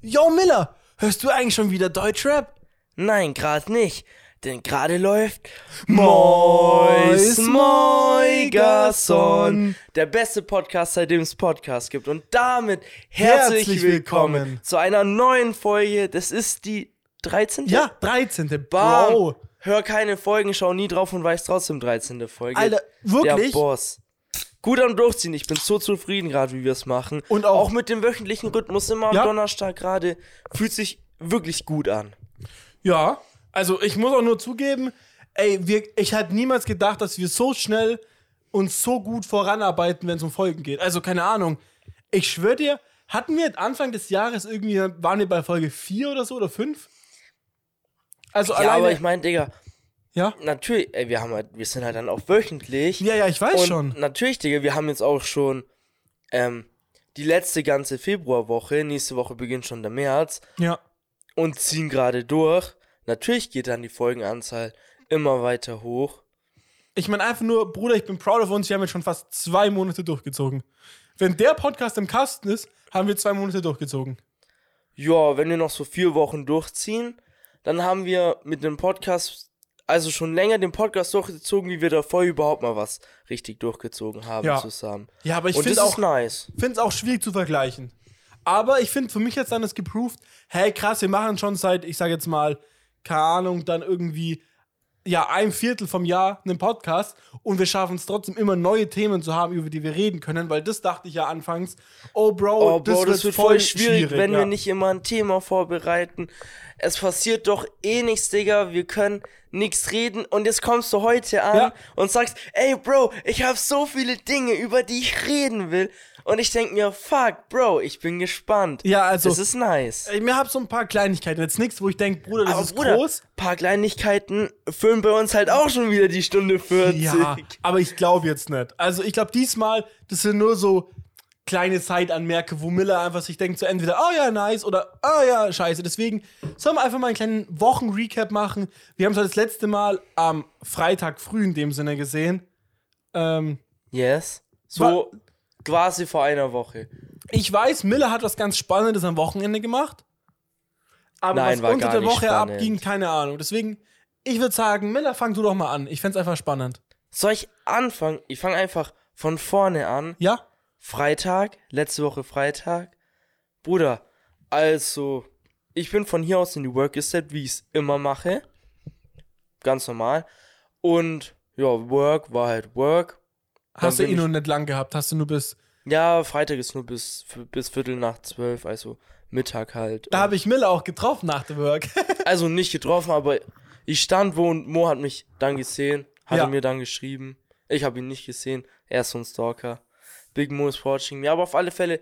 Yo Miller, hörst du eigentlich schon wieder Deutschrap? Nein, grad nicht. Denn gerade läuft Mois Moigason, der beste Podcast, seitdem es Podcasts gibt. Und damit herzlich, Herzlich willkommen, willkommen. zu einer neuen Folge. Das ist die 13. Ja, 13. Bam. Bro. Hör keine Folgen, schau nie drauf und weiß trotzdem 13. Folge. Alter, Der wirklich? Boss. Gut am Durchziehen. Ich bin so zufrieden gerade, wie wir es machen. Und auch- auch mit dem wöchentlichen Rhythmus immer am Ja. Donnerstag gerade. Fühlt sich wirklich gut an. Ja, also ich muss auch nur zugeben, ey, wir, ich hätte niemals gedacht, dass wir so schnell und so gut voranarbeiten, wenn es um Folgen geht. Also keine Ahnung. Ich schwöre dir, hatten wir Anfang des Jahres irgendwie, waren wir bei Folge 4 oder so oder 5? Also ja, alleine. aber ich meine, Digga, ja? natürlich, ey, wir haben halt, wir sind halt dann auch wöchentlich. ja, ja, ich weiß und schon. natürlich, Digga, wir haben jetzt auch schon ähm, die letzte ganze Februarwoche, nächste Woche beginnt schon der März Ja. und ziehen gerade durch. Natürlich geht dann die Folgenanzahl immer weiter hoch. Ich meine einfach nur, Bruder, ich bin proud of uns, wir haben jetzt schon fast zwei Monate durchgezogen. Wenn der Podcast im Kasten ist, haben wir zwei Monate durchgezogen. Ja, wenn wir noch so vier Wochen durchziehen, dann haben wir mit dem Podcast, also schon länger den Podcast durchgezogen, wie wir davor überhaupt mal was richtig durchgezogen haben Ja. zusammen. Ja, aber ich und das finde auch, ist nice. find's auch schwierig zu vergleichen. Aber ich finde, für mich jetzt dann ist geproved, hey krass, wir machen schon seit, ich sage jetzt mal, keine Ahnung, dann irgendwie, ja, ein Viertel vom Jahr einen Podcast und wir schaffen es trotzdem immer neue Themen zu haben, über die wir reden können, weil das dachte ich ja anfangs, oh Bro, Oh, Bro, das, wird voll schwierig, wenn wir nicht immer ein Thema vorbereiten. Es passiert doch eh nichts, Digga. Wir können nichts reden. Und jetzt kommst du heute an Ja. und sagst, ey, Bro, ich habe so viele Dinge, über die ich reden will. Und ich denk mir, fuck, Bro, ich bin gespannt. Ja, also, Das ist nice. ich mir hab so ein paar Kleinigkeiten, jetzt nichts, wo ich denke, Bruder, das Aber ist Bruder, groß. paar Kleinigkeiten füllen bei uns halt auch schon wieder die Stunde 40. Ja, aber ich glaube jetzt nicht. Also ich glaube diesmal, das sind nur so kleine Zeitanmerke, wo Miller einfach sich denkt, so entweder, oh ja, nice oder oh ja, scheiße. Deswegen sollen wir einfach mal einen kleinen Wochenrecap machen. Wir haben es das letzte Mal am Freitag früh in dem Sinne gesehen. Ähm, Yes. So quasi vor einer Woche. ich weiß, Miller hat was ganz Spannendes am Wochenende gemacht. Aber Nein, war was unter gar der nicht Woche spannend. abging, keine Ahnung. Deswegen, ich würde sagen, Miller, fang du doch mal an. Ich fänd's einfach spannend. Soll ich anfangen? Ich fange einfach von vorne an. Ja? Freitag, letzte Woche Freitag. Bruder, also, ich bin von hier aus in die Work Estate, wie ich es immer mache. Ganz normal. Und ja, Work war halt Work. Dann Hast du bin eh ich- nur nicht lang gehabt, hast du nur bis Ja, Freitag ist nur bis, bis Viertel nach zwölf, also Mittag halt. Da habe ich Miller auch getroffen nach dem Work. Also nicht getroffen, aber ich stand wo und Mo hat mich dann gesehen, hat Ja. er mir dann geschrieben. Ich habe ihn nicht gesehen. Er ist so ein Stalker. Big Mo ist watching me. Aber auf alle Fälle,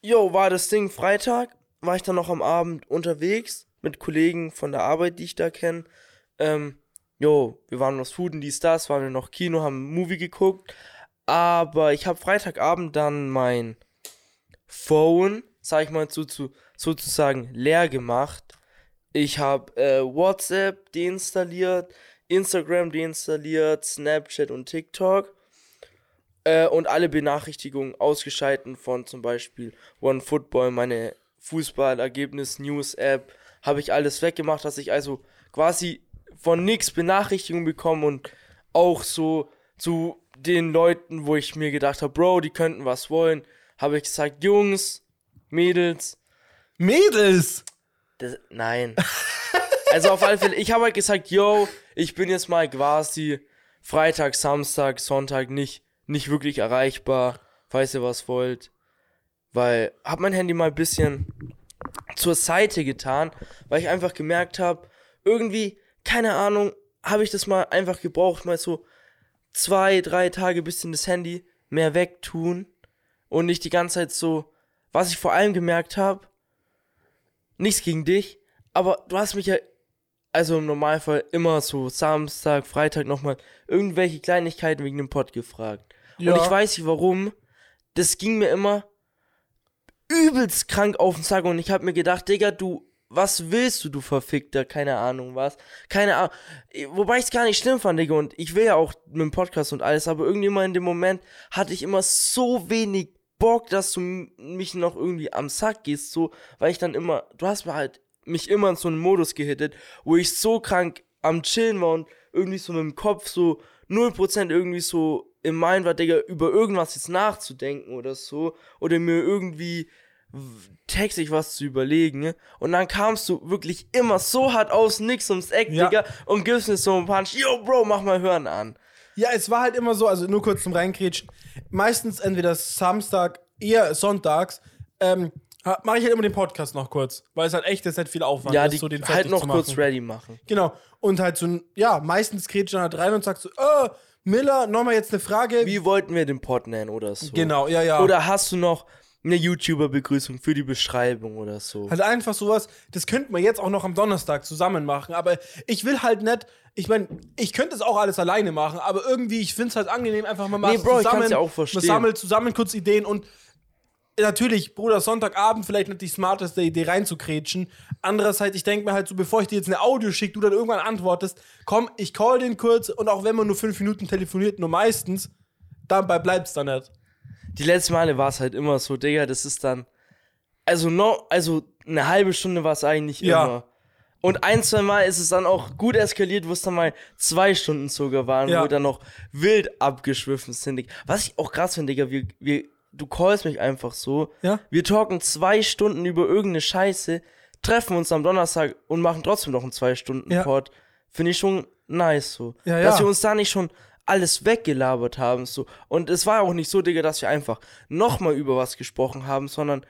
yo, war das Ding Freitag, war ich dann noch am Abend unterwegs mit Kollegen von der Arbeit, die ich da kenne. Ähm, yo, wir waren was Fooden, dies, das, waren wir noch Kino, haben einen Movie geguckt. Aber ich habe Freitagabend dann mein Phone, sag ich mal, so zu, sozusagen leer gemacht. Ich habe äh, WhatsApp deinstalliert, Instagram deinstalliert, Snapchat und TikTok. Äh, und alle Benachrichtigungen ausgeschalten von zum Beispiel OneFootball, meine Fußballergebnis-News-App. Habe ich alles weggemacht, dass ich also quasi von nix Benachrichtigungen bekomme und auch so zu den Leuten, wo ich mir gedacht habe, Bro, die könnten was wollen, habe ich gesagt, Jungs, Mädels, Mädels! das, nein. also auf alle Fälle, ich habe halt gesagt, yo, ich bin jetzt mal quasi Freitag, Samstag, Sonntag nicht, nicht wirklich erreichbar, falls ihr was wollt. Weil, hab mein Handy mal ein bisschen zur Seite getan, weil ich einfach gemerkt habe, irgendwie, keine Ahnung, habe ich das mal einfach gebraucht, mal so zwei, drei Tage bisschen das Handy mehr wegtun und nicht die ganze Zeit so, was ich vor allem gemerkt habe, nichts gegen dich, aber du hast mich ja, also im Normalfall immer so Samstag, Freitag nochmal irgendwelche Kleinigkeiten wegen dem Pod gefragt. Ja. Und ich weiß nicht warum, das ging mir immer übelst krank auf den Sack und ich habe mir gedacht, Digga, du, was willst du, du Verfickter? Keine Ahnung was. Keine Ahnung. Wobei ich es gar nicht schlimm fand, Digga, und ich will ja auch mit dem Podcast und alles, aber irgendwie immer in dem Moment hatte ich immer so wenig Bock, dass du m- mich noch irgendwie am Sack gehst, so, weil ich dann immer, du hast mir halt mich immer in so einen Modus gehittet, wo ich so krank am Chillen war und irgendwie so mit dem Kopf so 0% irgendwie so im Mind war, Digga, über irgendwas jetzt nachzudenken oder so, oder mir irgendwie w- textlich was zu überlegen, ne? Und dann kamst du wirklich immer so hart aus nix ums Eck, Ja. Digga, und gibst mir so einen Punch, yo, Bro, mach mal Hören an. Ja, es war halt immer so, also nur kurz zum Reinkrätschen. Meistens entweder Samstag, eher sonntags, ähm, mache ich halt immer den Podcast noch kurz, weil es halt echt jetzt nicht viel Aufwand Ja, ist, die so den halt fertig noch zu kurz machen. ready machen. Genau. Und halt so, ein- ja, meistens krätscht dann halt rein und sagt so, äh, Miller, nochmal jetzt eine Frage. Wie wollten wir den Pod nennen oder so? Genau, ja, ja. Oder hast du noch eine YouTuber-Begrüßung für die Beschreibung oder so? Halt einfach sowas, das könnten wir jetzt auch noch am Donnerstag zusammen machen, aber ich will halt nicht, ich meine, ich könnte es auch alles alleine machen, aber irgendwie, ich finde es halt angenehm, einfach mal mal Nee, Bro, ich zusammen, kann's ja auch man verstehen. sammelt zusammen kurz Ideen und natürlich, Bruder, Sonntagabend vielleicht nicht die smarteste Idee reinzukrätschen, andererseits, ich denke mir halt so, bevor ich dir jetzt eine Audio schicke, du dann irgendwann antwortest, komm, ich call den kurz und auch wenn man nur fünf Minuten telefoniert, nur meistens, dabei bleibt's dann nicht. Die letzten Male war es halt immer so, Digga, das ist dann. Also, no, also eine halbe Stunde war es eigentlich Ja. immer. Und ein, zwei Mal ist es dann auch gut eskaliert, wo es dann mal zwei Stunden sogar waren, Ja. wo wir dann noch wild abgeschwiffen sind. Digga. Was ich auch krass finde, Digga, wir, wir, du callst mich einfach so. Ja. Wir talken zwei Stunden über irgendeine Scheiße, treffen uns am Donnerstag und machen trotzdem noch einen zwei Stunden Ja. Pod. Finde ich schon nice so. Ja, Dass ja. wir uns da nicht schon alles weggelabert haben so. Und es war auch nicht so, Digga, dass wir einfach nochmal über was gesprochen haben, sondern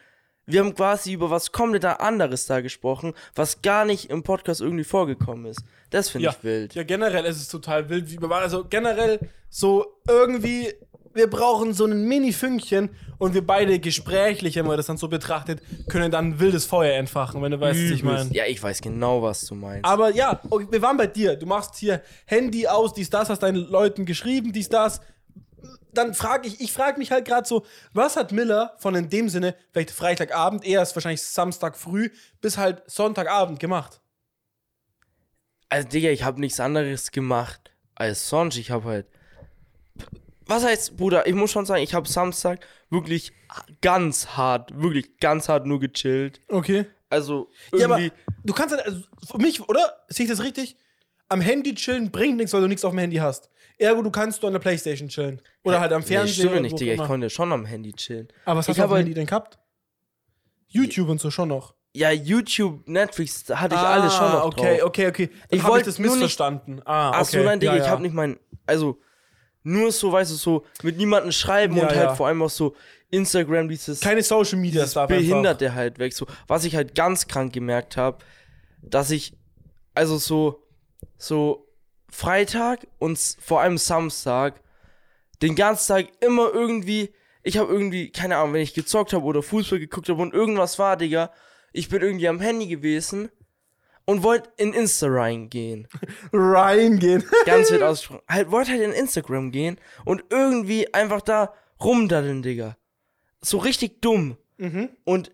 wir haben quasi über was komplett anderes da gesprochen, was gar nicht im Podcast irgendwie vorgekommen ist. Das finde ich wild. Ja, generell ist es total wild. Wie, also generell so irgendwie, wir brauchen so ein Mini-Fünkchen und wir beide gesprächlich, wenn man das dann so betrachtet, können dann ein wildes Feuer entfachen, wenn du weißt, was ich meine. Ah. Ja, ich weiß genau, was du meinst. Aber ja, okay, wir waren bei dir. Du machst hier Handy aus, dies, das, hast deinen Leuten geschrieben, dies, das. Dann frage ich, ich frage mich halt gerade so, was hat Miller von in dem Sinne, vielleicht Freitagabend, eher ist wahrscheinlich Samstag früh, bis halt Sonntagabend gemacht? Also, Digga, ich habe nichts anderes gemacht als sonst. Ich habe halt. Was heißt, Bruder, ich muss schon sagen, ich habe Samstag wirklich ganz hart, wirklich ganz hart nur gechillt. Okay. Also, Ja, aber irgendwie. du kannst halt, also für mich, oder? Sehe ich das richtig? Am Handy chillen bringt nichts, weil du nichts auf dem Handy hast. Ergo, du kannst nur an der Playstation chillen. Oder halt am Nee, Fernsehen. stimmt oder nicht, wo Digga, auch ich immer. konnte schon am Handy chillen. Aber was ich hast du auf hab dem halt- Handy denn gehabt? YouTube und so schon noch. Ja, YouTube, Netflix, da hatte ich alles schon noch Ah, Okay, drauf. okay, okay. Ich ich wollte wollt das nur nicht- missverstanden. ah, okay. Ach so, nein, Digga, ja, ja. ich habe nicht mein, also nur so, weißt du, so mit niemandem schreiben Ja, und ja. halt vor allem auch so Instagram dieses Keine Social Media Stuff. einfach. Behinderte halt weg. So, was ich halt ganz krank gemerkt habe, dass ich, also so, so Freitag und s- vor allem Samstag, den ganzen Tag immer irgendwie, ich habe irgendwie, keine Ahnung, wenn ich gezockt habe oder Fußball geguckt habe und irgendwas war, Digga, ich bin irgendwie am Handy gewesen und wollte in Insta reingehen Reingehen. ganz wild ausgesprochen. Halt, wollte halt in Instagram gehen und irgendwie einfach da rumdaddeln, Digga. So richtig dumm. Und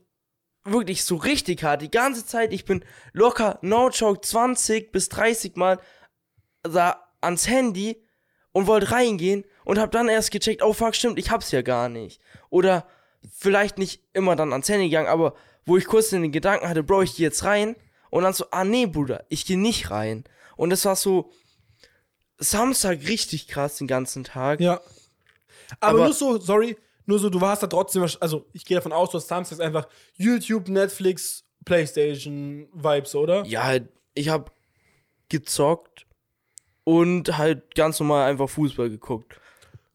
wirklich so richtig hart. Die ganze Zeit, ich bin locker, no joke, 20 bis 30 Mal da ans Handy und wollte reingehen und hab dann erst gecheckt, oh fuck, stimmt, ich hab's ja gar nicht. Oder vielleicht nicht immer dann ans Handy gegangen, aber wo ich kurz den Gedanken hatte, Bro, ich geh jetzt rein. Und dann so, ah nee, Bruder, ich geh nicht rein. Und das war so, Samstag richtig krass den ganzen Tag. Ja. Aber, Aber- nur so, sorry, nur so, du warst da trotzdem, wahrsch- also ich gehe davon aus, du hast samstags einfach YouTube, Netflix, Playstation Vibes, oder? Ja, halt, ich hab gezockt und halt ganz normal einfach Fußball geguckt.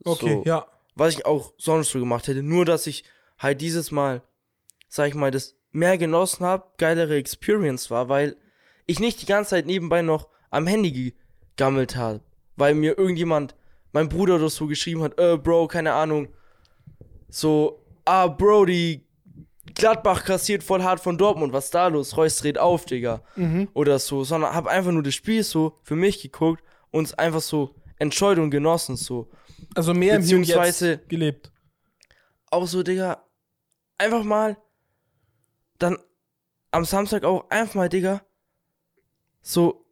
okay, so. ja. Was ich auch sonst so gemacht hätte. Nur, dass ich halt dieses Mal, sag ich mal, das mehr genossen hab, geilere Experience war, weil ich nicht die ganze Zeit nebenbei noch am Handy gegammelt habe. Weil mir irgendjemand, mein Bruder oder so geschrieben hat, äh, Bro, keine Ahnung. So, ah, Bro, die Gladbach kassiert voll hart von Dortmund, was da los? Reus dreht auf, Digga. Oder so, sondern hab einfach nur das Spiel so für mich geguckt und es einfach so entscheut und genossen so. Also mehr im Hier und Beziehungsweise- Jetzt gelebt. auch so, Digga, einfach mal dann am Samstag auch einfach mal, Digga, so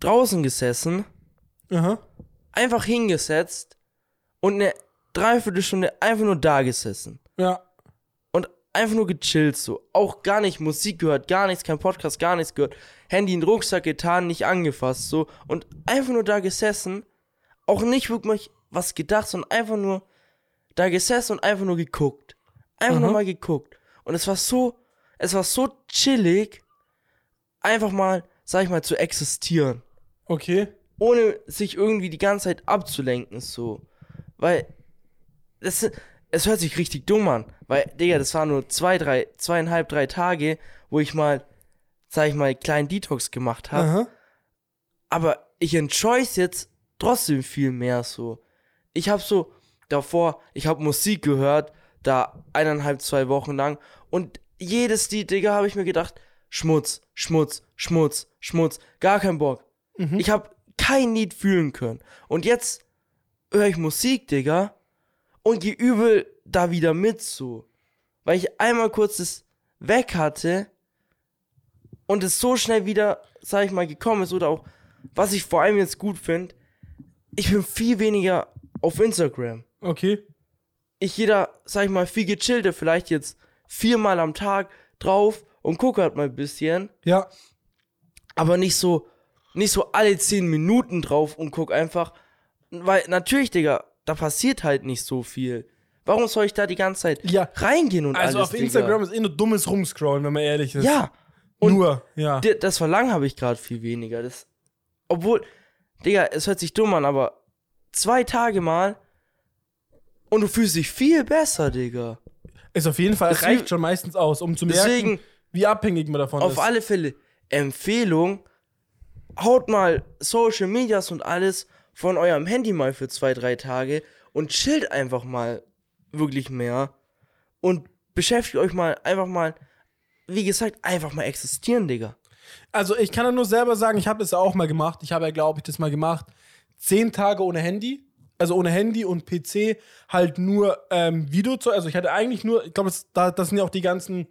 draußen gesessen, Aha. einfach hingesetzt und eine Dreiviertelstunde einfach nur da gesessen. Ja. und einfach nur gechillt so. Auch gar nicht Musik gehört, gar nichts, kein Podcast, gar nichts gehört. Handy in den Rucksack getan, nicht angefasst so. Und einfach nur da gesessen, auch nicht wirklich was gedacht, sondern einfach nur da gesessen und einfach nur geguckt. Einfach nur Mhm. mal geguckt. Und es war so, es war so chillig, einfach mal, sag ich mal, zu existieren Okay. ohne sich irgendwie die ganze Zeit abzulenken, so. Weil, das, es hört sich richtig dumm an. Weil, Digga, das waren nur zwei, drei, zweieinhalb, drei Tage, wo ich mal, sag ich mal, kleinen Detox gemacht habe. Aha. Aber ich enjoy's jetzt trotzdem viel mehr, so. Ich habe so davor, ich habe Musik gehört, da eineinhalb, zwei Wochen lang. Und jedes Lied, Digga, habe ich mir gedacht, Schmutz, Schmutz, Schmutz, Schmutz, gar kein Bock. Mhm. Ich habe kein Lied fühlen können. Und jetzt höre ich Musik, Digga, und gehe übel da wieder mit so. Weil ich einmal kurz das weg hatte und es so schnell wieder, sag ich mal, gekommen ist. Oder auch, was ich vor allem jetzt gut finde, ich bin viel weniger auf Instagram. Okay. Ich gehe da, sag ich mal, viel gechillter, vielleicht jetzt viermal am Tag drauf und gucke halt mal ein bisschen Ja. aber nicht so, nicht so alle zehn Minuten drauf und guck einfach, weil natürlich, Digga, da passiert halt nicht so viel. Warum soll ich da die ganze Zeit Ja. reingehen und Also alles, auf Instagram Digga? ist eh nur dummes Rumscrollen, wenn man ehrlich ist. Ja, und- Nur, ja. di- das Verlangen habe ich gerade viel weniger. Das, obwohl, Digga, es hört sich dumm an, aber zwei Tage mal und du fühlst dich viel besser, Digga. Ist auf jeden Fall, es Deswegen- reicht schon meistens aus, um zu merken, Deswegen, wie abhängig man davon Auf ist. alle Fälle Empfehlung. Haut mal Social Medias und alles von eurem Handy mal für zwei, drei Tage und chillt einfach mal wirklich mehr und beschäftigt euch mal einfach mal, wie gesagt, einfach mal existieren, Digga. Also ich kann ja nur selber sagen, ich habe das ja auch mal gemacht. Ich habe ja, glaube ich, das mal gemacht. Zehn Tage ohne Handy. Also ohne Handy und PC halt nur ähm, Video zu. Also ich hatte eigentlich nur, ich glaube, das, da, das sind ja auch die ganzen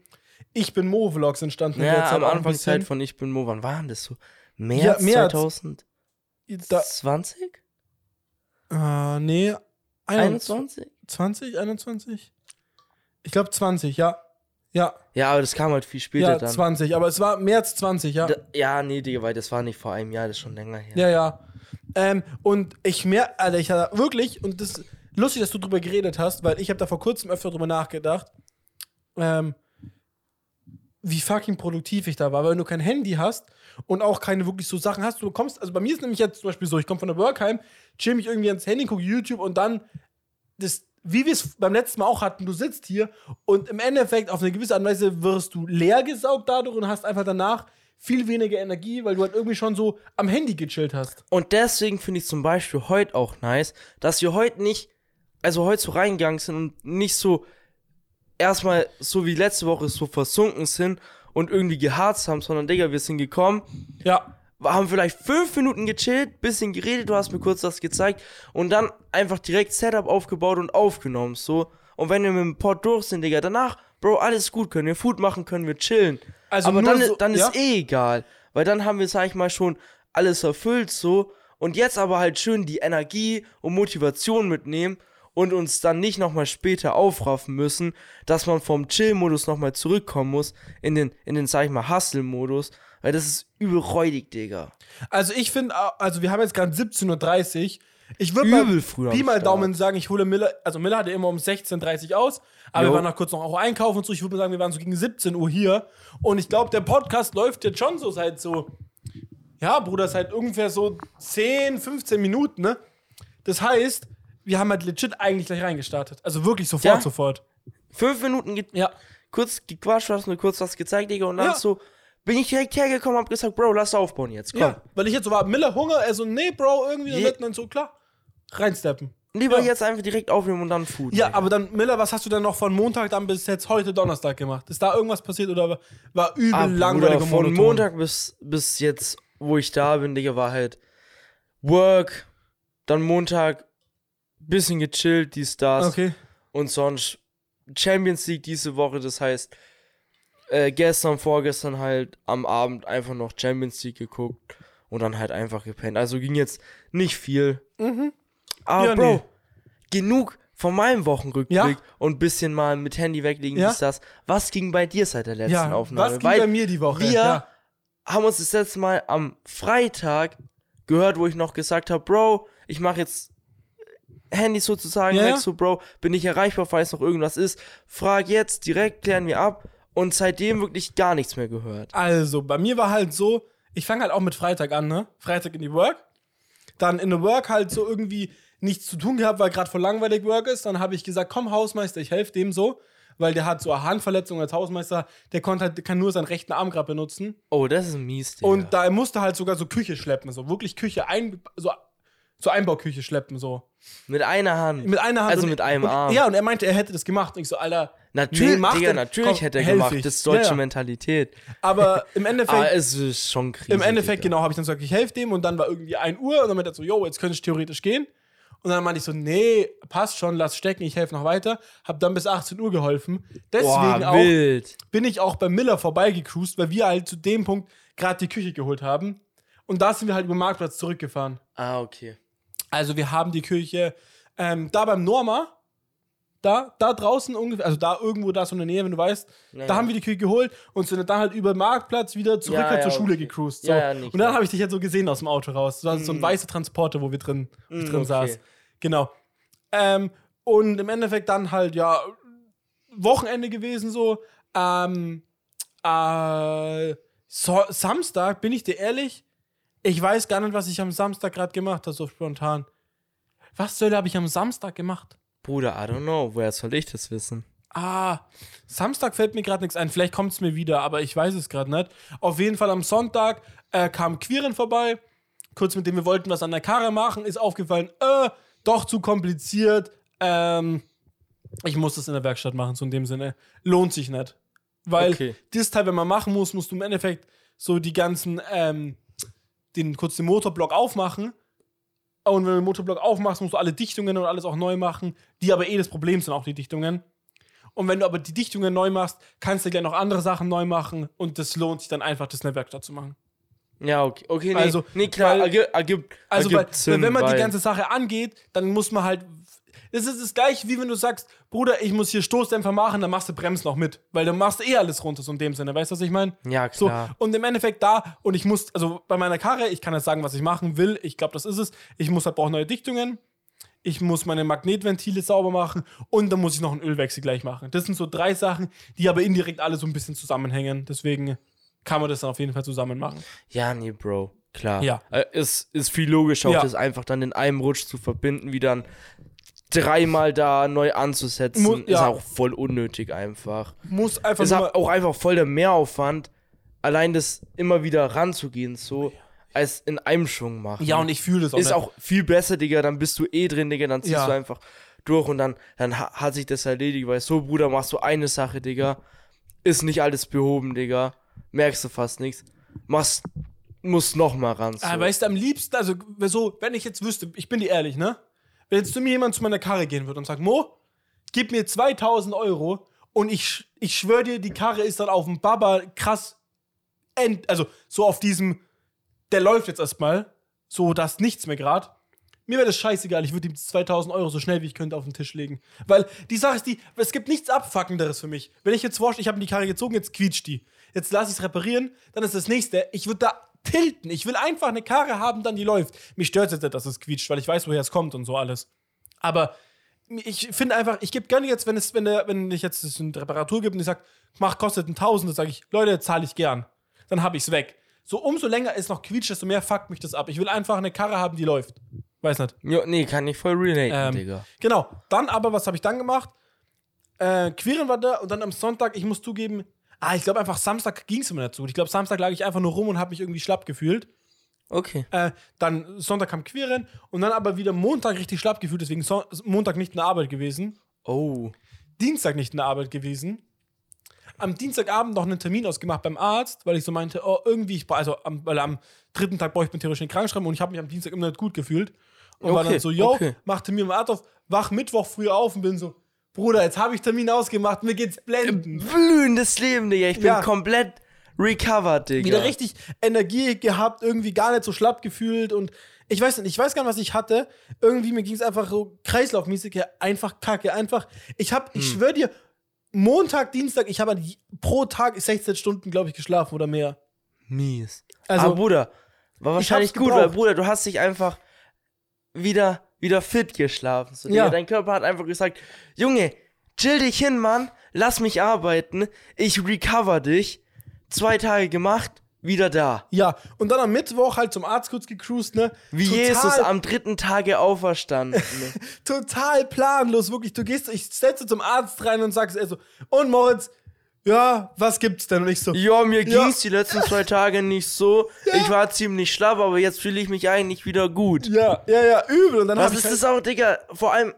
Ich bin Mo-Vlogs entstanden. in der Ja, Zeit am halt auch ein Anfang halt Zeit bisschen. von Ich bin Mo, wann waren das so? März, März. 2020? 20? Da, äh, nee, 21, 21? 21? Ich glaube 20, ja. Ja, Ja, aber das kam halt viel später ja dann. 20. Aber es war März 20, ja. Da, ja, nee, Digga, weil das war nicht vor einem Jahr, das ist schon länger her. Ja, ja. Ähm, und ich merke, Alter, ich hatte wirklich, und das ist lustig, dass du drüber geredet hast, weil ich habe da vor kurzem öfter drüber nachgedacht, ähm, wie fucking produktiv ich da war, weil wenn du kein Handy hast und auch keine wirklich so Sachen hast, du kommst, also bei mir ist nämlich jetzt zum Beispiel so, ich komme von der Workheim, chill mich irgendwie ans Handy, gucke YouTube und dann das, wie wir es beim letzten Mal auch hatten, du sitzt hier und im Endeffekt auf eine gewisse Art und Weise wirst du leer gesaugt dadurch und hast einfach danach viel weniger Energie, weil du halt irgendwie schon so am Handy gechillt hast. Und deswegen finde ich zum Beispiel heute auch nice, dass wir heute nicht, also heute so reingegangen sind und nicht so erstmal so wie letzte Woche so versunken sind und irgendwie geharzt haben, sondern Digga, wir sind gekommen, Ja. haben vielleicht fünf Minuten gechillt, bisschen geredet, du hast mir kurz das gezeigt und dann einfach direkt Setup aufgebaut und aufgenommen, so. Und wenn wir mit dem Pod durch sind, Digga, danach, Bro, alles gut, können wir Food machen, können wir chillen. Also Aber nur dann, so- dann ist ja? eh egal, weil dann haben wir, sag ich mal, schon alles erfüllt, so. Und jetzt aber halt schön die Energie und Motivation mitnehmen und uns dann nicht nochmal später aufraffen müssen, dass man vom Chill-Modus nochmal zurückkommen muss in den, in den, sag ich mal, Hustle-Modus, weil das ist übel räudig, Digga. Also ich finde, also wir haben jetzt gerade 17.30 Uhr. Ich würde Übel mal früh am Pi mal Start. Daumen sagen, ich hole Miller, also Miller hatte immer um 16.30 Uhr aus, aber Jo. wir waren noch kurz noch auch einkaufen und so. Ich würde mal sagen, wir waren so gegen 17 Uhr hier und ich glaube, der Podcast läuft jetzt schon so seit so, ja Bruder, seit ungefähr so 10, 15 Minuten, ne? Das heißt, wir haben halt legit eigentlich gleich reingestartet. Also wirklich sofort, Ja. sofort. Fünf Minuten ge Ja. kurz gequatscht, hast mir kurz was gezeigt, Digga, und dann Ja. so bin ich direkt hergekommen, hab gesagt, Bro, lass aufbauen jetzt, komm. Ja, weil ich jetzt so war, Miller Hunger, er so, nee, Bro, irgendwie Je- yeah. und dann so, klar, reinsteppen. Lieber Ja. jetzt einfach direkt aufnehmen und dann Food. Ja, Digga. aber dann, Miller, was hast du denn noch von Montag dann bis jetzt heute Donnerstag gemacht? Ist da irgendwas passiert oder war übel Ah, langweilig Bruder, und Von monoton? Montag bis, bis jetzt, wo ich da bin, Digga, war halt Work, dann Montag, bisschen gechillt, dies, das. Okay. Und sonst Champions League diese Woche, das heißt, äh, gestern, vorgestern halt am Abend einfach noch Champions League geguckt und dann halt einfach gepennt. Also ging jetzt nicht viel. Aber Mhm. Ja, Bro, nee. genug von meinem Wochenrückblick Ja. und ein bisschen mal mit Handy weglegen, Ja. dies, das. Was ging bei dir seit der letzten Ja, Aufnahme? was ging Weil bei mir die Woche? Wir Ja. haben uns das letzte Mal am Freitag gehört, wo ich noch gesagt habe, Bro, ich mache jetzt Handy sozusagen Ja, weg, ja. so Bro, bin ich erreichbar, falls noch irgendwas ist. Frag jetzt, direkt klären wir ab. Und seitdem wirklich gar nichts mehr gehört. Also, bei mir war halt so, ich fange halt auch mit Freitag an, ne? Freitag in die Work. Dann in der Work halt so irgendwie nichts zu tun gehabt, weil gerade voll langweilig Work ist. Dann habe ich gesagt, komm Hausmeister, ich helfe dem so. Weil der hat so eine Handverletzung als Hausmeister, der konnte halt, kann nur seinen rechten Arm gerade benutzen. Oh, das ist ein mies, Digga. Und da er musste halt sogar so Küche schleppen, so wirklich Küche, ein, so, so Einbauküche schleppen, so. mit einer Hand. Mit einer Hand. Also und- mit einem und, Arm. Ja, und er meinte, er hätte das gemacht. Und ich so, Alter, Natürlich, nee, mach Digga, den. natürlich Komm, hätte er helf gemacht. ich. Das ist deutsche Ja, ja. Mentalität. aber im Endeffekt. Aber es ist schon Krise. Im Endeffekt, Digga. genau, habe ich dann gesagt, ich helfe dem und dann war irgendwie 1 Uhr und dann meinte er so, yo, jetzt könnte ich theoretisch gehen. Und dann meinte ich so, nee, passt schon, lass stecken, ich helfe noch weiter. Hab dann bis 18 Uhr geholfen. Deswegen Boah, auch wild. bin ich auch bei Miller vorbeigecruised, weil wir halt zu dem Punkt gerade die Küche geholt haben. Und da sind wir halt über den Marktplatz zurückgefahren. Ah, okay. Also wir haben die Kirche ähm, da beim Norma, da, da draußen ungefähr, also da irgendwo da so in der Nähe, wenn du weißt, Ja, da ja. haben wir die Kirche geholt und sind dann halt über den Marktplatz wieder zurück Ja, halt ja, zur Schule okay. gecruised. So. Ja, ja, nicht und dann klar. habe ich dich halt so gesehen aus dem Auto raus. Das war so ein weißer Transporter, wo wir drin, wo ich Mm, drin okay. saß. Genau. Ähm, und im Endeffekt dann halt, ja, Wochenende gewesen so. Ähm, äh, so Samstag, bin ich dir ehrlich, ich weiß gar nicht, was ich am Samstag gerade gemacht habe, so spontan. Was zur Hölle habe ich am Samstag gemacht? Bruder, I don't know. Woher soll ich das wissen? Ah, Samstag fällt mir gerade nichts ein. Vielleicht kommt es mir wieder, aber ich weiß es gerade nicht. Auf jeden Fall am Sonntag äh, kam Quirin vorbei. Kurz mit dem wir wollten was an der Karre machen, ist aufgefallen, äh, doch zu kompliziert. Ähm, ich muss das in der Werkstatt machen, so in dem Sinne. Lohnt sich nicht. Weil Okay. das Teil, wenn man machen muss, musst du im Endeffekt so die ganzen, ähm, den, kurz den Motorblock aufmachen. Und wenn du den Motorblock aufmachst, musst du alle Dichtungen und alles auch neu machen, die aber eh das Problem sind, auch die Dichtungen. Und wenn du aber die Dichtungen neu machst, kannst du gleich noch andere Sachen neu machen und das lohnt sich dann einfach, das in der Werkstatt zu machen. Ja, okay. Okay, nee, Also, nee klar, weil- ergibt, ergibt, Also, weil, ergibt Sinn, wenn man weil- die ganze Sache angeht, dann muss man halt. Das ist das gleiche, wie wenn du sagst, Bruder, ich muss hier Stoßdämpfer machen, dann machst du Bremsen noch mit. Weil dann machst du eh alles runter, so in dem Sinne. Weißt du, was ich meine? Ja, So, klar. und im Endeffekt da, und ich muss, also bei meiner Karre, ich kann jetzt sagen, was ich machen will, ich glaube, das ist es. Ich muss halt brauche neue Dichtungen, ich muss meine Magnetventile sauber machen und dann muss ich noch einen Ölwechsel gleich machen. Das sind so drei Sachen, die aber indirekt alle so ein bisschen zusammenhängen. Deswegen kann man das dann auf jeden Fall zusammen machen. Ja, nee, Bro. Klar. Ja. Äh, Es ist viel logischer, auch Ja. das einfach dann in einem Rutsch zu verbinden, wie dann dreimal da neu anzusetzen. Mu- Ist ja. auch voll unnötig einfach. Muss einfach ist nur. auch einfach voll der Mehraufwand, allein das immer wieder ranzugehen, so, als in einem Schwung machen. Ja, und ich fühle das auch. Ist nicht. auch viel besser, Digga, dann bist du eh drin, Digga, dann ziehst Ja. du einfach durch und dann, dann ha- hat sich das erledigt, weil so, Bruder, machst du eine Sache, Digga, ist nicht alles behoben, Digga, merkst du fast nichts, machst, musst nochmal ran, so. Ah, weißt du, am liebsten, also so, wenn ich jetzt wüsste, ich bin dir ehrlich, ne? Wenn jetzt zu mir jemand zu meiner Karre gehen würde und sagt, Mo, gib mir 2000 Euro und ich, sch- ich schwöre dir, die Karre ist dann auf dem Baba krass, end, also so auf diesem, der läuft jetzt erstmal, so dass nichts mehr grad. Mir wäre das scheißegal, ich würde ihm die 2000 Euro so schnell wie ich könnte auf den Tisch legen. Weil die Sache ist die, es gibt nichts Abfuckenderes für mich. Wenn ich jetzt forsche, ich habe die Karre gezogen, jetzt quietscht die. Jetzt lasse ich es reparieren, dann ist das nächste. Ich würde da tilten. Ich will einfach eine Karre haben, dann die läuft. Mich stört es jetzt nicht, dass es quietscht, weil ich weiß, woher es kommt und so alles. Aber ich finde einfach, ich gebe gerne jetzt, wenn es, wenn der, wenn ich jetzt es eine Reparatur gibt und ich sag, mach, kostet ein Tausend, dann sage ich, Leute, zahle ich gern. Dann habe ich es weg. So, umso länger es noch quietscht, desto mehr fuckt mich das ab. Ich will einfach eine Karre haben, die läuft. Weiß nicht. Jo, nee, kann ich voll relaten, Ähm, Digga. Genau. Dann aber, was habe ich dann gemacht? Äh, Queeren war da und dann am Sonntag, ich muss zugeben, ah, ich glaube einfach Samstag ging es mir nicht so. gut. Ich glaube, Samstag lag ich einfach nur rum und habe mich irgendwie schlapp gefühlt. Okay. Äh, dann Sonntag kam Queeren und dann aber wieder Montag richtig schlapp gefühlt, deswegen Son Montag nicht in der Arbeit gewesen. Oh. Dienstag nicht in der Arbeit gewesen. Am Dienstagabend noch einen Termin ausgemacht beim Arzt, weil ich so meinte, oh, irgendwie, ich, bra- also am, weil am dritten Tag brauche ich mir theoretisch einen Krankenschreiben und ich habe mich am Dienstag immer nicht gut gefühlt. Und war Okay, dann so, yo, okay. machte mir im Arzt auf, wach Mittwoch früh auf und bin so, Bruder, jetzt habe ich Termin ausgemacht, mir geht's blenden. Blühendes Leben, Digga, ich bin Ja. komplett recovered, Digga. Wieder richtig Energie gehabt, irgendwie gar nicht so schlapp gefühlt und ich weiß nicht, ich weiß gar nicht, was ich hatte. Irgendwie mir ging es einfach so kreislaufmäßig ja, einfach kacke. Einfach, ich hab, Hm. ich schwöre dir, Montag, Dienstag, ich habe pro Tag 16 Stunden, glaube ich, geschlafen oder mehr. Mies. Also- Also, Aber Bruder, war Ich hab's wahrscheinlich gut, gebraucht. weil Bruder, du hast dich einfach wieder, wieder fit geschlafen. So, Digga, Ja. Dein Körper hat einfach gesagt, Junge, chill dich hin, Mann, lass mich arbeiten, ich recover dich. Zwei Tage gemacht, wieder da. Ja, und dann am Mittwoch halt zum Arzt kurz gecruised, ne? Wie total, Jesus am dritten Tage auferstanden. Total planlos, wirklich. Du gehst, ich setze zum Arzt rein und sagst, er so, und Moritz, ja, was gibt's denn? Und ich so, ja, mir Ja. ging's die letzten zwei Tage nicht so. Ich war ziemlich schlapp, aber jetzt fühle ich mich eigentlich wieder gut. ja, ja, ja, übel. Und dann Was hab ich ist halt, das auch, Digga? Vor allem,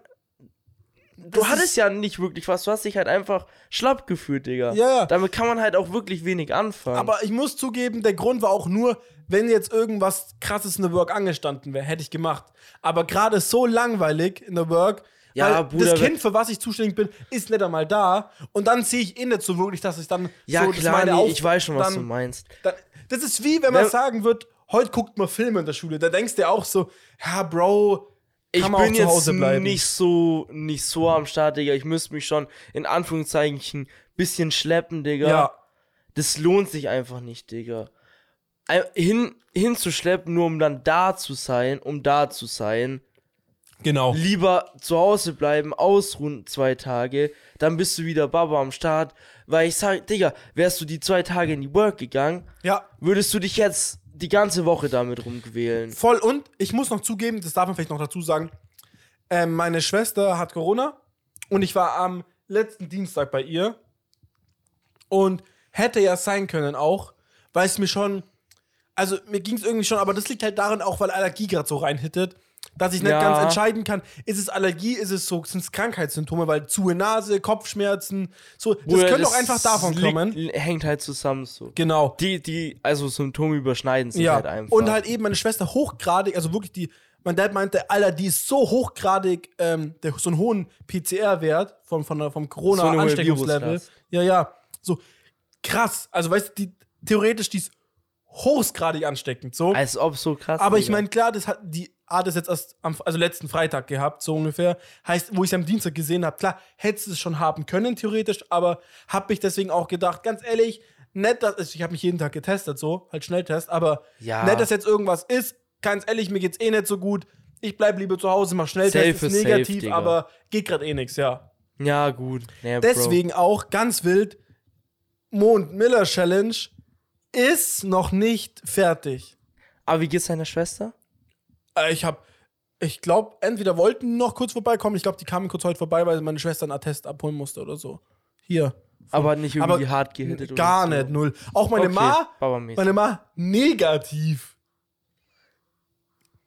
du Das hattest ist- ja nicht wirklich was. Du hast dich halt einfach schlapp gefühlt, Digga. Ja, ja. Damit kann man halt auch wirklich wenig anfangen. Aber ich muss zugeben, der Grund war auch nur, wenn jetzt irgendwas krasses in der Work angestanden wäre, hätte ich gemacht. Aber gerade ist so langweilig in der Work, Ja, weil Bruder, das wenn- Kind, für was ich zuständig bin, ist nicht einmal da. Und dann sehe ich inne zu wirklich, dass ich dann ja, so, dass klar, meine nee, Auf- ich weiß schon, was dann, du meinst. Ne- Dann, das ist wie, wenn man Wenn- sagen wird, heute guckt man Filme in der Schule. Da denkst du ja auch so, ja, Bro, kann ich man bin auch jetzt zu Hause bleiben. nicht so nicht so am Start, Digga. Ich müsste mich schon in Anführungszeichen ein bisschen schleppen, Digga. ja. Das lohnt sich einfach nicht, Digga. Ein- Hin, hinzuschleppen, nur um dann da zu sein, um da zu sein. Genau. lieber zu Hause bleiben, ausruhen zwei Tage, dann bist du wieder Baba am Start. Weil ich sag, Digga, wärst du die zwei Tage in die Work gegangen, Ja, würdest du dich jetzt die ganze Woche damit rumquälen. voll. Und ich muss noch zugeben, das darf man vielleicht noch dazu sagen, ähm, meine Schwester hat Corona und ich war am letzten Dienstag bei ihr und hätte ja sein können auch, weil es mir schon, also mir ging es irgendwie schon, aber das liegt halt daran auch, weil Allergie gerade so reinhittet, dass ich nicht Ja. ganz entscheiden kann, ist es Allergie, ist es so, sind es Krankheitssymptome, weil zuhe Nase, Kopfschmerzen, so, das Bruder, könnte auch einfach davon liegt- kommen. Hängt halt zusammen so. Genau. Die, die, also Symptome überschneiden sich Ja, halt einfach. und halt eben meine Schwester hochgradig, also wirklich die, mein Dad meinte, Alter, die ist so hochgradig, ähm, der, so einen hohen PCR-Wert vom, von, der- vom So eine hohe Corona-Ansteckungslevel. Virusklasse. ja, ja, so krass. Also weißt du, die, theoretisch, die ist hochgradig ansteckend, so. Als ob so krass. Aber ich Digga. meine, klar, das hat, die hat es jetzt erst am also letzten Freitag gehabt, so ungefähr. Heißt, wo ich es am Dienstag gesehen habe, klar, hättest es schon haben können, theoretisch, aber habe ich deswegen auch gedacht, ganz ehrlich, nett, dass also ich habe mich jeden Tag getestet, so, halt Schnelltest, aber Ja. nett, dass jetzt irgendwas ist, ganz ehrlich, mir geht's eh nicht so gut. Ich bleib lieber zu Hause, mach Schnelltest, Safe ist is safe, negativ, Digga. aber geht gerade eh nichts, ja. Ja, gut. Nee, Bro. Deswegen auch ganz wild, Mond-Miller-Challenge ist noch nicht fertig. Aber wie geht's deiner Schwester? Äh, Ich habe, ich glaube, entweder wollten noch kurz vorbeikommen. Ich glaube, die kamen kurz heute vorbei, weil meine Schwester einen Attest abholen musste oder so. Hier. Aber nicht irgendwie Aber hart gehittet oder Gar so. nicht, null. Auch meine Okay, Ma, Baba-mäßig. meine Ma, negativ.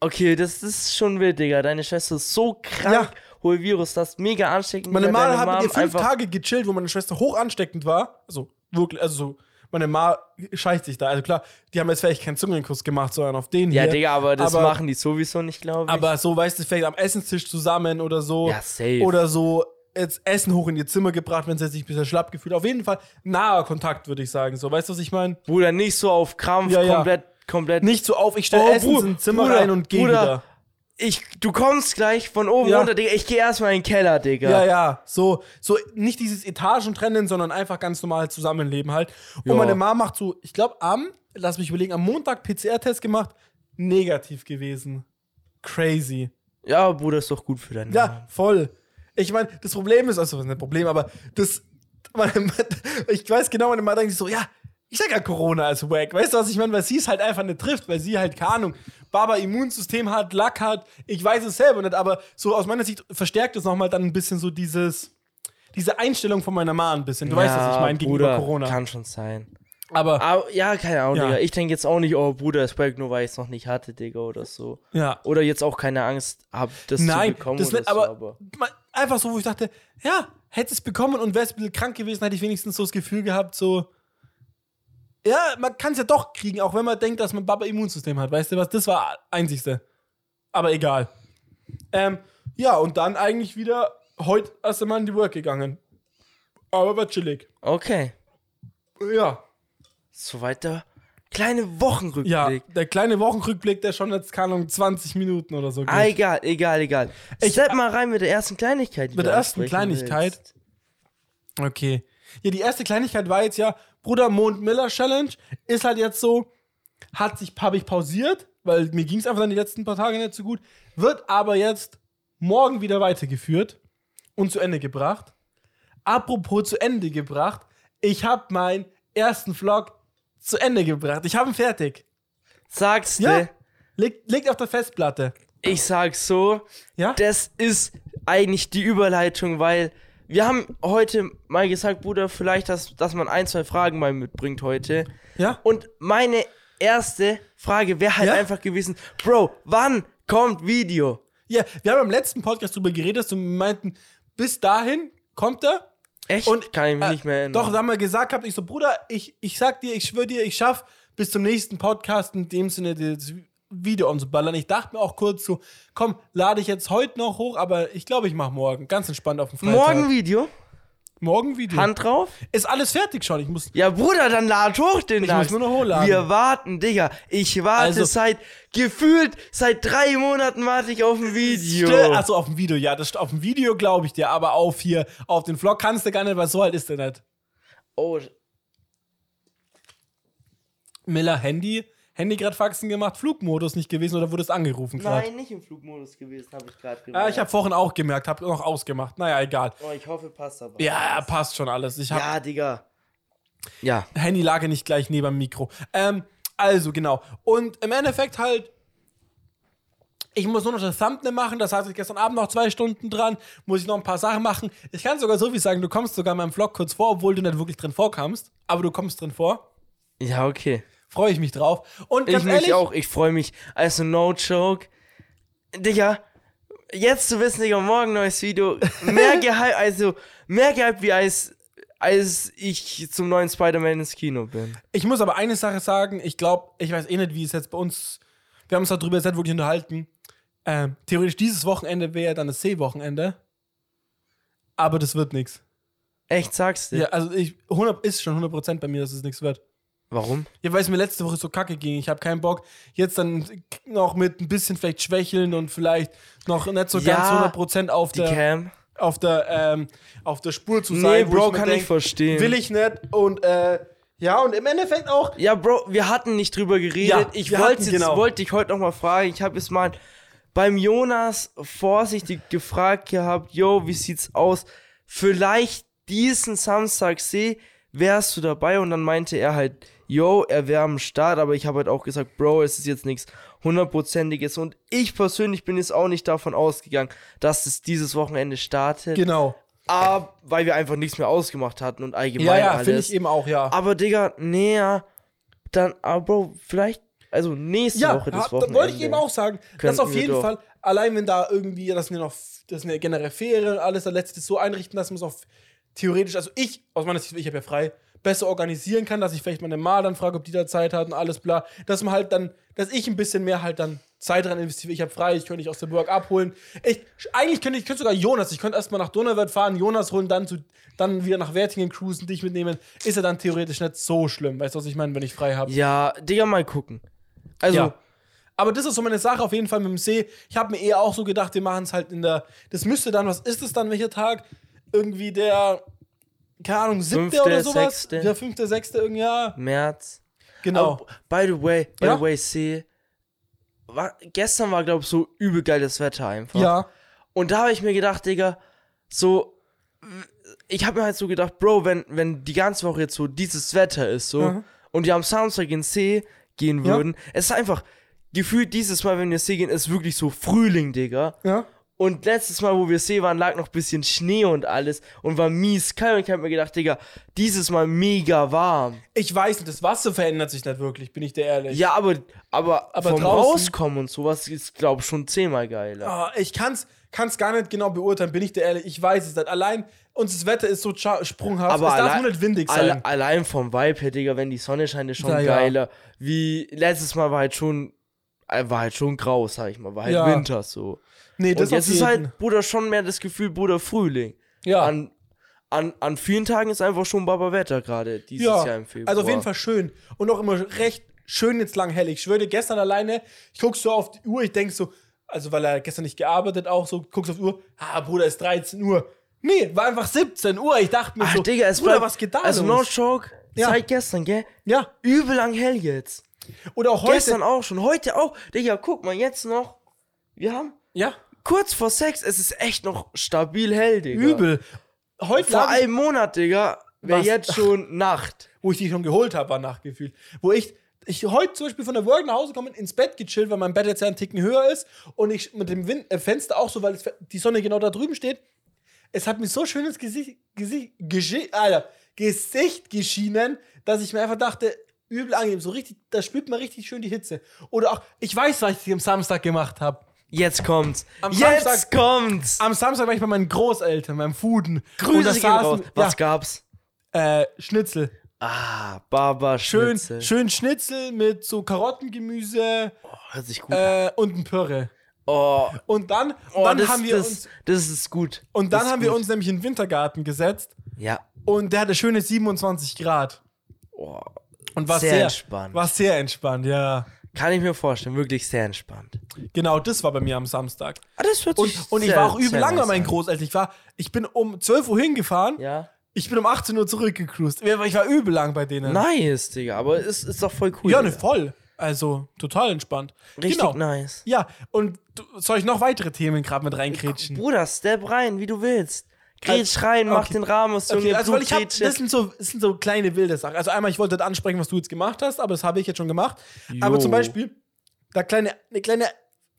Okay, das ist schon wild, Digga. Deine Schwester ist so krank. Hohe Virus, das ist mega ansteckend. Meine Digga. Ma Deine hat mit Mom ihr fünf einfach- Tage gechillt, wo meine Schwester hoch ansteckend war. Also wirklich, also so, meine Ma scheißt sich da. Also klar, die haben jetzt vielleicht keinen Zungenkuss gemacht, sondern auf den Ja, hier. Digga, aber das Aber- machen die sowieso nicht, glaube ich. Aber so, weißt du, vielleicht am Essenstisch zusammen oder so. Ja, safe. Oder so jetzt Essen hoch in ihr Zimmer gebracht, wenn sie sich ein bisschen schlapp gefühlt. Auf jeden Fall naher Kontakt, würde ich sagen. So, weißt du, was ich meine? Bruder, nicht so auf Krampf, Ja, ja. komplett, komplett. Nicht so auf, ich stelle Oh, Essen Bru- ins Zimmer Bruder, rein und gehe Bruder. wieder. Ich, du kommst gleich von oben Ja. runter, Digga. Ich gehe erstmal in den Keller, Digga. Ja, ja, so, so nicht dieses Etagen trennen, sondern einfach ganz normal zusammenleben halt. Und Ja. meine Mama macht so, ich glaube am, lass mich überlegen, am Montag PCR-Test gemacht, negativ gewesen. Crazy. Ja, Bruder, ist doch gut für deinen Ja, Mann. voll. Ich meine, das Problem ist, also das ist nicht Problem, aber das, meine, Ma- ich weiß genau, meine Mama denkt sich so, ja, ich sag ja Corona ist wack. Weißt du, was ich meine? Weil sie es halt einfach nicht trifft, weil sie halt, keine Ahnung, Baba Immunsystem hat, Lack hat, ich weiß es selber nicht, aber so aus meiner Sicht verstärkt es nochmal dann ein bisschen so dieses, diese Einstellung von meiner Mama ein bisschen. Du weißt, was ich Ja, meine, gegenüber Bruder, Corona. Kann Ah. schon sein. Aber, Aber, ja, keine Ahnung, Ja. Digga. Ich denke jetzt auch nicht, oh, Bruder, ist weg, nur weil ich es noch nicht hatte, Digga, oder so. ja. Oder jetzt auch keine Angst hab, das zu Nein, bekommen das oder nicht, so, aber, ma- einfach so, wo ich dachte, ja, hätte es bekommen und wäre es ein bisschen krank gewesen, hätte ich wenigstens so das Gefühl gehabt, so, ja, man kann es ja doch kriegen, auch wenn man denkt, dass man Baba Immunsystem hat, weißt du was? Das war einzigste. Aber egal. Ähm, ja, und dann eigentlich wieder heute erst einmal in die Work gegangen. Aber war chillig. Okay. Ja. So weiter kleine Wochenrückblick. Ja, der kleine Wochenrückblick, der schon jetzt, keine Ahnung, 20 Minuten oder so geht. Ah, egal, egal, egal. Ich- Step mal rein mit der ersten Kleinigkeit. die Mit du der ersten ansprechen Kleinigkeit? willst. Okay. Ja, die erste Kleinigkeit war jetzt ja, Bruder Mond Miller Challenge ist halt jetzt so, hat sich, habe ich pausiert, weil mir ging es einfach dann die letzten paar Tage nicht so gut, wird aber jetzt morgen wieder weitergeführt und zu Ende gebracht. Apropos zu Ende gebracht, ich habe meinen ersten Vlog zu Ende gebracht. Ich habe ihn fertig. Sagst Ja. du? Liegt, liegt auf der Festplatte. Ich sag so, Ja? das ist eigentlich die Überleitung, weil wir haben heute mal gesagt, Bruder, vielleicht, dass, dass man ein, zwei Fragen mal mitbringt heute. ja? Und meine erste Frage wäre halt Ja? einfach gewesen, Bro, wann kommt Video? Ja, wir haben im letzten Podcast drüber geredet und meinten, bis dahin kommt er. Echt? Und, Kann ich mich äh, nicht mehr erinnern. Doch, da haben wir gesagt gehabt, ich so, Bruder, ich, ich sag dir, ich schwöre dir, ich schaff bis zum nächsten Podcast in dem Sinne das Video umzuballern. Ich dachte mir auch kurz so, komm, lade ich jetzt heute noch hoch, aber ich glaube, ich mache morgen. Ganz entspannt auf dem Freitag. Morgen Video? morgen Video. Hand drauf? Ist alles fertig schon. Ich muss. Ja, Bruder, dann lad hoch den Ich Lachs. muss nur noch hochladen. Wir warten, Digga. Ich warte Also- seit, gefühlt, seit drei Monaten warte ich auf ein Video. Achso, Also auf dem Video, ja. Das, auf dem Video glaube ich dir, aber auf hier, auf den Vlog kannst du gar nicht, weil so alt ist der nicht. Oh, Miller Handy, Handy gerade Faxen gemacht, Flugmodus nicht gewesen oder wurdest angerufen gerade? nein, nicht im Flugmodus gewesen, habe ich gerade Ja, Ah, ich habe vorhin auch gemerkt, habe noch ausgemacht. Naja, egal. Oh, ich hoffe, passt aber. Ja, passt schon alles. Ich habe Ja, Digga. Ja. Handy lag ja nicht gleich neben dem Mikro. Ähm, also, genau. Und im Endeffekt halt, ich muss nur noch das Thumbnail machen, das heißt, ich gestern Abend noch zwei Stunden dran, muss ich noch ein paar Sachen machen. Ich kann sogar so viel sagen, du kommst sogar in meinem Vlog kurz vor, obwohl du nicht wirklich drin vorkamst, aber du kommst drin vor. Ja, okay. Freue ich mich drauf. Und ganz ich ehrlich, mich auch, ich freue mich. Also, no joke. Digga, jetzt zu wissen, Digga, morgen neues Video. Mehr gehypt, also, mehr gehypt wie als, als ich zum neuen Spider-Man ins Kino bin. Ich muss aber eine Sache sagen, ich glaube, ich weiß eh nicht, wie es jetzt bei uns, wir haben uns darüber jetzt nicht wirklich unterhalten. Ähm, theoretisch dieses Wochenende wäre ja dann das See-Wochenende, aber das wird nichts. Echt, sagst du? Ja, also ich 100, ist schon 100% bei mir, dass es nichts wird. Warum? Ja, weil es mir letzte Woche so kacke ging. Ich habe keinen Bock, jetzt dann noch mit ein bisschen vielleicht schwächeln und vielleicht noch nicht so Ja, ganz 100% auf Die der, Cam? auf, der, ähm, auf der Spur zu Nee, sein. wo Bro, mir kann denk, ich verstehen. Will ich nicht. Und äh, ja, und im Endeffekt auch, Ja, Bro, wir hatten nicht drüber geredet. Ja, ich wir wollte hatten, jetzt, genau. wollte ich heute nochmal fragen. Ich habe jetzt mal beim Jonas vorsichtig gefragt gehabt, yo, wie sieht's aus? Vielleicht diesen Samstag sehe, wärst du dabei? Und dann meinte er halt, yo, er wäre am Start, aber ich habe halt auch gesagt, Bro, es ist jetzt nichts hundertprozentiges. Und ich persönlich bin jetzt auch nicht davon ausgegangen, dass es dieses Wochenende startet. genau. Aber weil wir einfach nichts mehr ausgemacht hatten und allgemein Ja, ja, alles. finde ich eben auch, ja. Aber Digga, näher, dann, aber Bro, vielleicht, also nächste ja, Woche das hab- Wochenende. wollte ich eben auch sagen. Könnten Das auf wir jeden doch. Fall, allein wenn da irgendwie, dass wir noch, dass wir generell Fähre und alles, das letzte so einrichten, dass man es auch theoretisch, also ich, aus meiner Sicht, ich habe ja frei, besser organisieren kann, dass ich vielleicht meine Ma dann frage, ob die da Zeit hat und alles bla, dass man halt dann, dass ich ein bisschen mehr halt dann Zeit dran investiere. Ich habe frei, ich könnte dich aus der Burg abholen. Ich, eigentlich könnte ich könnte sogar Jonas, ich könnte erstmal nach Donauwörth fahren, Jonas holen, dann, zu, dann wieder nach Wertingen cruisen, dich mitnehmen. Ist ja dann theoretisch nicht so schlimm, weißt du, was ich meine, wenn ich frei habe. Ja, Digga, mal gucken. Also, Ja. Aber das ist so meine Sache auf jeden Fall mit dem See. Ich habe mir eher auch so gedacht, wir machen es halt in der. Das müsste dann, was ist es dann, welcher Tag? Irgendwie der, keine Ahnung, siebte Fünfte, oder sowas? sechste. Der fünfte, sechste, irgendwie, ja. März. Genau. Aber, by the way, by Ja? the way, see, war, gestern war, glaube ich, so übel geiles Wetter einfach. ja. Und da habe ich mir gedacht, Digga, so, ich habe mir halt so gedacht, Bro, wenn, wenn die ganze Woche jetzt so dieses Wetter ist, so, Mhm. und wir am Samstag in See gehen Ja. würden, es ist einfach, gefühlt dieses Mal, wenn wir See gehen, ist wirklich so Frühling, Digga. Ja. Und letztes Mal, wo wir See waren, lag noch ein bisschen Schnee und alles und war mies kalt. Und ich habe mir gedacht, Digga, dieses Mal mega warm. Ich weiß nicht, das Wasser verändert sich nicht wirklich, bin ich dir ehrlich. Ja, aber, aber, Aber vom draußen- Rauskommen und sowas ist, glaube ich, schon zehnmal geiler. Ah, ich kann's, kann's gar nicht genau beurteilen, bin ich dir ehrlich. Ich weiß es nicht. Allein, uns das Wetter ist so cha- sprunghaft. Aber es darf allein- nur nicht windig Alle, sein. allein vom Vibe her, Digga, wenn die Sonne scheint, ist schon Ja, ja. geiler. Wie letztes Mal war halt schon, äh, war halt schon grau, sag ich mal, war halt Ja. Winter so. Nee, Und auf jetzt ist jeden. halt, Bruder, schon mehr das Gefühl, Bruder, Frühling. Ja. An, an, an vielen Tagen ist einfach schon Barber Wetter gerade dieses Jahr im Februar. Also auf jeden Fall schön. Und auch immer recht schön jetzt lang hell. Ich schwöre, gestern alleine, ich guck so auf die Uhr, ich denk so, also weil er gestern nicht gearbeitet auch so, guckst auf die Uhr, ah, Bruder, ist 13 Uhr. Nee, war einfach 17 Uhr. Ich dachte mir Ach, so, Digga, es Bruder, bleibt- was geht da Also, no los? joke, Ja. seit gestern, gell? ja, Übel lang hell jetzt. oder auch heute. Gestern auch schon, heute auch. Digga, guck mal, jetzt noch. Wir haben ja, kurz vor sechs, es ist echt noch stabil hell, Digga. übel. Heute Vor lag ich- einem Monat, Digga, wäre Was? jetzt schon Nacht. wo ich die schon geholt habe, war nachgefühlt. Wo ich, ich heute zum Beispiel von der Work nach Hause gekommen bin, ins Bett gechillt, weil mein Bett jetzt ja einen Ticken höher ist und ich mit dem Wind, äh, Fenster auch so, weil es, fe- die Sonne genau da drüben steht. Es hat mir so schön ins Gesicht, Gesicht, Geschi- Alter, Gesicht geschienen, dass ich mir einfach dachte, übel angenehm, so richtig, da spürt man richtig schön die Hitze. Oder auch, ich weiß, was ich am Samstag gemacht habe. Jetzt kommt's. Am jetzt Samstag- kommt's. Am Samstag war ich bei meinen Großeltern, beim Fuden. Und da Grüße gehen raus. saßen- Was ja, gab's? äh, Schnitzel. Ah, Baba Schön Schnitzel. Schnitzel. schön Schnitzel mit so Karottengemüse Oh, hört sich gut an. äh, und ein Pürre. Oh, Und dann, oh dann das, haben wir das, uns das ist gut. und Das dann ist haben gut. wir uns nämlich in den Wintergarten gesetzt Ja. und der hatte schöne 27 Grad Oh, und war Sehr sehr, entspannt. War sehr entspannt, ja. kann ich mir vorstellen, wirklich sehr entspannt. Genau, das war bei mir am Samstag. Ah, das hört Und, sich und ich sehr- war auch übel sehr lang bei nice meinen an. Großeltern. Ich war, ich bin um 12 Uhr hingefahren, Ja. ich bin um 18 Uhr zurückgecruised. Ich war übel lang bei denen. Nice, Digga, aber es ist doch voll cool. ja, ne, Digga. voll. Also total entspannt. Richtig genau. nice. Ja, und du, soll ich noch weitere Themen gerade mit reinkrätschen? Bruder, step rein, wie du willst. Grätsch rein, mach okay. den Ramos, Junge. Okay, also weil ich hab, Blutgrätsche. das sind so, das sind so kleine wilde Sachen. Also einmal, ich wollte das ansprechen, was du jetzt gemacht hast, aber das habe ich jetzt schon gemacht. Aber Jo. zum Beispiel, da kleine, eine kleine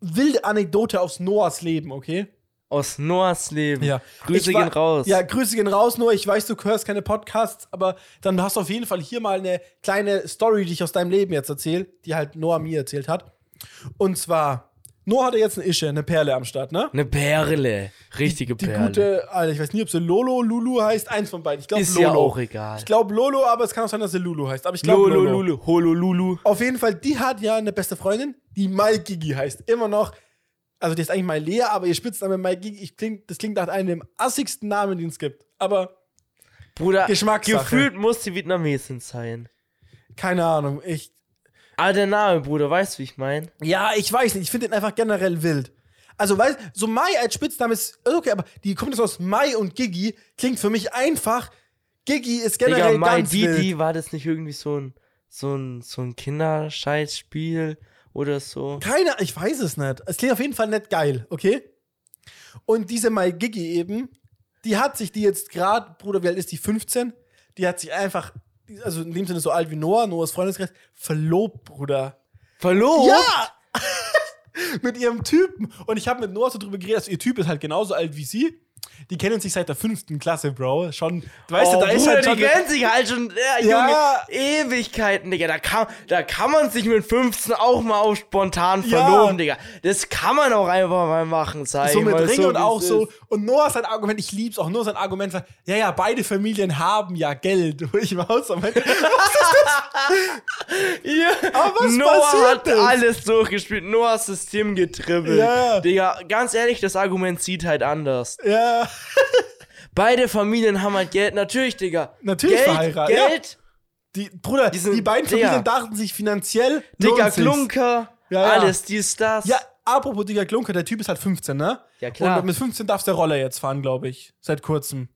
wilde Anekdote aus Noahs Leben, okay? Aus Noahs Leben. Grüße Ich war- gehen raus. Ja, Grüße gehen raus, Noah. Ich weiß, du hörst keine Podcasts, aber dann hast du auf jeden Fall hier mal eine kleine Story, die ich aus deinem Leben jetzt erzähle, die halt Noah mir erzählt hat. Und zwar, Noah hatte jetzt eine Ische, eine Perle am Start, ne? Eine Perle. Richtige Die Perle. gute, Alter, ich weiß nicht, ob sie Lolo, Lulu heißt, eins von beiden. Ich glaube, ist Lolo. ja auch egal. Ich glaube Lolo, aber es kann auch sein, dass sie Lulu heißt. Aber ich glaube Lolo, Lolo. Lulu, Holo, Lulu. Auf jeden Fall, die hat ja eine beste Freundin, die Mai Gigi heißt. Immer noch. Also die ist eigentlich mal Lea, aber ihr Spitzname Mai Gigi, ich kling, das klingt nach einem dem assigsten Namen, den es gibt. Aber Bruder, Geschmackssache. gefühlt muss die Vietnamesin sein. keine Ahnung. Ich, Aber der Name, Bruder, weißt du, wie ich meine? ja, ich weiß nicht. Ich finde den einfach generell wild. Also, weißt so Mai als Spitzname ist okay, aber die kommt jetzt aus Mai und Gigi, klingt für mich einfach. Gigi ist generell Digga, mein ganz wild. Didi, war das nicht irgendwie so ein, so ein, so ein Kinderscheißspiel oder so? Keine, ich weiß es nicht. Es klingt auf jeden Fall nicht geil, okay? Und diese Mai Gigi eben, die hat sich die jetzt gerade, Bruder, wie alt ist die? 15? Die hat sich einfach, also in dem Sinne so alt wie Noah, Noahs Freundeskreis, verlobt, Bruder. Verlobt? Ja! mit ihrem Typen. Und ich habe mit Noah so drüber geredet, also ihr Typ ist halt genauso alt wie sie. Die kennen sich seit der fünften Klasse, Bro. Schon, weißt oh, du, da ist Bruder, halt schon. die kennen sich halt schon, ja, Ja. Junge, Ewigkeiten, Digga. Da kann, da kann man sich mit 15 auch mal auf spontan Ja. verloben, Digga. Das kann man auch einfach mal machen, sag so ich mit mal, Ring so, und wie auch es so. ist. Und Noah sein Argument, ich lieb's auch, Noah sein Argument sagt, ja, ja, beide Familien haben ja Geld. Wo ich war auch so, mein, Ja. Aber was Noah passiert hat denn? alles durchgespielt. Noah hat System getribbelt. Ja. Digga, ganz ehrlich, das Argument sieht halt anders. ja, Beide Familien haben halt Geld. Natürlich, Digga. Natürlich Geld, verheiratet, ja. Geld, die, Bruder, die, sind- beiden Digga. Familien dachten sich finanziell, Digga, lohnt sich's. Klunker, Ja, ja. alles, dies, das. Ja, apropos Digga Klunker, der Typ ist halt 15, ne? Ja, klar. Und mit 15 darf der Roller jetzt fahren, glaube ich, seit kurzem.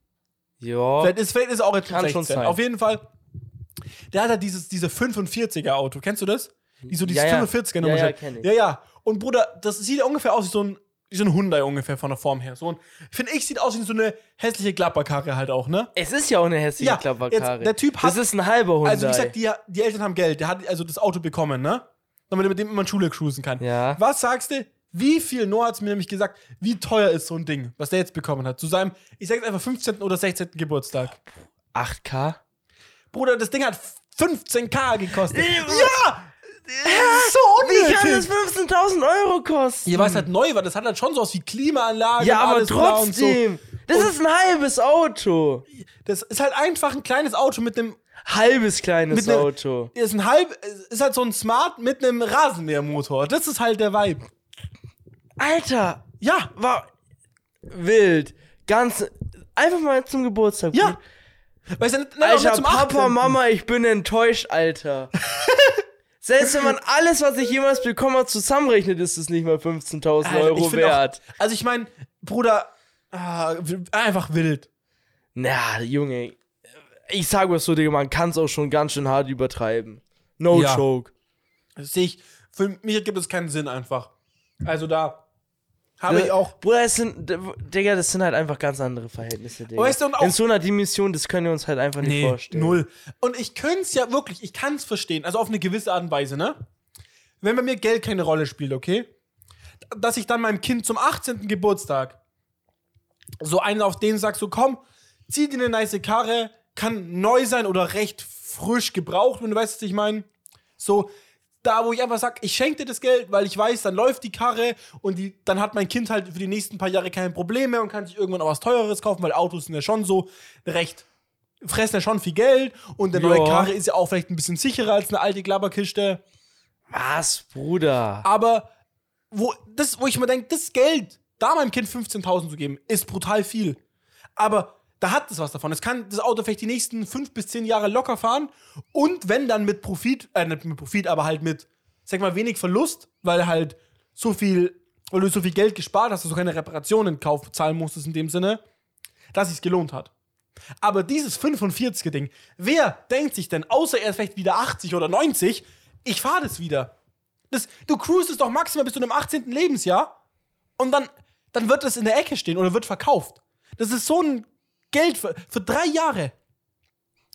Jo. Vielleicht ist, vielleicht ist er auch jetzt Kann schon sein. Auf jeden Fall, der hat halt dieses, diese 45er Auto, kennst du das? Die so dieses Ja, ja. 45er Ja, Nummer. ja, hat. kenn ich. ja, ja. Und Bruder, das sieht ungefähr aus wie so ein, wie so ein Hyundai ungefähr von der Form her. So ein, finde ich, sieht aus wie so eine hässliche Klapperkarre halt auch, ne? Es ist ja auch eine hässliche Ja, Klapperkarre. jetzt, der Typ hat- Das ist ein halber Hyundai. Also, wie gesagt, die, die Eltern haben Geld. Der hat also das Auto bekommen, ne? Damit er mit dem man Schule cruisen kann. Ja. Was sagst du? Wie viel, Noah hat mir nämlich gesagt, wie teuer ist so ein Ding, was der jetzt bekommen hat? Zu seinem, ich sag's einfach, 15. oder 16. Geburtstag. 8K? Bruder, das Ding hat 15k gekostet. Ja! so Wie kann das 15.000 Euro kosten? Ihr weiß halt neu, weil das hat halt schon so aus wie Klimaanlage. und ja, aber alles bla und trotzdem. Das ist ein halbes So. Auto. Das ist halt einfach ein kleines Auto mit einem. Halbes kleines Mit ne- Auto. Ist ein halb. Ist halt so ein Smart mit einem Rasenmähermotor. Das ist halt der Vibe. Alter, Ja, war wild. Ganz einfach mal zum Geburtstag. ja. Weißt du, nein, auch nicht Alter, zum Papa, 18.. Mama, ich bin enttäuscht, Alter. Selbst wenn man alles, was ich jemals bekommen habe, zusammenrechnet, ist es nicht mal 15.000 Alter, ich Euro find auch- wert. Also ich meine, Bruder, ah, w- einfach wild. Na, Junge, ich sag was so, Digga, man kann es auch schon ganz schön hart übertreiben. No Ja. joke. Das sehe ich. Für mich ergibt es keinen Sinn einfach. Also da habe Äh, ich auch. Bruder, es sind, d- Digga, das sind halt einfach ganz andere Verhältnisse, Digga. Weißt du, und auch- In so einer Dimension, das können wir uns halt einfach nicht vorstellen. null. Und ich könnte es ja wirklich, ich kann es verstehen, also auf eine gewisse Art und Weise, ne? Wenn bei mir Geld keine Rolle spielt, okay? Dass ich dann meinem Kind zum 18. Geburtstag so einen auf den sag, so komm, zieh dir eine nice Karre, kann neu sein oder recht frisch gebraucht, wenn du weißt, was ich meine. So, da wo ich einfach sag, ich schenke dir das Geld, weil ich weiß, dann läuft die Karre und die, dann hat mein Kind halt für die nächsten paar Jahre kein Problem mehr und kann sich irgendwann auch was Teureres kaufen, weil Autos sind ja schon so recht, fressen ja schon viel Geld und eine neue Ja. Karre ist ja auch vielleicht ein bisschen sicherer als eine alte Glabberkiste. Was, Bruder? Aber wo, das, wo ich mir denke, das Geld, da meinem Kind 15.000 zu geben, ist brutal viel. Aber da hat es was davon. Es kann das Auto vielleicht die nächsten fünf bis zehn Jahre locker fahren und wenn dann mit Profit, äh, nicht mit Profit, aber halt mit, sag mal, wenig Verlust, weil halt so viel, weil du so viel Geld gespart hast, dass du keine Reparationen in Kauf zahlen musstest in dem Sinne, dass es gelohnt hat. Aber dieses 45er-Ding, wer denkt sich denn, außer er ist vielleicht wieder 80 oder 90, ich fahre das wieder? Das, du cruisest doch maximal bis zu einem 18. Lebensjahr und dann, dann wird das in der Ecke stehen oder wird verkauft. Das ist so ein Geld für, für drei Jahre.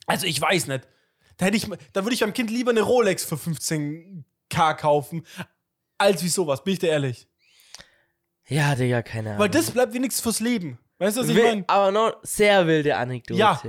Also ich weiß nicht. Da, hätte ich, da würde ich meinem Kind lieber eine Rolex für 15k kaufen, als wie sowas, bin ich dir ehrlich. Ja, Digga, keine Ahnung. Weil das bleibt wenigstens fürs Leben. Weißt du, was ich Wi- meine? aber noch sehr wilde Anekdote. Ja.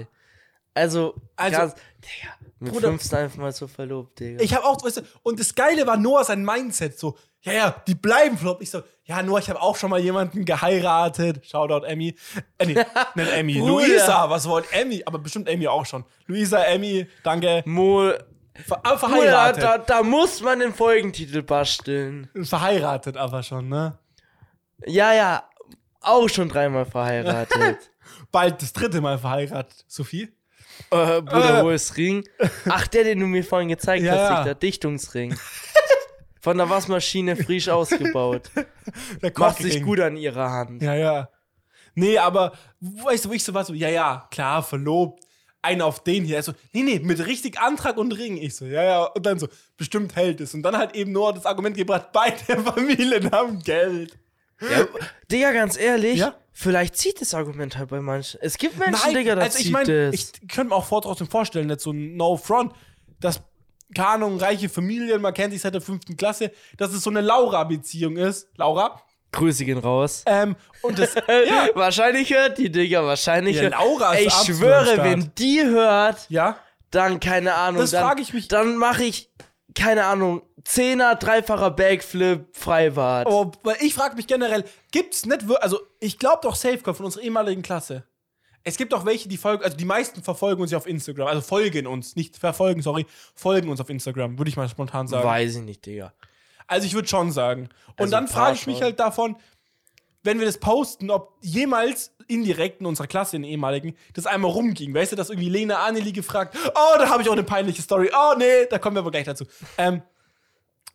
Also, Also, ganz, Digga, mit Bruder- 15 einfach mal so verlobt, Digga. Ich habe auch, weißt du, und das Geile war Noah sein Mindset so, ja, ja, die bleiben flop. Ich so, ja, Noah, ich habe auch schon mal jemanden geheiratet. Shoutout Emmy. Äh, nee, nicht Emmy. Bruder. Luisa, was wollt Emmy? Aber bestimmt Emmy auch schon. Luisa, Emmy, danke. Mo, Ver aber Bruder, verheiratet. da, da muss man den Folgentitel basteln. verheiratet aber schon, ne? Ja, ja, auch schon dreimal verheiratet. Bald das dritte Mal verheiratet, Sophie. äh, Bruder, Äh. wo ist Ring? Ach, der, den du mir vorhin gezeigt Ja, hast, ja. Dichter, der Dichtungsring. Von der Waschmaschine frisch ausgebaut. Der Macht sich Kochring. gut an ihrer Hand. Ja, ja. Nee, aber weißt du, wo ich so war, so, ja, ja, klar, verlobt. Einen auf den hier. Also, nee, nee, mit richtig Antrag und Ring. Ich so, ja, ja. Und dann so, bestimmt hält es. Und dann hat eben Noah das Argument gebracht, beide Familien haben Geld. Digga, ganz ehrlich, Ja? vielleicht zieht das Argument halt bei manchen. Es gibt Menschen, Digga, das also ich zieht meine, es. ich könnte mir auch vor trotzdem vorstellen, dass so ein No Front, dass, keine Ahnung, reiche Familien, man kennt sich seit der fünften Klasse, dass es so eine Laura-Beziehung ist. Laura? Grüße gehen raus. Äh, Ähm, und das, ja, Wahrscheinlich hört die, Digga, wahrscheinlich Ja, hört. Laura ist Ey, ich absolut am schwöre, Start. wenn die hört, ja. dann keine Ahnung. Das dann, frage ich mich. Dann mache ich, keine Ahnung, Zehner, dreifacher Backflip, Freibad. Aber weil ich frage mich generell, gibt's nicht wir- also ich glaube doch Safecon von unserer ehemaligen Klasse. Es gibt doch welche, die folgen, also die meisten verfolgen uns ja auf Instagram, also folgen uns, nicht verfolgen, sorry, folgen uns auf Instagram, würde ich mal spontan sagen. Weiß ich nicht, Digga. Also ich würde schon sagen. Und Also dann ein paar frage ich mich schon. halt davon, wenn wir das posten, ob jemals indirekt in unserer Klasse, in den ehemaligen, das einmal rumging. Weißt du, dass irgendwie Lena Anneli gefragt, oh, da habe ich auch eine peinliche Story. Oh, nee, da kommen wir aber gleich dazu. Ähm,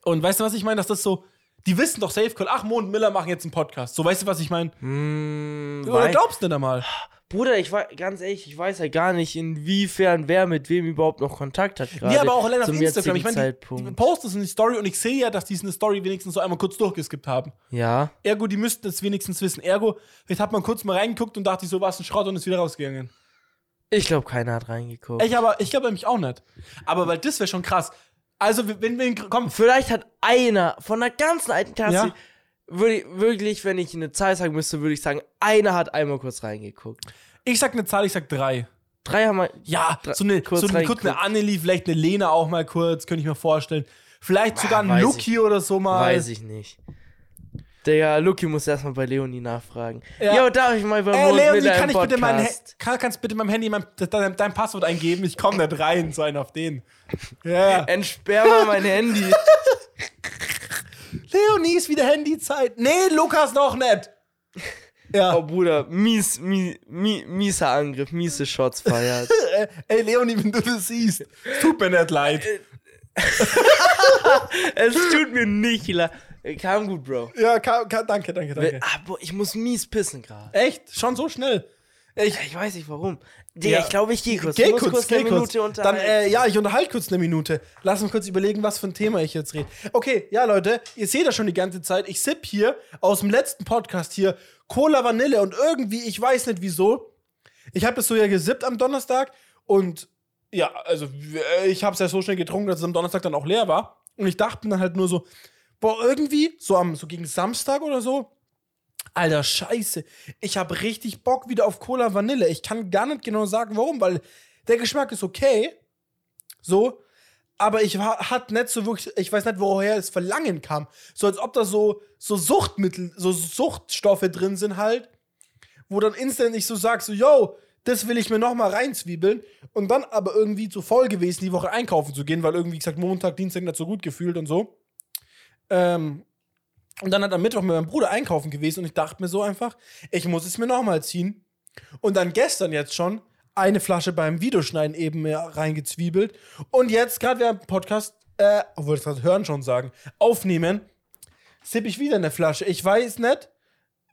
und weißt du, was ich meine? Dass das so, die wissen doch safe, Call, ach, Mo und Miller machen jetzt einen Podcast. So, weißt du, was ich meine? Hm, Oder wei- glaubst du denn einmal? Bruder, ich war ganz ehrlich, ich weiß ja gar nicht, inwiefern wer mit wem überhaupt noch Kontakt hat gerade. Nee, aber auch allein auf zum Instagram. jetzigen Ich meine, die, die Zeitpunkt. posten es in die Story und ich sehe ja, dass die es in der Story wenigstens so einmal kurz durchgeskippt haben. Ja. Ergo, die müssten es wenigstens wissen. Ergo, vielleicht hat man kurz mal reingeguckt und dachte, so war es ein Schrott und ist wieder rausgegangen. Ich glaube, keiner hat reingeguckt. Ich aber, ich glaube nämlich auch nicht. Aber weil das wäre schon krass. Also, wenn wir, komm, Vielleicht hat einer von der ganzen alten Klasse, Ja. würde ich, wirklich, wenn ich eine Zahl sagen müsste, würde ich sagen, einer hat einmal kurz reingeguckt. ich sag eine Zahl, ich sag drei. Drei haben wir. Ja, Dre- so eine, kurz so eine, kurz eine reingeguckt. Annelie, vielleicht eine Lena auch mal kurz, könnte ich mir vorstellen. Vielleicht sogar ein weiß Lucky oder so mal. Weiß ich nicht. Digga, Luki muss erstmal bei Leonie nachfragen. Ja. Ja, darf ich mal bei Ey, Mond Äh, Leonie, Miller kann im ich bitte mein, Ha- Podcast? kann, kannst bitte meinem Handy mein, dein, dein Passwort eingeben? Ich komme nicht rein, so einen auf den. Ja. Entsperr mal mein Handy. Leonie ist wieder Handyzeit. Nee, Lukas noch nicht. Ja. Oh, Bruder, mies, mies, mies, mieser Äh, Angriff, miese Shots feiert. Ey, Leonie, wenn du das siehst, tut mir nicht leid. Es tut mir nicht leid. Äh, Kam gut, Bro. Ja, ka, ka, danke, danke, danke. Ah, boah, ich muss mies pissen gerade. Echt? Schon so schnell? Ich, Ich weiß nicht warum. Digga, Ja. ich glaube, ich gehe kurz. geh ich muss kurz, kurz geh eine kurz. Minute Dann, unterhalten. äh, ja, ich unterhalte kurz eine Minute. Lass uns kurz überlegen, was für ein Thema ich jetzt rede. Okay, ja, Leute, ihr seht das schon die ganze Zeit. Ich sipp hier aus dem letzten Podcast hier Cola Vanille und irgendwie, ich weiß nicht wieso. Ich habe das so ja gesippt am Donnerstag und ja, also äh, ich habe es ja so schnell getrunken, dass es am Donnerstag dann auch leer war. Und ich dachte mir dann halt nur so, boah, irgendwie, so am, so gegen Samstag oder so, Alter, scheiße. Ich habe richtig Bock wieder auf Cola Vanille. Ich kann gar nicht genau sagen, warum, weil der Geschmack ist okay. So. Aber ich war, hat nicht so wirklich, ich weiß nicht, woher das Verlangen kam. So als ob da so, so Suchtmittel, so Suchtstoffe drin sind halt, wo dann instant ich so sag, so, yo, das will ich mir nochmal reinzwiebeln. Und dann aber irgendwie zu voll gewesen, die Woche einkaufen zu gehen, weil irgendwie gesagt, Montag, Dienstag nicht so gut gefühlt und so. Ähm, und dann hat am Mittwoch mit meinem Bruder einkaufen gewesen und ich dachte mir so einfach, ich muss es mir nochmal ziehen. Und dann gestern jetzt schon eine Flasche beim Videoschneiden eben mehr reingezwiebelt. Und jetzt, gerade während dem Podcast, äh, obwohl das gerade hören schon sagen, aufnehmen, sipp ich wieder eine Flasche. Ich weiß nicht,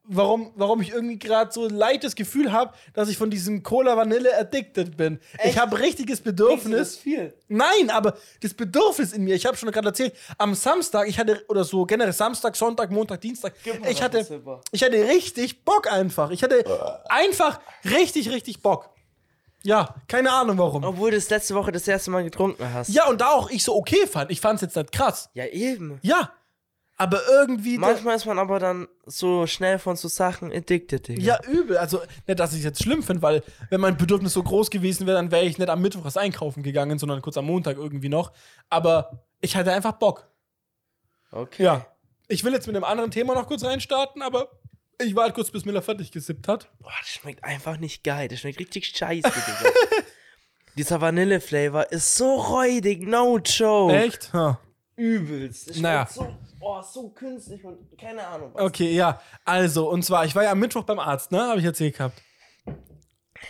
warum, warum ich irgendwie gerade so ein leichtes Gefühl habe, dass ich von diesem Cola Vanille addicted bin. Ich Echt? habe richtiges Denkst du, das Bedürfnis. ist viel. Nein, aber das Bedürfnis in mir, ich habe schon gerade erzählt, am Samstag, ich hatte, oder so generell Samstag, Sonntag, Montag, Dienstag, Gib mal ich noch einen hatte, Zipper. ich hatte richtig Bock einfach. Ich hatte einfach richtig, richtig Bock. Ja, keine Ahnung warum. Obwohl du das letzte Woche das erste Mal getrunken hast. Ja, und da auch ich so okay fand. Ich fand's jetzt nicht krass. Ja, eben. Ja, aber irgendwie. Manchmal ist man aber dann so schnell von so Sachen addicted, Digga. ja, übel. Also, nicht, dass ich es jetzt schlimm finde, weil, wenn mein Bedürfnis so groß gewesen wäre, dann wäre ich nicht am Mittwoch das einkaufen gegangen, sondern kurz am Montag irgendwie noch. Aber ich hatte einfach Bock. Okay. Ja. Ich will jetzt mit einem anderen Thema noch kurz reinstarten, aber ich warte kurz, bis Miller fertig gesippt hat. Boah, das schmeckt einfach nicht geil. Das schmeckt richtig scheiße, Digga. Dieser Vanille-Flavor ist so räudig, no joke. Echt? Ha. Übelst. Das schmeckt Naja. so, oh, so künstlich und keine Ahnung was. Okay, ja. Also, und zwar, ich war ja am Mittwoch beim Arzt, ne? Habe ich erzählt gehabt.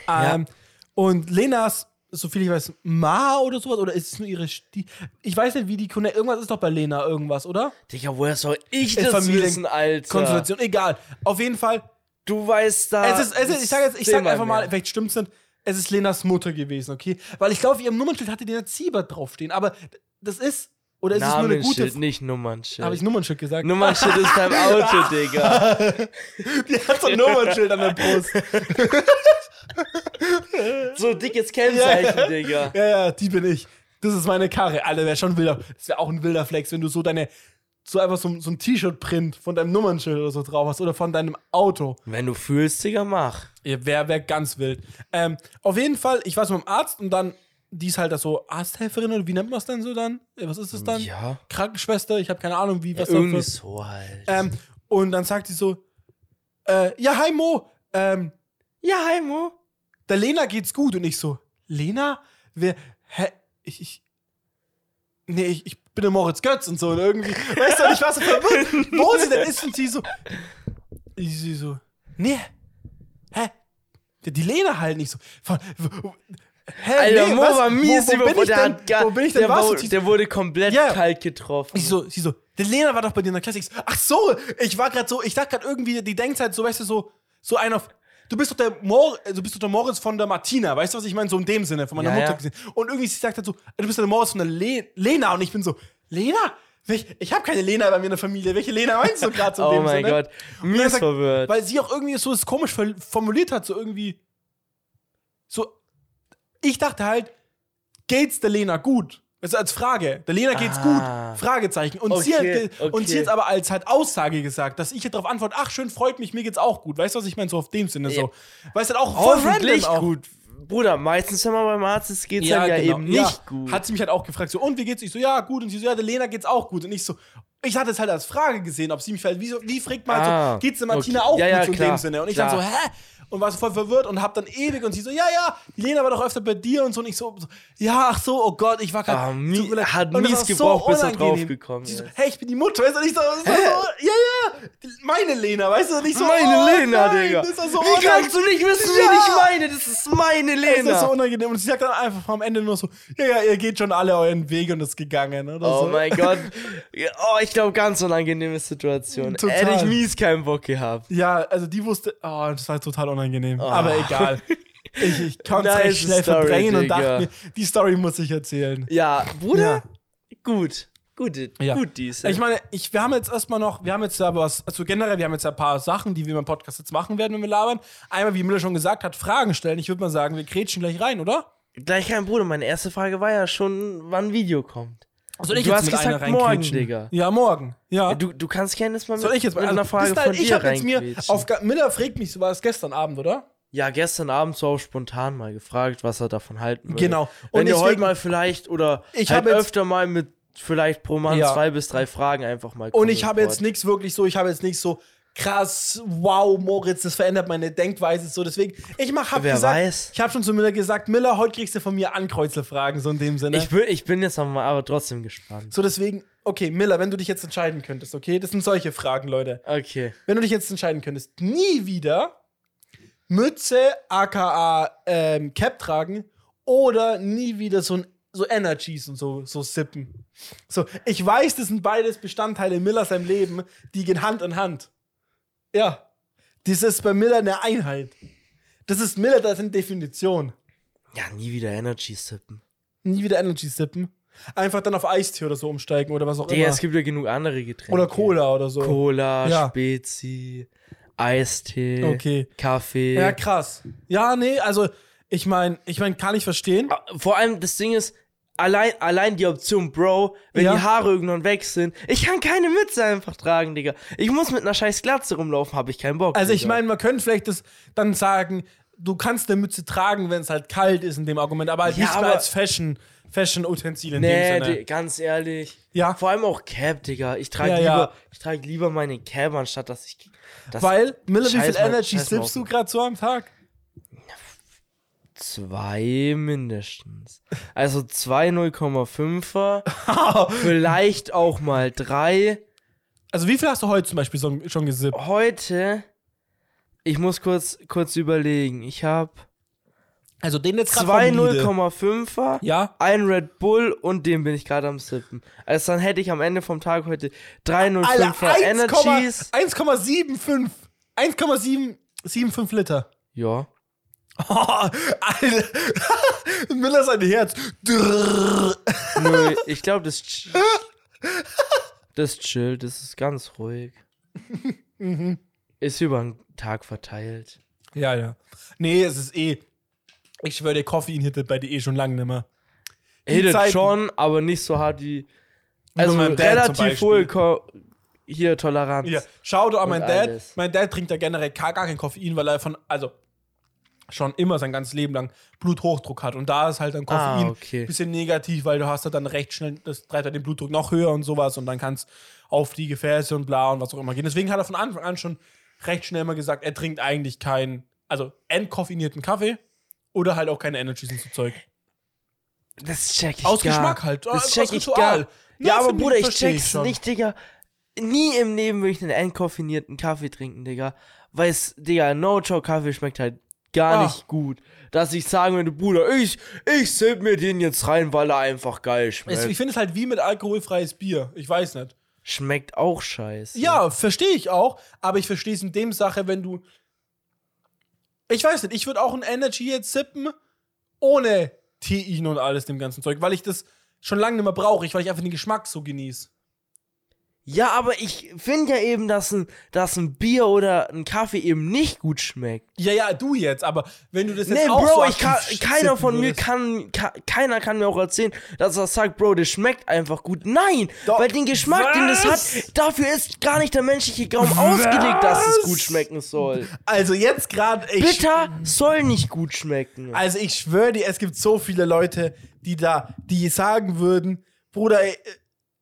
Ähm, Und Lenas, soviel ich weiß, Ma oder sowas, oder ist es nur ihre Stie Ich weiß nicht, wie die Connect. Irgendwas ist doch bei Lena irgendwas, oder? Digga, woher soll ich Ist das Familien- wissen, Alter? Konstellation, egal. Auf jeden Fall, Du weißt da. Es ist, es ist, ich sage jetzt, ich sag zehnmal einfach mal, mehr. vielleicht stimmt's nicht. Es ist Lenas Mutter gewesen, okay? Weil ich glaube, auf ihrem Nummernschild hatte Lena Ziebert draufstehen. Aber das ist, oder ist es nur eine Namensschild, gute. nicht Nummernschild. Habe ich Nummernschild gesagt? Nummernschild ist beim Auto, Digga. Die hat so ein Nummernschild an der Brust. So dickes Kennzeichen, Digga. Ja, ja, die bin ich. Das ist meine Karre. Alter, wäre schon wilder. Das wäre auch ein wilder Flex, wenn du so deine. So einfach so, so ein T-Shirt-Print von deinem Nummernschild oder so drauf hast oder von deinem Auto. Wenn du fühlst, Digga, mach. Ja, wär, wär ganz wild. Ähm, auf jeden Fall, ich war so mit dem Arzt und dann, die ist halt das so Arzthelferin oder wie nennt man das denn so dann? Äh, Was ist das dann? Ja. Krankenschwester, ich habe keine Ahnung, wie, was Irgendwie das so halt. ähm, Und dann sagt sie so, äh, ja, hi Mo, ähm, ja, hi Mo. der Lena geht's gut. Und ich so, Lena? Wer, hä, ich, ich, nee, ich, ich bin der Moritz Götz und so. Und irgendwie, weißt du, ich war so verwirrt, wo sie denn ist. Und sie so, ich sie so, nee, hä, die, die Lena halt nicht so. Von, w- hä, Alter, Äh, nee, Mo was? war mies wo, wo bin ich der denn, hat gar- wo bin ich denn, der, was? war, Und sie so, der wurde komplett Ja. kalt getroffen. ich so, sie so, der Lena war doch bei dir in der Klasse. Ich so, ach so, ich war gerade so, ich dachte gerade irgendwie, die Denkzeit, so, weißt du, so, so ein auf. Du bist doch der Mor äh, du bist doch der Moritz von der Martina, weißt du, was ich meine? So in dem Sinne, von meiner Ja, Mutter ja. gesehen. Und irgendwie, sie sagt halt so, du bist doch der Moritz von der Le Lena. Und ich bin so, Lena? Welch, ich habe keine Lena bei mir in der Familie. Welche Lena meinst du gerade so in oh dem mein Sinne? Gott. Und Mies dann sagt- verwirrt. Weil sie auch irgendwie so es komisch ver- formuliert hat, so irgendwie. So, ich dachte halt, geht's der Lena gut? Also als Frage. Der Lena geht's Ah. gut? Fragezeichen. Und, sie hat, Okay, ge- und sie okay. hat aber als halt Aussage gesagt, dass ich jetzt darauf antworte, ach schön, freut mich, mir geht's auch gut. Weißt du, was ich meine? So auf dem Sinne so. Weißt du, halt auch voll Hoffentlich random auch. gut. Bruder, meistens, wenn man beim Arzt ist, geht's ja, ja genau. eben Ja. nicht gut. Hat sie mich halt auch gefragt, so, und wie geht's? Ich so, ja, gut. Und sie so, ja, der Lena geht's auch gut. Und ich so, ich hatte es halt als Frage gesehen, ob sie mich halt, wie, so- wie fragt man halt Ah, so, geht's der Martina okay. auch Ja, gut ja, so in klar, dem Sinne? Und ich dann klar. so, hä? Und war so voll verwirrt und hab dann ewig und sie so, ja, ja, die Lena war doch öfter bei dir und so. Und ich so, so ja, ach so, oh Gott, ich war gerade. Ah, mi- tut mir leid. hat Und das mies war gebraucht, bis er unangenehm. draufgekommen Sie so, ist. hey, ich bin die Mutter. Weißt du? Und ich so, so, so ja, ja, meine Lena, weißt du, nicht so. Meine oh, Lena, nein, Digga. Das ist so wie kannst du nicht wissen, wie Ja. ich meine? Das ist meine Es ist so Lena. unangenehm. Und sie sagt dann einfach am Ende nur so, ja, ja, ihr geht schon alle euren Weg und ist gegangen. Oder Oh so. mein Gott. Ja, Oh, ich glaube, ganz unangenehme Situation. Mm, Total. Hätte ich mies keinen Bock gehabt. Ja, also die wusste, oh, das war total unangenehm. Aber egal. Ich, ich konnte es Ah. Nice recht schnell Story, verdrängen und Digga. dachte mir, die Story muss ich erzählen. Ja. Ja, Bruder, gut. Gut, Ja. gut dies. Ich meine, ich, wir haben jetzt erstmal noch, wir haben jetzt ja was, also generell, wir haben jetzt ja ein paar Sachen, die wir im Podcast jetzt machen werden, wenn wir labern. Einmal, wie Müller schon gesagt hat, Fragen stellen. Ich würde mal sagen, wir kretschen gleich rein, oder? Gleich kein Bruder, meine erste Frage war ja schon, wann ein Video kommt. Soll Du hast mit einer gesagt, morgen, reinkretschen? Digga. Ja, morgen. Ja. Du, du kannst gerne jetzt mal mit, Soll ich jetzt mal mit einer also, Frage bis dahin, von dir Ich habe jetzt mir reinquetschen. auf Ga- Miller fragt mich, so war es gestern Abend, oder? Ja, gestern Abend so auch spontan mal gefragt, was er davon halten würde. Genau. Wenn Und ihr heute deswegen- mal vielleicht oder Ich hab halt jetzt- öfter mal mit vielleicht pro Mann Ja. zwei bis drei Fragen einfach mal Und ich habe kommen jetzt nichts wirklich so, ich habe jetzt nicht so krass, wow, Moritz, das verändert meine Denkweise so. Deswegen, ich mach, hab Wer gesagt, weiß. ich habe schon zu Miller gesagt, Miller, heute kriegst du von mir Ankreuzelfragen, so in dem Sinne. ne? Ich bin, ich bin jetzt aber, aber trotzdem gespannt. so deswegen, okay, Miller, wenn du dich jetzt entscheiden könntest, okay, das sind solche Fragen, Leute. Okay. Wenn du dich jetzt entscheiden könntest, nie wieder Mütze, aka ähm, Cap tragen oder nie wieder so ein so Energies und so, so sippen. So, ich weiß, das sind beides Bestandteile Miller seinem Leben, die gehen Hand in Hand. Ja. Das ist bei Miller eine Einheit. Das ist Miller, das sind Definition. Ja, nie wieder Energy sippen. Nie wieder Energy sippen. Einfach dann auf Eistee oder so umsteigen oder was auch Digga, immer. es gibt ja genug andere Getränke. Oder Cola oder so. Cola, Ja. Spezi, Eistee, Okay. Kaffee. Ja, krass. Ja, nee, also ich meine, ich meine, kann ich verstehen. Ah, Vor allem das Ding ist, allein, allein die Option, Bro, wenn Ja. die Haare irgendwann weg sind, ich kann keine Mütze einfach tragen, Digga. Ich muss mit einer scheiß Glatze rumlaufen, habe ich keinen Bock. Also ich Digga. meine, man könnte vielleicht das dann sagen, du kannst eine Mütze tragen, wenn es halt kalt ist in dem Argument, aber halt Ja, nicht mehr aber- als Fashion, Fashion Utensil in Nee, dem Sinne. di- ganz ehrlich. Ja. Vor allem auch Cap, Digga. Ich trage Ja, lieber, ja. ich trage lieber meine Cap, anstatt dass ich. Dass Weil, Miller, wie viel Scheiß mal- Energy scheiß mal auf sippst du mich. gerade so am Tag? Zwei mindestens. Also zwei 0,5er. vielleicht auch mal drei. Also wie viel hast du heute zum Beispiel so, schon gesippt? Heute. Ich muss kurz, kurz überlegen. Ich habe Also den jetzt gerade zwei vom Lidl. 0,5er. Ja? Ein Red Bull und den bin ich gerade am sippen. Also dann hätte ich am Ende vom Tag heute drei Alter, 0,5er 1,75. Energies. 1,75 1,75 Liter. Ja. Oh, Alter. Miller sein Herz. Drrrr. Nö, ich glaube, das ch- das chill, das ist ganz ruhig. Ist über den Tag verteilt. Ja, ja. Nee, es ist eh. Ich schwöre, der Koffein hittet bei dir eh schon lange nimmer. Die Hittet Zeiten. schon, aber nicht so hart wie. bei Also meinem Dad zum relativ Beispiel. hohe Ko hier Toleranz. Ja, schau doch an meinen Und Dad. alles. Mein Dad trinkt ja generell gar, gar kein Koffein, weil er von, also schon immer sein ganzes Leben lang Bluthochdruck hat. Und da ist halt dann Koffein Ah, okay. bisschen negativ, weil du hast halt dann recht schnell, das treibt halt den Blutdruck noch höher und sowas und dann kannst auf die Gefäße und bla und was auch immer gehen. Deswegen hat er von Anfang an schon recht schnell mal gesagt, er trinkt eigentlich keinen, also entkoffinierten Kaffee oder halt auch keine Energies und so Zeug. Das check ich Aus gar. Geschmack halt, Das aus check ich Ritual. gar. Na, Ja, aber find ich- Bruder, ich versteh ich check's schon. nicht, Digga. Nie im Leben würde ich einen entkoffinierten Kaffee trinken, Digga. Weil es, Digga, No-Chow-Kaffee schmeckt halt gar Ah. nicht gut. Dass ich sagen würde, Bruder, ich, ich sipp mir den jetzt rein, weil er einfach geil Es, schmeckt. ich finde es halt wie mit alkoholfreies Bier. Ich weiß nicht. schmeckt auch scheiße. Ja, verstehe ich auch, aber ich verstehe es in dem Sache, wenn du. Ich weiß nicht, ich würde auch ein Energy jetzt sippen ohne Tein und alles dem ganzen Zeug, weil ich das schon lange nicht mehr brauche, ich, weil ich einfach den Geschmack so genieße. Ja, aber ich finde ja eben, dass ein, dass ein Bier oder ein Kaffee eben nicht gut schmeckt. Ja, ja, du jetzt, aber wenn du das jetzt Nee, auch Bro, so ich kann, aktiv keiner sippen von mir würdest. kann, ka- keiner kann mir auch erzählen, dass er sagt, Bro, das schmeckt einfach gut. Nein, Doch. weil den Geschmack, den das Was? hat, dafür ist gar nicht der menschliche Gaumen ausgelegt, dass es Was? gut schmecken soll. Also jetzt gerade, ich. Bitter soll nicht gut schmecken. Also ich schwöre dir, es gibt so viele Leute, die da, die sagen würden, Bruder, ey,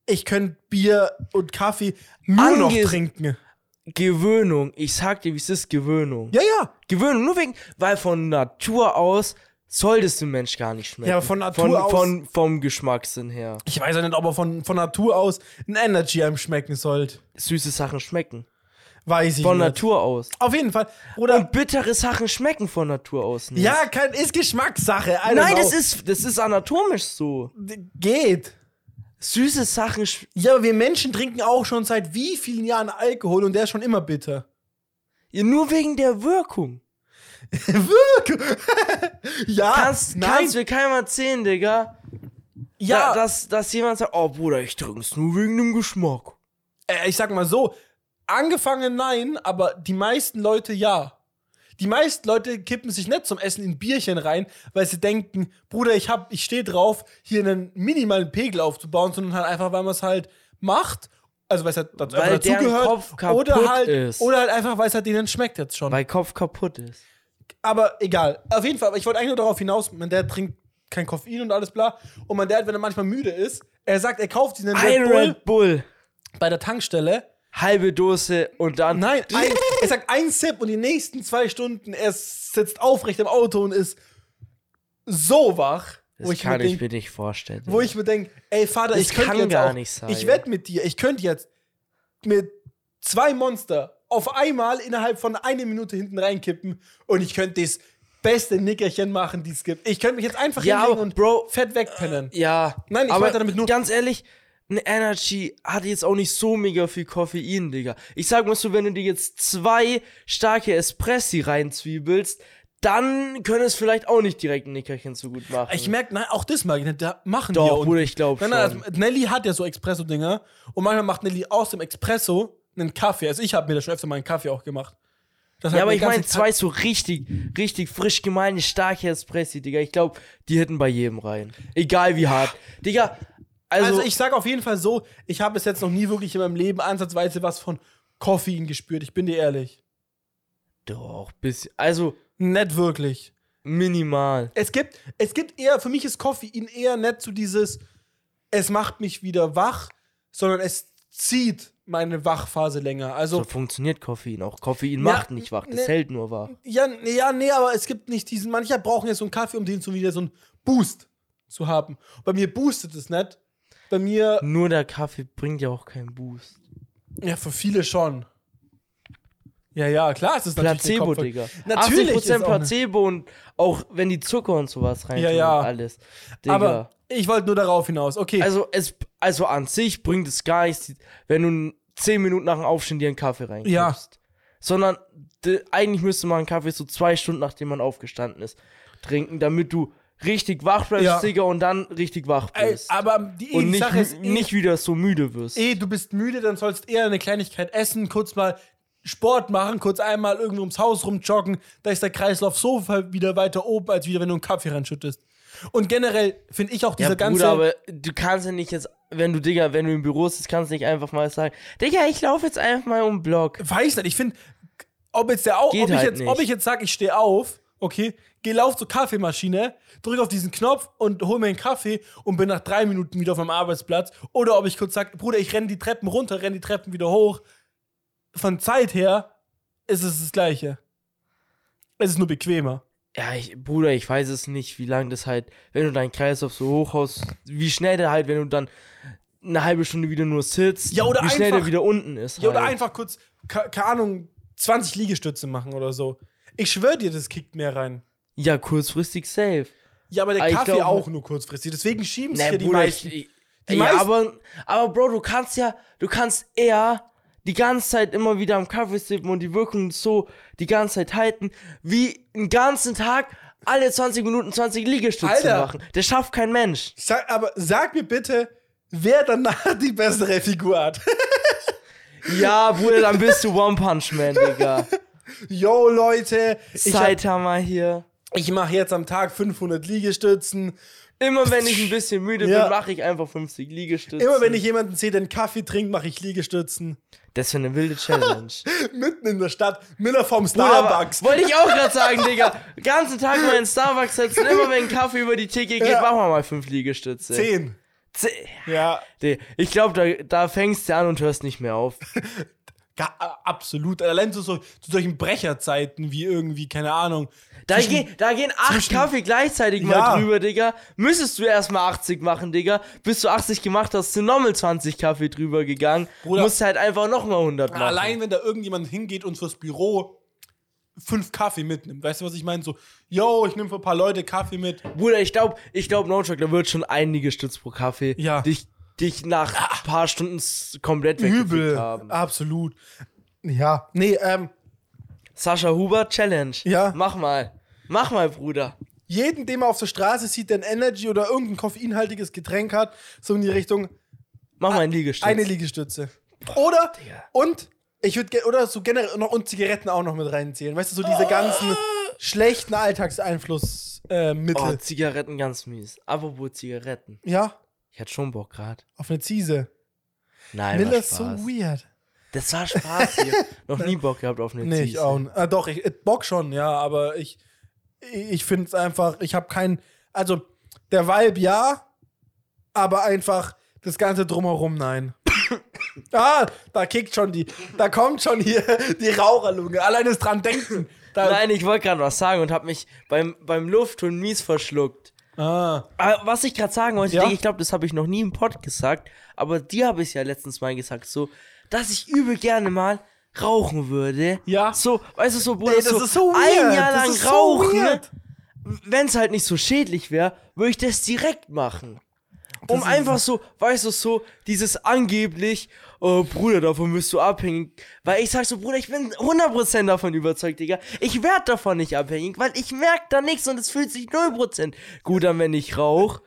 ich könnte Bier und Kaffee nur noch Anges- trinken. Gewöhnung, ich sag dir, wie es ist, Gewöhnung. Ja, ja. Gewöhnung, nur wegen, weil von Natur aus soll das dem Mensch gar nicht schmecken. Ja, aber von Natur von, aus- Von, vom Geschmackssinn her. Ich weiß ja nicht, ob er von, von Natur aus ein Energy einem schmecken sollte. Süße Sachen schmecken. Weiß ich Von nicht. Natur aus. Auf jeden Fall. Oder. Und bittere Sachen schmecken von Natur aus nicht. ja, kein, ist Geschmackssache. I don't Nein, know. das ist, das ist anatomisch so. Geht. Süße Sachen sch Ja, aber wir Menschen trinken auch schon seit wie vielen Jahren Alkohol und der ist schon immer bitter. Ja, nur wegen der Wirkung. Wirklich? ja, Kannst, kannst mir keinem erzählen, Digga. ja, Da, dass, dass jemand sagt, oh Bruder, ich trink's nur wegen dem Geschmack. äh, ich sag mal so, angefangen nein, aber die meisten Leute ja. Die meisten Leute kippen sich nicht zum Essen in Bierchen rein, weil sie denken, Bruder, ich hab, ich stehe drauf, hier einen minimalen Pegel aufzubauen, sondern halt einfach, weil man es halt macht, also weil es halt dazu, Weil einfach deren dazugehört, Kopf kaputt oder halt, ist. oder halt einfach, weil es halt denen schmeckt jetzt schon. Weil Kopf kaputt ist. Aber egal. Auf jeden Fall, aber ich wollte eigentlich nur darauf hinaus, mein Dad trinkt kein Koffein und alles bla. Und mein Dad, wenn er manchmal müde ist, er sagt, er kauft diesen Red Ein Bull Red Bull. bei der Tankstelle. Halbe Dose und dann. Nein, ein, er sagt ein Sip und die nächsten zwei Stunden, er sitzt aufrecht im Auto und ist so wach. Das kann mir ich denk- mir nicht vorstellen. wo ich mir denke, ey Vater, Das ich könnte kann jetzt gar auch, nicht sein. Ich wette mit dir, ich könnte jetzt mit zwei Monster auf einmal innerhalb von einer Minute hinten reinkippen und ich könnte das beste Nickerchen machen, die es gibt. Ich könnte mich jetzt einfach Ja, hinlegen aber und Bro- fett wegpennen. ja. Nein, ich aber meinte damit nur- Ganz ehrlich, ein Energy hat jetzt auch nicht so mega viel Koffein, Digga. Ich sag mal so, wenn du dir jetzt zwei starke Espressi reinzwiebelst, dann können es vielleicht auch nicht direkt ein Nickerchen so gut machen. Ich merke, nein, auch das mag ich nicht, da machen Doch, wir und- Bruder, ich glaub Nein, nein, schon. also Nelly hat ja so Espresso-Dinger und manchmal macht Nelly aus dem Espresso einen Kaffee. Also ich habe mir da schon öfter mal einen Kaffee auch gemacht. Das ja, hat aber mir ich ganz meine, den zwei so richtig, richtig frisch gemahlene, starke Espressi, Digga. Ich glaube, die hätten bei jedem rein. Egal wie hart. Digga, also, Also, ich sage auf jeden Fall so, ich habe bis jetzt noch nie wirklich in meinem Leben ansatzweise was von Koffein gespürt. Ich bin dir ehrlich. Doch, bisschen. Also, Nicht wirklich. minimal. Es gibt, es gibt eher, für mich ist Koffein eher nicht so dieses, es macht mich wieder wach, sondern es zieht meine Wachphase länger. So Also, funktioniert Koffein auch. Koffein Ja, macht nicht wach, das ne- hält nur wach. ja, nee, ja, nee, aber es gibt nicht diesen, mancher brauchen jetzt so einen Kaffee, um den so wieder so einen Boost zu haben. Bei mir boostet es nicht. Bei mir, Nur der Kaffee bringt ja auch keinen Boost. ja, für viele schon. Ja, ja, klar, es ist natürlich eine Placebo, Kopfver- Digga. Natürlich ist 80% auch eine- Placebo und auch wenn die Zucker und sowas rein Ja, tun und ja. alles. Digga. Aber ich wollte nur darauf hinaus. Okay. also, es, also an sich bringt es gar nichts, wenn du 10 Minuten nach dem Aufstehen dir einen Kaffee reinkriegst. Ja. Sondern de, eigentlich müsste man einen Kaffee so zwei Stunden, nachdem man aufgestanden ist, trinken, damit du richtig wach bleibst, Ja. Digga, und dann richtig wach Ey, bist. aber die, und die nicht, Sache ist, eh, nicht wieder so müde wirst. eh, du bist müde, dann sollst eher eine Kleinigkeit essen, kurz mal Sport machen, kurz einmal irgendwo ums Haus rumjoggen. Da ist der Kreislauf so ver- wieder weiter oben, als wieder, wenn du einen Kaffee reinschüttest. Und generell finde ich auch Ja, diese ganze. Bruder, aber du kannst ja nicht jetzt, wenn du, Digga, wenn du im Büro sitzt, kannst du nicht einfach mal sagen, Digga, ich laufe jetzt einfach mal um den Block. weiß nicht, ich finde, ob jetzt der Au- Geht ob, ich halt jetzt, ob nicht. ich jetzt sage, ich stehe auf, okay, geh lauf zur Kaffeemaschine, drück auf diesen Knopf und hol mir einen Kaffee und bin nach drei Minuten wieder auf meinem Arbeitsplatz. Oder ob ich kurz sage, Bruder, ich renne die Treppen runter, renne die Treppen wieder hoch. Von Zeit her ist es das Gleiche. Es ist nur bequemer. Ja, ich, Bruder, ich weiß es nicht, wie lange das halt, wenn du deinen Kreislauf so hochhaust, wie schnell der halt, wenn du dann eine halbe Stunde wieder nur sitzt, Ja, oder wie schnell der einfach- wieder unten ist. Ja, oder halt. einfach kurz, ke- keine Ahnung, 20 Liegestütze machen oder so. Ich schwöre dir, das kickt mehr rein. Ja, kurzfristig safe. Ja, aber der Ah, ich Kaffee glaub- auch nur kurzfristig. Deswegen schieben es Nee, hier die Bruder, meisten. ich, ich, Die ja, meisten- aber, aber Bro, du kannst ja, du kannst eher die ganze Zeit immer wieder am Kaffee sippen und die Wirkung so die ganze Zeit halten, wie einen ganzen Tag alle 20 Minuten 20 Liegestütze Alter. machen. Das schafft kein Mensch. Sag, aber sag mir bitte, wer danach die bessere Figur hat. Ja, Bruder, dann bist du One Punch Man, Digga. Yo, Leute, ich, hab- Saitama hier. ich mache jetzt am Tag 500 Liegestützen. Immer wenn ich ein bisschen müde Ja. bin, mache ich einfach 50 Liegestütze. Immer wenn ich jemanden sehe, der einen Kaffee trinkt, mache ich Liegestützen. Das ist eine wilde Challenge. Mitten in der Stadt, Miller vom Bruder, Starbucks. wa- Wollte ich auch gerade sagen, Digga. Den ganzen Tag mal in Starbucks sitzen, immer wenn ein Kaffee über die Theke geht, Ja. machen wir mal fünf Liegestütze. Zehn. Zeh- Ja. Nee, Ich glaube, da, da fängst du an und hörst nicht mehr auf. Ga, a- absolut. Allein zu, so, zu solchen Brecherzeiten wie irgendwie, keine Ahnung. Da, zwischen- geh, da gehen acht zwischen- Kaffee gleichzeitig mal Ja. drüber, Digga. Müsstest du erstmal 80 machen, Digga. Bis du 80 gemacht hast, sind nochmal 20 Kaffee drüber gegangen. Bruder. Ah, Musst halt einfach nochmal 100 machen. Allein wenn da irgendjemand hingeht und fürs Büro fünf Kaffee mitnimmt. Weißt du, was ich meine? So, yo, ich nehme für ein paar Leute Kaffee mit. Bruder, ich glaube, ich glaub, No Joke, da wird schon einige Stütz pro Kaffee Ja. Ah. dich, dich nach ein paar Stunden s- komplett weggefickt Übel. haben. Absolut. Ja. Nee, ähm, Sascha Huber Challenge. Ja. Mach mal. Mach mal, Bruder. jeden, den man auf der Straße sieht, der ein Energy oder irgendein koffeinhaltiges Getränk hat, so in die Richtung Mach mal einen Liegestütz. eine Liegestütze. Oder und ich würde oder so generell noch und Zigaretten auch noch mit reinzählen. Weißt du, so diese ganzen schlechten Alltagseinflussmittel. Äh, oh, Mittel. Zigaretten ganz mies. Apropos Zigaretten. ja, Ich hatte schon Bock gerade. auf eine Ziese. Nein, Miller war ist so Spaß. weird. Das war Spaß hier. Noch nie Bock gehabt auf eine Nee, ich Ziese. auch. nicht. Ah, doch, ich, ich bock schon, ja, aber ich, ich finde es einfach, ich habe keinen, also der Vibe ja, aber einfach das Ganze drumherum nein. ah, da kickt schon die, da kommt schon hier die Raucherlunge, allein das dran denken. Da, Nein, ich wollte gerade was sagen und habe mich beim, beim Luftholen mies verschluckt. Ah, Aber was ich gerade sagen wollte, Ja? Digga, ich glaube, das habe ich noch nie im Pod gesagt, aber dir habe ich ja letztens mal gesagt, so, dass ich übel gerne mal rauchen würde. Ja. So, weißt du, so, Bruder, Ey, das so ist so weird. ein Jahr Das lang ist so rauchen, ne? weird. wenn es halt nicht so schädlich wäre, würde ich das direkt machen. Um ist- einfach so, weißt du, so dieses angeblich, oh Bruder, davon bist du abhängig. Weil ich sag so, Bruder, ich bin 100% davon überzeugt, Digga. Ich werd davon nicht abhängig, weil ich merk da nichts und es fühlt sich 0% gut an, wenn ich rauch.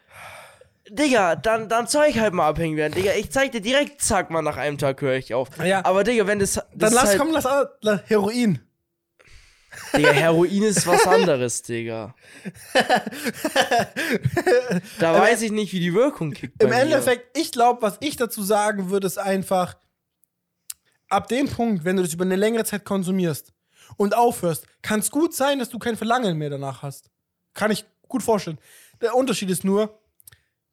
Digga, dann, dann soll ich halt mal abhängig werden, Digga. Ich zeig dir direkt, zack mal, nach einem Tag höre ich auf. Ja. Aber Digga, wenn das. das dann ist lass, halt, komm, lass, ah, lass Heroin. Digga, Heroin ist was anderes, Digga. Da weiß ich nicht, wie die Wirkung kickt. bei Im mir. Endeffekt, ich glaube, was ich dazu sagen würde, ist einfach, ab dem Punkt, wenn du das über eine längere Zeit konsumierst und aufhörst, kann es gut sein, dass du kein Verlangen mehr danach hast. Kann ich gut vorstellen. Der Unterschied ist nur,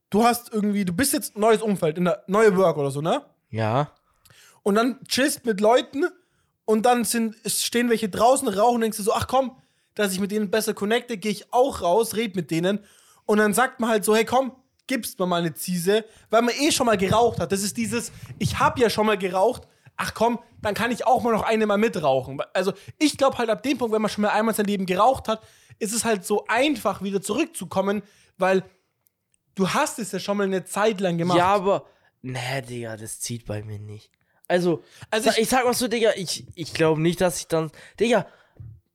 du hast irgendwie, du bist jetzt ein neues Umfeld, in der neue Work oder so, ne? Ja. Und dann chillst mit Leuten und dann sind, stehen welche draußen, rauchen und denkst du so, ach komm, dass ich mit denen besser connecte, gehe ich auch raus, red mit denen. Und dann sagt man halt so, hey komm, gibst mir mal eine Ziese, weil man eh schon mal geraucht hat. Das ist dieses, ich hab ja schon mal geraucht, ach komm, dann kann ich auch mal noch eine mal mitrauchen. Also ich glaube halt ab dem Punkt, wenn man schon mal einmal sein Leben geraucht hat, ist es halt so einfach, wieder zurückzukommen, weil du hast es ja schon mal eine Zeit lang gemacht. Ja, aber. Nee, Digga, das zieht bei mir nicht. Also, Also also ich- ich, sag mal so, Digga, ich, ich glaube nicht, dass ich dann. Digga,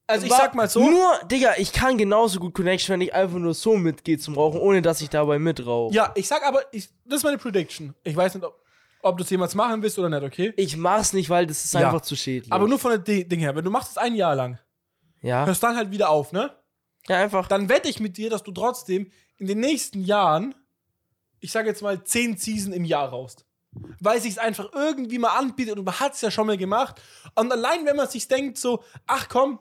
also ich wa- sag mal so. Nur, Digga, ich kann genauso gut Connection, wenn ich einfach nur so mitgehe zum Rauchen, ohne dass ich dabei mitrauche. Ja, ich sag aber, ich, das ist meine Prediction. Ich weiß nicht, ob, ob du es jemals machen willst oder nicht, okay? Ich mach's nicht, weil das ist Ja. einfach zu schädlich. Aber nur von der D- Ding her. Wenn du machst es ein Jahr lang, Ja. hörst dann halt wieder auf, ne? Ja, einfach. Dann wette ich mit dir, dass du trotzdem in den nächsten Jahren, ich sag jetzt mal, zehn Season im Jahr raust. Weil sich's einfach irgendwie mal anbietet und man hat's ja schon mal gemacht. Und allein, wenn man sich denkt, so, ach komm,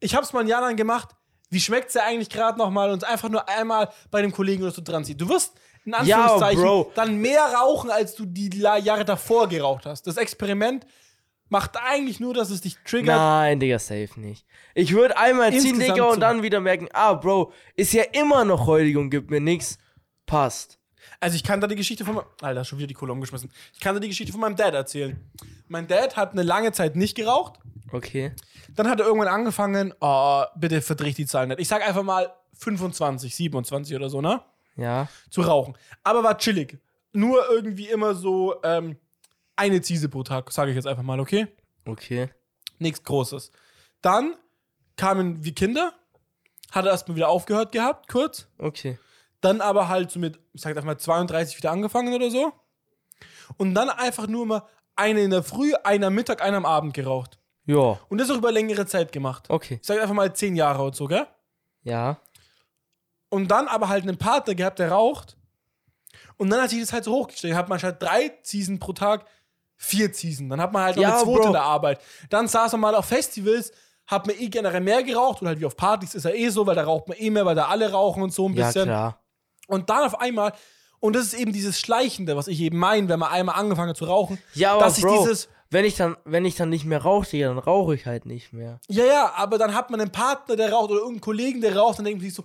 ich hab's mal ein Jahr lang gemacht, wie schmeckt's ja eigentlich gerade nochmal und einfach nur einmal bei dem Kollegen oder so dran zieht. Du wirst in Anführungszeichen Bro. dann mehr rauchen, als du die La- Jahre davor geraucht hast. Das Experiment macht eigentlich nur, dass es dich triggert. Nein, Digga, safe nicht. Ich würde einmal ziehen, Insgesamt Digga, so. und dann wieder merken, ah, Bro, ist ja immer noch heulig und gibt mir nix. Passt. Also ich kann da die Geschichte von meinem... Alter, schon wieder die Kohle umgeschmissen. Ich kann da die Geschichte von meinem Dad erzählen. Mein Dad hat eine lange Zeit nicht geraucht. Okay. Dann hat er irgendwann angefangen, oh, bitte verdrich die Zahlen nicht. Ich sag einfach mal 25, 27 oder so, ne? Ja. Zu rauchen. Aber war chillig. Nur irgendwie immer so ähm, eine Ziese pro Tag, sage ich jetzt einfach mal, okay? Okay. Nichts Großes. Dann kamen wir Kinder, hat er erstmal wieder aufgehört gehabt, kurz. Okay. Dann aber halt so mit, ich sag jetzt einfach mal 32 wieder angefangen oder so. Und dann einfach nur mal eine in der Früh, einer am Mittag, einer am Abend geraucht. Ja. Und das auch über längere Zeit gemacht. Okay. Ich sag einfach mal 10 Jahre und so, gell? Ja. Und dann aber halt einen Partner gehabt, der raucht. Und dann hat sich das halt so hochgestellt. Dann hat man halt drei Season pro Tag, vier Season. Dann hat man halt noch Ja, eine zweite Bro. in der Arbeit. Dann saß man mal auf Festivals, hat man eh generell mehr geraucht. Und halt wie auf Partys ist ja eh so, weil da raucht man eh mehr, weil da alle rauchen und so ein Ja, bisschen. klar. Und dann auf einmal, und das ist eben dieses Schleichende, was ich eben meine, wenn man einmal angefangen hat zu rauchen, Ja, aber dass sich Bro, dieses Wenn ich dann, wenn ich dann nicht mehr rauche, Digga, dann rauche ich halt nicht mehr. Ja, ja, aber dann hat man einen Partner, der raucht oder irgendeinen Kollegen, der raucht, dann denkt man sich so,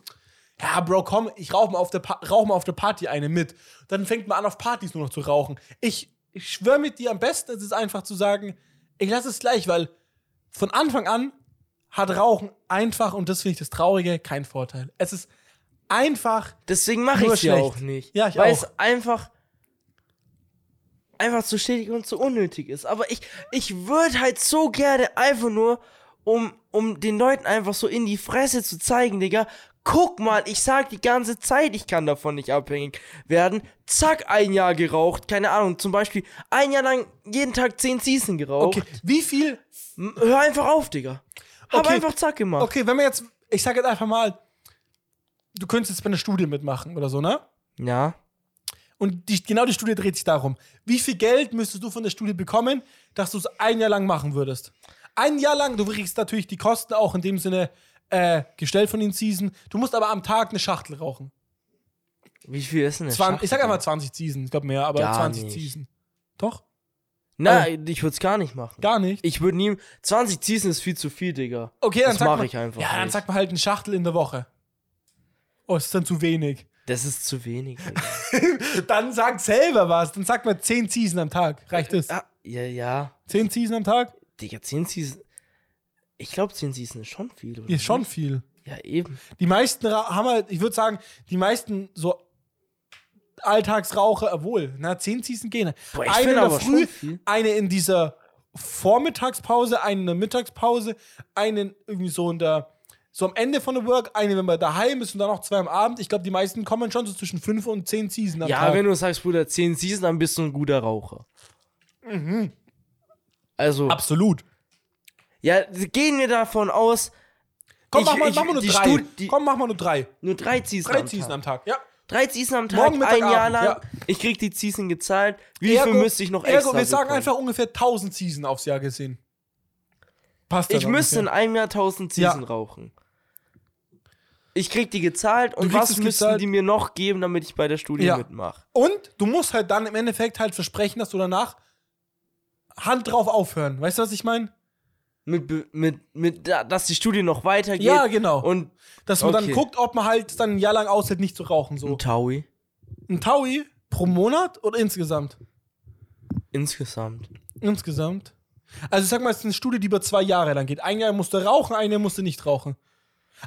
ja, Bro, komm, ich rauche mal, auf der Pa- rauch mal auf der Party eine mit. Dann fängt man an, auf Partys nur noch zu rauchen. Ich, ich schwöre mit dir, am besten ist es einfach zu sagen, ich lasse es gleich, weil von Anfang an hat Rauchen einfach, und das finde ich das Traurige, keinen Vorteil. Es ist einfach, Deswegen mache Nur ich ja schlecht. auch nicht. Ja, ich weil auch. es einfach einfach zu stetig und zu unnötig ist. Aber ich, ich würde halt so gerne einfach nur, um, um den Leuten einfach so in die Fresse zu zeigen, Digga, guck mal, ich sag die ganze Zeit, ich kann davon nicht abhängig werden. Zack, ein Jahr geraucht, keine Ahnung, zum Beispiel ein Jahr lang jeden Tag 10 Season geraucht. okay, wie viel M- Hör einfach auf, Digga. Hab Okay. einfach zack gemacht. Okay, wenn wir jetzt, ich sage jetzt einfach mal, du könntest jetzt bei einer Studie mitmachen oder so, ne? Ja. Und die, genau die Studie dreht sich darum. Wie viel Geld müsstest du von der Studie bekommen, dass du es ein Jahr lang machen würdest? Ein Jahr lang, du kriegst natürlich die Kosten auch in dem Sinne äh, gestellt von den Season. Du musst aber am Tag eine Schachtel rauchen. Wie viel ist denn das? Zwan ich sag einfach 20 Season, ich glaube mehr, aber Gar 20 nicht. Season. Doch? Nein, ich würde es gar nicht machen. Gar nicht. Ich würde nie. 20 Season ist viel zu viel, Digga. Okay, dann Das sag mach mal- ich einfach Ja, dann nicht. sagt man halt eine Schachtel in der Woche. Oh, ist dann zu wenig. Das ist zu wenig. Digga. Dann sagt selber was. Dann sagt man 10 Season am Tag. Reicht es? ja, ja, ja. 10 Season am Tag? Digga, 10 Season. Ich glaube, 10 Season ist schon viel. Oder Ist schon nicht? viel. Ja, eben. Die meisten ra- haben halt, ich würde sagen, die meisten so Alltagsraucher, obwohl, na, 10 Season gehen. Boah, ich eine find in der aber Früh, schon viel. eine in dieser Vormittagspause, eine in der Mittagspause, einen irgendwie so in der, so am Ende von der Work, eine, wenn man daheim ist und dann noch zwei am Abend. Ich glaube, die meisten kommen schon so zwischen 5 und 10 Season am Ja, Tag. wenn du sagst, Bruder, 10 Season, dann bist du ein guter Raucher. Mhm. Also, Absolut. ja, gehen wir davon aus, Komm, Ich- mach, mal, ich- mach mal nur die drei. Studi- die- Komm, mach mal nur drei. nur 3 Season. Drei am Season Tag. am Tag, ja. Drei Season am Tag, Morgen, Mittag, ein Jahr Abend, lang. ja. Ich krieg die Season gezahlt. Wie viel Ergo- müsste ich noch ergo, extra Wir sagen bekommen? einfach ungefähr 1000 Season aufs Jahr gesehen. Passt Ich dann müsste in ungefähr. einem Jahr 1000 Season Ja. rauchen. Ich krieg die gezahlt und kriegst was es müssten gezahlt. die mir noch geben, damit ich bei der Studie Ja. mitmache? Und du musst halt dann im Endeffekt halt versprechen, dass du danach Hand drauf aufhören. Weißt du, was ich meine? Mit, be- mit, mit, da- dass die Studie noch weitergeht. Oh. Ja, genau. Und Dass man Okay. dann guckt, ob man halt dann ein Jahr lang aushält, nicht zu rauchen. So. ein Taui Ein Taui pro Monat oder insgesamt? insgesamt. Insgesamt. Also ich sag mal, es ist eine Studie, die über zwei Jahre lang geht. Ein Jahr musst du rauchen, ein Jahr musst du nicht rauchen.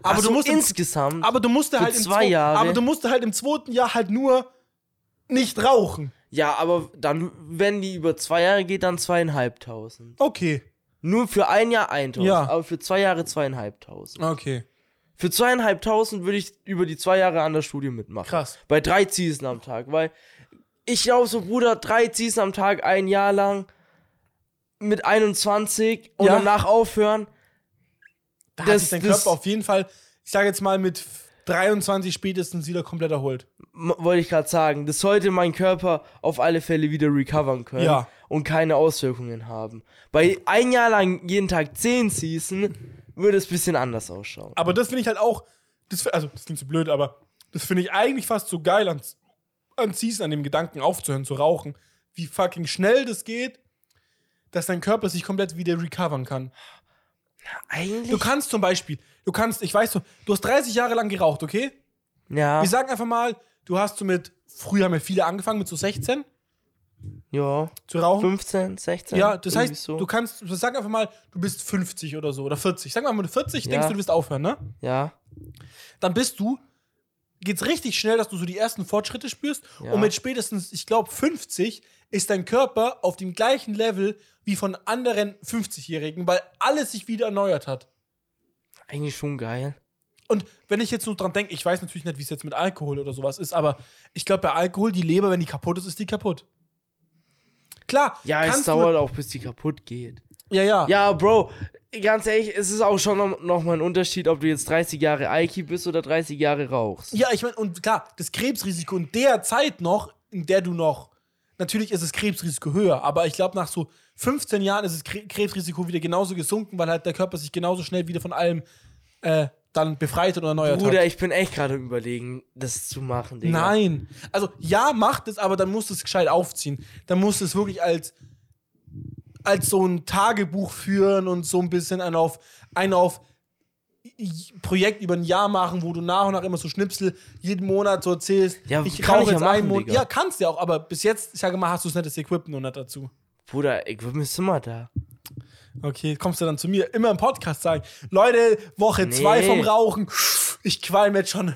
Aber Ach so, du musst im- insgesamt. Aber du musst Für halt im zwei zwo- Jahre. Aber du musst halt im zweiten Jahr halt nur nicht rauchen. ja, aber dann, wenn die über zwei Jahre geht, dann zweieinhalbtausend. Okay. Nur für ein Jahr 1000, Ja. aber für zwei Jahre zweieinhalbtausend. Okay. Für zweieinhalbtausend würde ich über die zwei Jahre an der Studie mitmachen. Krass. Bei drei Season am Tag, weil ich glaube so, Bruder, drei Season am Tag, ein Jahr lang mit 21 und Ja. danach aufhören. Da Das- hat sich dein das- Körper auf jeden Fall, ich sage jetzt mal, mit 23 spätestens wieder komplett erholt. M- Wollte ich gerade sagen, das sollte mein Körper auf alle Fälle wieder recovern können Ja. und keine Auswirkungen haben. Bei ein Jahr lang jeden Tag 10 Season würde es ein bisschen anders ausschauen. Aber das finde ich halt auch, das, also das klingt so blöd, aber das finde ich eigentlich fast so geil an, an Season, an dem Gedanken aufzuhören zu rauchen, wie fucking schnell das geht, dass dein Körper sich komplett wieder recovern kann. Eigentlich? Du kannst zum Beispiel, du kannst, ich weiß so, du hast 30 Jahre lang geraucht, okay? ja. Wir sagen einfach mal, du hast so mit, früher haben ja viele angefangen, mit so 16 Ja. zu rauchen. 15, 16. Ja, das irgendwie heißt, so. du kannst, sag einfach mal, du bist 50 oder so oder 40. Sag mal, mit 40 Ja. denkst du, du wirst aufhören, ne? Ja. Dann bist du, geht's richtig schnell, dass du so die ersten Fortschritte spürst. Ja. Und mit spätestens, ich glaube, 50 ist dein Körper auf dem gleichen Level wie von anderen 50-Jährigen, weil alles sich wieder erneuert hat. Eigentlich schon geil. Und wenn ich jetzt so dran denke, ich weiß natürlich nicht, wie es jetzt mit Alkohol oder sowas ist, aber ich glaube, bei Alkohol, die Leber, wenn die kaputt ist, ist die kaputt. Klar, Ja, es kannst du- dauert auch, bis die kaputt geht. Ja, ja. Ja, Bro, ganz ehrlich, es ist auch schon noch, noch mal ein Unterschied, ob du jetzt 30 Jahre Aiki bist oder 30 Jahre rauchst. Ja, ich meine, und klar, das Krebsrisiko in der Zeit noch, in der du noch. Natürlich ist das Krebsrisiko höher, aber ich glaube, nach so 15 Jahren ist das Kre- Krebsrisiko wieder genauso gesunken, weil halt der Körper sich genauso schnell wieder von allem äh, dann befreit und erneuert Bruder, hat. ich bin echt gerade am überlegen, das zu machen, Digga. Nein. Also, ja, macht es, aber dann musst du es gescheit aufziehen. Dann musst du es wirklich als als so ein Tagebuch führen und so ein bisschen einen auf, einen auf j- Projekt über ein Jahr machen, wo du nach und nach immer so Schnipsel jeden Monat so erzählst. Ja, kann ich ja machen, Monat. Digga. Ja, kannst ja auch, aber bis jetzt, ich sage mal, hast du es nettes Equipment noch nicht dazu. Bruder, Equipment ist immer da. Okay, kommst du dann zu mir. Immer im Podcast sagen. Leute, Woche 2 Nee. vom Rauchen. Ich qualm jetzt schon.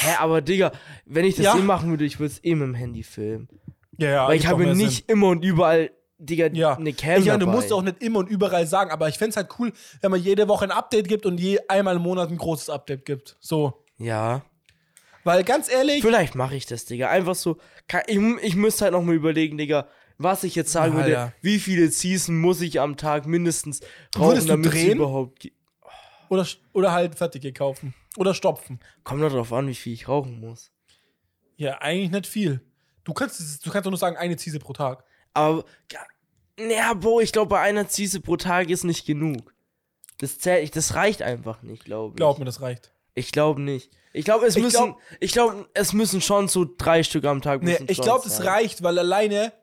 Hä, aber Digga, wenn ich das Ja. eh machen würde, ich würde es eh mit dem Handy filmen. Ja, ja. Weil ich habe nicht immer und überall, Digga, Ja. eine Cam Ich meine, du dabei. musst auch nicht immer und überall sagen, aber ich fände es halt cool, wenn man jede Woche ein Update gibt und je einmal im Monat ein großes Update gibt. So. Ja. Weil ganz ehrlich, Vielleicht mache ich das, Digga. Einfach so. ka- Ich, ich müsste halt nochmal überlegen, Digga, was ich jetzt sagen Ah, würde. ja. Wie viele Season muss ich am Tag mindestens rauchen, Würdest du damit sie drehen? überhaupt. ge- oder, oder halt fertige kaufen. Oder stopfen. Kommt doch drauf an, wie viel ich rauchen muss. Ja, eigentlich nicht viel. Du kannst, es- du kannst doch nur sagen, eine Ziese pro Tag. Aber. ja, Naja, Bro, ich glaube, bei einer Ziese pro Tag ist nicht genug. Das zählt, ich- das reicht einfach nicht, glaube ich. Glaub mir, das reicht. Ich glaube nicht. Ich glaube, es Ich müssen, glaub- ich glaube, es müssen schon so drei Stück am Tag. Nee, müssen ich schon glaube, es sein. reicht, weil alleine,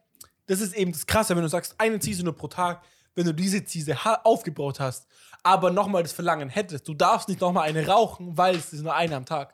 das ist eben das Krasse, wenn du sagst, eine Ziese nur pro Tag, wenn du diese Ziese ha- aufgebaut hast, aber nochmal das Verlangen hättest, du darfst nicht nochmal eine rauchen, weil es ist nur eine am Tag.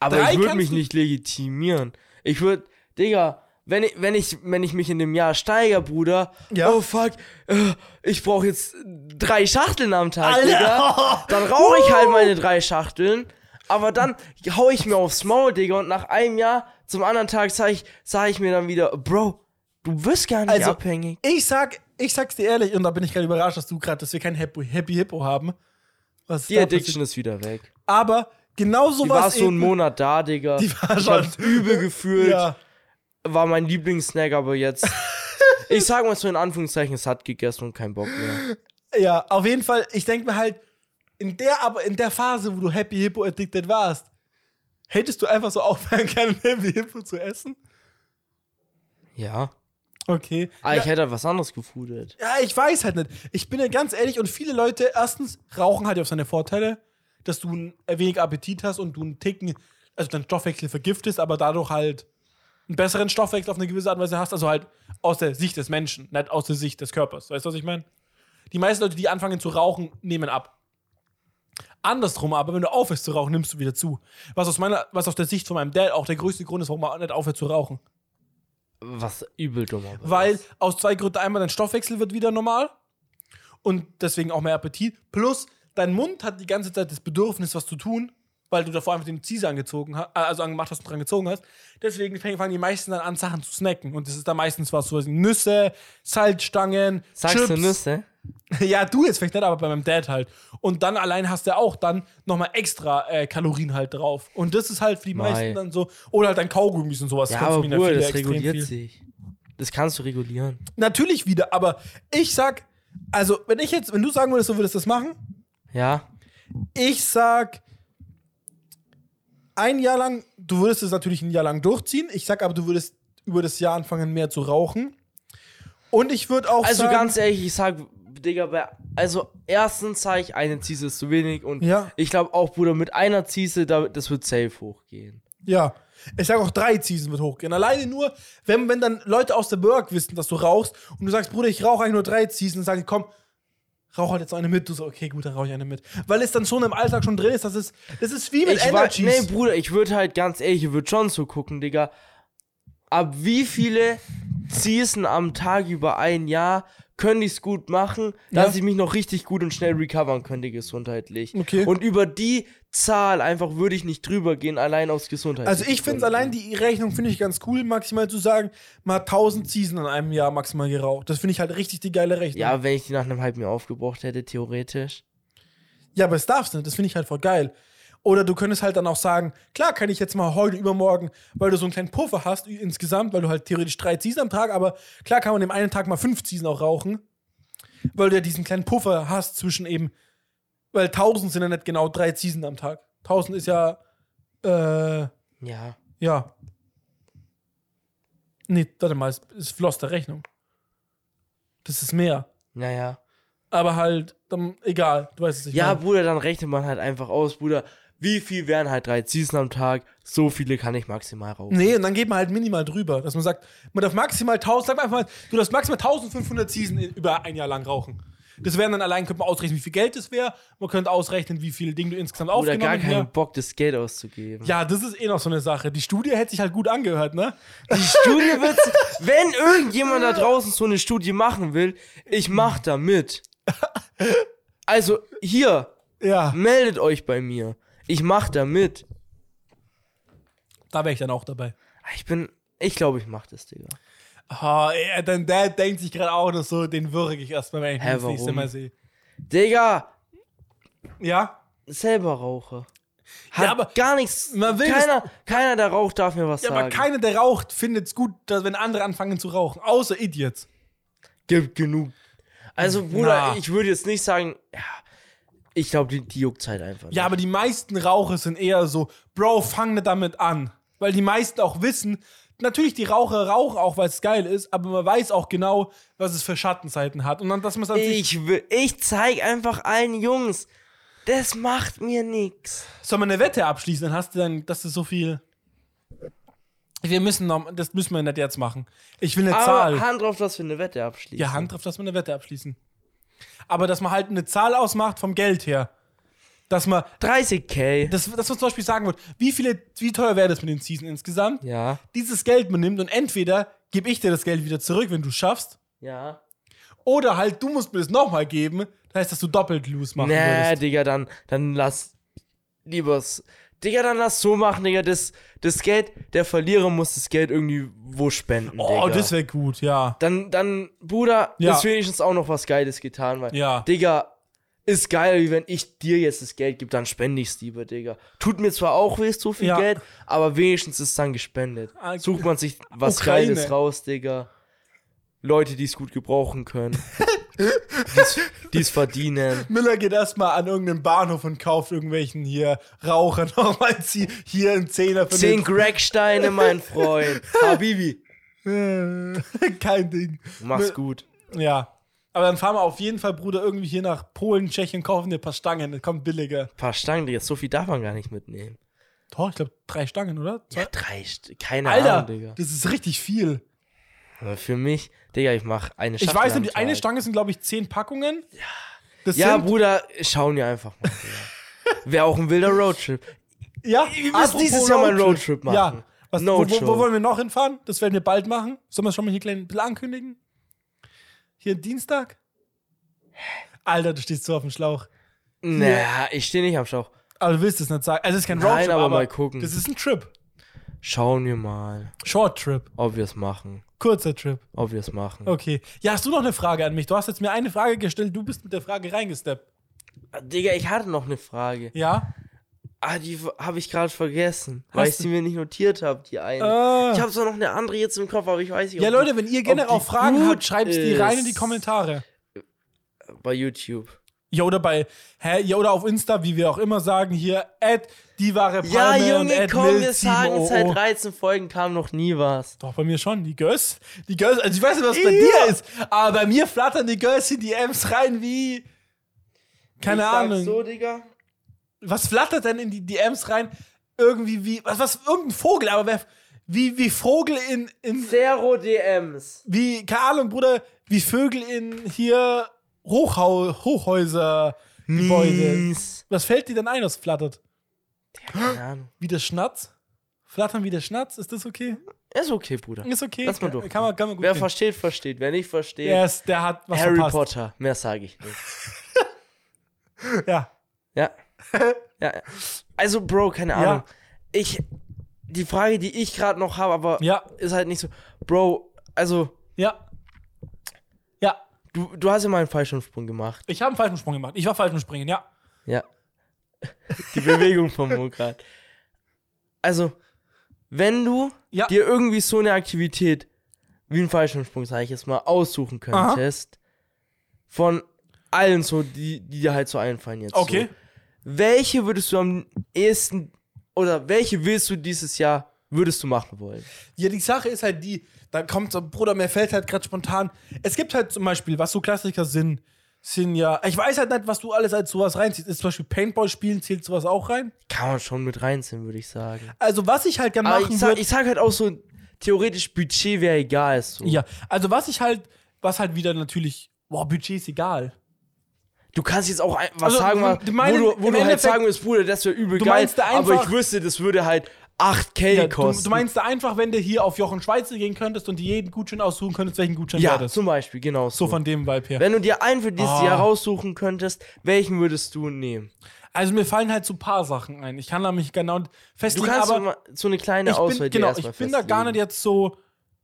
Aber Drei ich würde kannst mich du- nicht legitimieren. Ich würde, Digga, wenn ich, wenn ich, wenn ich mich in dem Jahr steiger, Bruder, Ja. oh fuck, äh, ich brauche jetzt drei Schachteln am Tag, Alter. Digga. Dann rauche ich halt meine drei Schachteln. Aber dann hau ich mir aufs Maul, Digga, und nach einem Jahr zum anderen Tag sag ich, sag ich mir dann wieder, Bro, du bist gar nicht Also, abhängig. Ich sag, ich sag's dir ehrlich, und da bin ich gerade überrascht, dass du gerade, dass wir kein Happy, Happy Hippo haben. Was ist Die da Addiction ist wieder weg. passiert? Aber genau Die war sowas. so einen eben- Monat da, Digga. Die war ich hab's schon- übel gefühlt. Ja. war mein Lieblingssnack, aber jetzt. ich sag mal so in Anführungszeichen, es hat gegessen und keinen Bock mehr. Ja, auf jeden Fall, ich denke mir halt, in der, aber in der Phase, wo du Happy Hippo addicted warst, hättest du einfach so aufhören können, Happy Hippo zu essen? Ja. Okay. Aber ich hätte was anderes gefudert. Ja, ich weiß halt nicht. Ich bin ja ganz ehrlich und viele Leute, erstens, Rauchen hat ja auch seine Vorteile, dass du ein wenig Appetit hast und du einen Ticken, also deinen Stoffwechsel vergiftest, aber dadurch halt einen besseren Stoffwechsel auf eine gewisse Art und Weise hast, also halt aus der Sicht des Menschen, nicht aus der Sicht des Körpers. Weißt du, was ich meine? Die meisten Leute, die anfangen zu rauchen, nehmen ab. Andersrum aber, wenn du aufhörst zu rauchen, nimmst du wieder zu. Was aus meiner, was aus der Sicht von meinem Dad auch der größte Grund ist, warum man nicht aufhört zu rauchen. Was übel dummer. war. Weil aus zwei Gründen einmal dein Stoffwechsel wird wieder normal und deswegen auch mehr Appetit. Plus dein Mund hat die ganze Zeit das Bedürfnis, was zu tun, weil du davor einfach den Teaser angezogen hast, also angemacht hast und dran gezogen hast. Deswegen fang- fangen die meisten dann an, Sachen zu snacken. Und das ist dann meistens was, so was wie Nüsse, Salzstangen, Sagst Chips. du Nüsse? Ja, du jetzt vielleicht nicht, aber bei meinem Dad halt. Und dann allein hast du auch dann nochmal extra äh, Kalorien halt drauf. Und das ist halt für die Mei. meisten dann so. Oder halt dann Kaugummis und sowas. Ja, aber konsumieren Bruder, viele das extrem reguliert viel. sich. Das kannst du regulieren. Natürlich wieder, aber ich sag, also wenn ich jetzt, wenn du sagen würdest, du würdest das machen, Ja. ich sag ein Jahr lang, du würdest es natürlich ein Jahr lang durchziehen, ich sag aber, du würdest über das Jahr anfangen mehr zu rauchen. Und ich würde auch Also sagen, ganz ehrlich, ich sag, Digga, bei, also erstens sag ich, eine Ziese ist zu wenig und Ja. ich glaube auch, Bruder, mit einer Ziese, da, das wird safe hochgehen. ja, ich sag auch drei Season wird hochgehen. Alleine nur, wenn, wenn dann Leute aus der Burg wissen, dass du rauchst und du sagst, Bruder, ich rauche eigentlich nur drei Season, sagen die, komm, rauch halt jetzt noch eine mit. Du sagst, okay, gut, dann rauche ich eine mit. Weil es dann schon im Alltag schon drin ist, das ist, das ist wie mit ich wa- Energies. Nee, Bruder, ich würde halt ganz ehrlich, ich würde schon so gucken, Digga. Ab wie viele Season am Tag über ein Jahr könnte ich es gut machen, dass Ja. ich mich noch richtig gut und schnell recovern könnte gesundheitlich. Okay. Und über die Zahl einfach würde ich nicht drüber gehen, allein aus Gesundheit. Also ich finde es allein die Rechnung finde ich ganz cool, maximal zu sagen, mal 1000 Season in einem Jahr maximal geraucht. Das finde ich halt richtig die geile Rechnung. Ja, wenn ich die nach einem halben Jahr aufgebraucht hätte, theoretisch. ja aber es darfst nicht, das finde ich halt voll geil. Oder du könntest halt dann auch sagen, klar kann ich jetzt mal heute übermorgen, weil du so einen kleinen Puffer hast ü- insgesamt, weil du halt theoretisch drei Season am Tag, aber klar kann man an dem einen Tag mal fünf Season auch rauchen, weil du ja diesen kleinen Puffer hast zwischen eben, weil 1000 sind ja nicht genau drei Season am Tag. 1000 ist ja, äh, Ja. Ja. Nee, warte mal, es, es floss der Rechnung. Das ist mehr. Naja. Aber halt, dann, egal, du weißt es nicht. Ja, Bruder, dann rechnet man halt einfach aus, Bruder. wie viel wären halt drei Season am Tag? So viele kann ich maximal rauchen. Nee, und dann geht man halt minimal drüber, dass man sagt, man darf maximal 1000, sag mal einfach mal, du darfst maximal 1500 Season in- über ein Jahr lang rauchen. Das wären dann allein, könnte man ausrechnen, wie viel Geld das wäre. Man könnte ausrechnen, wie viel Ding du insgesamt Oder gar aufgenommen keinen hast. Bock, das Geld auszugeben. Ja, das ist eh noch so eine Sache. Die Studie hätte sich halt gut angehört, ne? Die Studie wird, wenn irgendjemand da draußen so eine Studie machen will, ich mach da mit. Also hier, Ja, meldet euch bei mir. Ich mach da mit. da wäre ich dann auch dabei. Ah, Ich bin, ich glaube, ich mach das, Digga. Oh, ey, dein Dad denkt sich gerade auch noch so, den würge ich erstmal, wenn ich ihn Hä, das nächste warum? Mal sehe. Digga, Ja? selber rauche. Hat Ja, aber gar nichts. man will keiner, keiner, der raucht, darf mir was Ja, sagen. aber keiner, der raucht, findet es gut, dass, wenn andere anfangen zu rauchen. Außer Idiots. gibt genug. Also, Bruder, Na. ich würde jetzt nicht sagen, ja, ich glaube, die, die juckt halt einfach. Ja, aber die meisten Raucher sind eher so, Bro, fang nicht damit an. Weil die meisten auch wissen, natürlich die Raucher rauchen auch, weil es geil ist, aber man weiß auch genau, was es für Schattenseiten hat. Und dann, dass man es an sich, ich, will- ich zeig einfach allen Jungs, das macht mir nix. soll man eine Wette abschließen, dann hast du dann, dass du so viel. Wir müssen noch, das müssen wir nicht jetzt machen. Ich will eine Aber Zahl. Hand drauf, dass wir eine Wette abschließen. ja, Hand drauf, dass wir eine Wette abschließen. Aber dass man halt eine Zahl ausmacht vom Geld her. Dass man, 30k. dass, dass man zum Beispiel sagen wird, wie viele, wie teuer wäre das mit den Season insgesamt? ja. dieses Geld benimmt und entweder gebe ich dir das Geld wieder zurück, wenn du schaffst, Ja. oder halt du musst mir das nochmal geben. Das heißt, dass du doppelt loose machen Nee, würdest. Digga, dann, dann lass lieber's. Digga, dann lass so machen, Digga. Das, das Geld, der Verlierer muss das Geld irgendwie wo spenden. Oh, Digga. das wäre gut, ja. dann, dann, Bruder, Ja. ist wenigstens auch noch was Geiles getan, weil, Ja. Digga, ist geil, wie wenn ich dir jetzt das Geld gebe, dann spende ich's lieber, Digga. Tut mir zwar auch weh, so viel Ja. Geld, aber wenigstens ist dann gespendet. Ah, Sucht man sich was Ukraine. Geiles raus, Digga. Leute, die es gut gebrauchen können. die es verdienen. Miller geht erstmal an irgendeinen Bahnhof und kauft irgendwelchen hier Raucher nochmal sie hier einen Zehner für Zehn Gregsteine, mein Freund. Habibi. den- Kein Ding. Mach's gut. Ja. Aber dann fahren wir auf jeden Fall, Bruder, irgendwie hier nach Polen, Tschechien, kaufen dir ein paar Stangen. Das kommt billiger. paar Stangen, Digga. So viel darf man gar nicht mitnehmen. Doch, ich glaube, drei Stangen, oder? Zwei? Ja, drei, St- keine Alter, Ahnung, Digga. das ist richtig viel. Aber für mich, Digga, ich mach eine Ich Schachtel weiß am nicht, die eine Tag. Stange sind, glaube ich, zehn Packungen. Ja. Das Ja, sind, Bruder, schauen wir einfach mal. Wäre auch ein wilder Roadtrip. ja, wir müssen apropos dieses Jahr mal einen Roadtrip machen. Ja. Was, No wo, wo, wo joke. wollen wir noch hinfahren? Das werden wir bald machen. Sollen wir schon mal hier klein ein bisschen ankündigen? Hier Dienstag? Alter, du stehst so auf dem Schlauch. Naja, ich stehe nicht am Schlauch. Aber du willst es nicht sagen. Also, es ist kein Nein, Roadtrip, aber mal gucken. Das ist ein Trip. Schauen wir mal, Short Trip. ob wir es machen. Kurzer Trip. Ob wir es machen. Okay. Ja, hast du noch eine Frage an mich? Du hast jetzt mir eine Frage gestellt. Du bist mit der Frage reingesteppt. Ah, Digga, ich hatte noch eine Frage. Ja? Ah, die habe ich gerade vergessen, weil ich du- sie mir nicht notiert habe, die eine. Ah. Ich habe zwar noch eine andere jetzt im Kopf, aber ich weiß nicht. Ja, ob Leute, wenn ihr generell Äh, ob auch die Fragen gut habt, schreibt die rein in die ist. Kommentare. die- Bei YouTube. Ja, oder bei, hä, ja, oder auf Insta, wie wir auch immer sagen, hier, at die wahre Palme Ja, und Junge, at komm, wir Milz sagen, halt 7OO. seit 13 Folgen kam noch nie was. Doch, bei mir schon, die Girls, die Girls, also ich weiß nicht, was bei dir ist, aber bei mir flattern die Girls in die M's rein wie, keine ich Ahnung, Sag's so, Digga. was flattert denn in die DMs rein? Irgendwie wie, was, was, irgendein Vogel, aber wer, wie, wie Vogel in, in, Zero DMs. wie, keine Ahnung, Bruder, wie Vögel in hier Hochhau, Hochhäuser, Gebäude. Mies. Was fällt dir denn ein, was flattert? Keine Ahnung. Wie der Schnatz? Flattern wie der Schnatz? Ist das okay? Ist okay, Bruder. Ist okay. Lass mal durch. Kann man, kann man gut Wer gehen. versteht, versteht. Wer nicht versteht, Der, ist, der hat was Harry verpasst. Potter. Mehr sage ich nicht. Ja. Ja. ja. Also, Bro, keine Ja. Ahnung. Ich. Die Frage, die ich gerade noch habe, aber Ja. ist halt nicht so. Bro, also, Ja. Ja. du, du hast ja mal einen Fallschirmsprung gemacht. Ich habe einen falschen Sprung gemacht. Ich war falsch im Springen, ja. Ja. Die Bewegung vom Mo grad. Also, wenn du Ja. dir irgendwie so eine Aktivität wie ein Fallschirmsprung, sag ich jetzt mal, aussuchen Aha. könntest, von allen so, die, die dir halt so einfallen jetzt. Okay. So. Welche würdest du am ehesten oder welche willst du dieses Jahr, würdest du machen wollen? Ja, die Sache ist halt die, da kommt so, Bruder, mir fällt halt gerade spontan. Es gibt halt zum Beispiel, was so Klassiker sind, sind ja. Ich weiß halt nicht, was du alles als sowas reinziehst. Ist zum Beispiel Paintball spielen, zählt sowas auch rein? Kann man schon mit reinziehen, würde ich sagen. Also, was ich halt gerne Aber machen ich sag, würde. ich sag halt auch so, theoretisch Budget wäre egal. Ist so. Ja, also was ich halt, was halt wieder natürlich, boah, Budget ist egal. Du kannst jetzt auch ein- was Also, sagen, mal, du meinst- wo du, wo im du halt Endeffekt- sagen würdest, Bruder, das wäre übel Du geil, meinst da aber einfach- ich wüsste, das würde halt 8k Ja, du, kosten. du meinst da einfach, wenn du hier auf Jochen Schweizer gehen könntest und dir jeden Gutschein aussuchen könntest, welchen Gutschein wäre ja, das? zum Beispiel, genau so. So von dem Vibe her. Wenn du dir einen für dieses Ah. Jahr raussuchen könntest, welchen würdest du nehmen? Also mir fallen halt so ein paar Sachen ein. Ich kann da mich genau Du festlegen, kannst so aber mal so eine kleine ich bin, Auswahl dir genau, ich erstmal bin da gar festlegen. nicht jetzt so,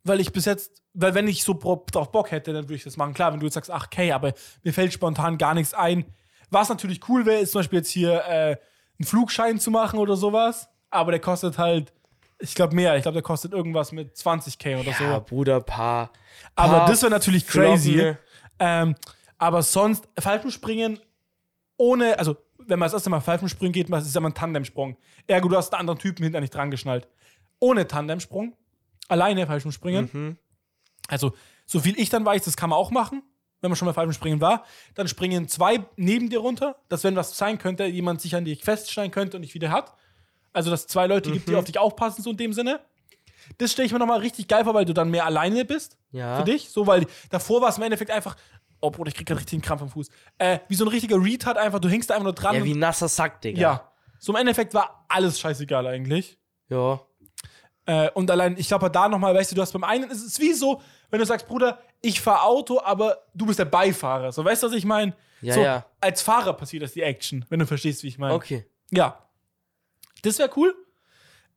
weil ich bis jetzt, weil wenn ich so pro- drauf Bock hätte, dann würde ich das machen. Klar, wenn du jetzt sagst, ach, okay, aber mir fällt spontan gar nichts ein. Was natürlich cool wäre, ist zum Beispiel jetzt hier äh, einen Flugschein zu machen oder sowas, aber der kostet halt, ich glaube mehr. Ich glaube, der kostet irgendwas mit 20k oder Ja, so. Bruder, paar. Aber paar das wäre natürlich crazy. Flocken. ne? Ähm, aber sonst, Fallschirmspringen ohne, also wenn man das erste Mal Fallschirmspringen geht, das ist ja mal ein Tandemsprung. Ergo, du hast einen anderen Typen hinter dich dran geschnallt. Ohne Tandemsprung, alleine Fallschirmspringen. Mhm. Also, so viel ich dann weiß, das kann man auch machen, wenn man schon mal Fallschirmspringen war. Dann springen zwei neben dir runter, dass wenn was sein könnte, jemand sich an dich festschneiden könnte und dich wieder hat. Also, dass es zwei Leute gibt, die Mhm. auf dich aufpassen, so in dem Sinne. Das stelle ich mir nochmal richtig geil vor, weil du dann mehr alleine bist Ja. für dich. So, weil davor war es im Endeffekt einfach, oh Bruder, ich krieg gerade richtig einen Krampf am Fuß. Äh, wie so ein richtiger Retard einfach, du hängst da einfach nur dran. Ja, wie und, nasser Sack, Digga. ja. So im Endeffekt war alles scheißegal eigentlich. Ja. Äh, und allein, ich glaube, da nochmal, weißt du, du hast beim einen, es ist wie so, wenn du sagst, Bruder, ich fahr Auto, aber du bist der Beifahrer. So, weißt du, was ich meine? Ja, so, ja. Als Fahrer passiert das die Action, wenn du verstehst, wie ich meine. Okay. Ja. Das wäre cool.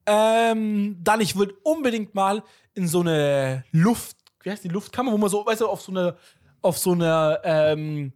Ähm, dann, ich würde unbedingt mal in so eine Luft, wie heißt die Luftkammer, wo man so, weißt du, auf so eine, auf so eine, ähm,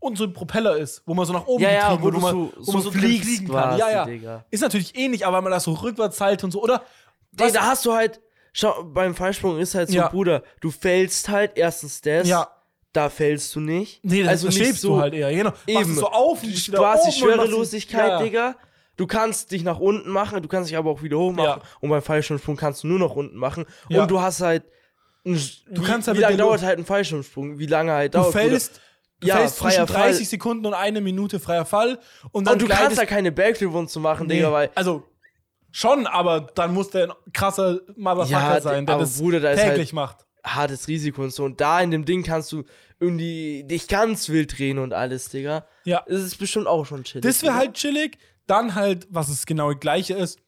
und so ein Propeller ist, wo man so nach oben Ja, ja, getrieben wo wird, du man, so, wo so, man so drin fliegst fliegen quasi, Ja, ja. Digga. Ist natürlich ähnlich, aber wenn man das so rückwärts halt und so, oder? Digga, da hast du halt, schau, beim Fallsprung ist halt so, Ja. Bruder, du fällst halt erstens das, Ja. da fällst du nicht. Nee, das also also nicht schwebst so, du halt oh eher, genau. Machst Eben. es so auf, Du, liegst du hast die oben und machst Schwerelosigkeit, ja, ja. Digga. Du kannst dich nach unten machen, du kannst dich aber auch wieder hoch machen. Ja. Und beim Fallschirmsprung kannst du nur nach unten machen. Ja. Und du hast halt. Du wie, kannst halt wie mit der lange dauert halt ein Fallschirmsprung? Wie lange halt Du dauert? Bruder? fällst, du Ja, fällst zwischen freier Fall. 30 Sekunden und eine Minute freier Fall. Und dann Und du gleitest kannst da keine Backflip und zu machen, Digga, Nee, weil. also schon, aber dann muss der ein krasser Motherfucker Ja, sein, der aber das Bruder, da ist täglich halt macht. hartes Risiko und so. Und da in dem Ding kannst du irgendwie dich ganz wild drehen und alles, Digga. Ja. Das ist bestimmt auch schon chillig. Das wäre oder? halt chillig. Dann halt, was es genau das gleiche ist.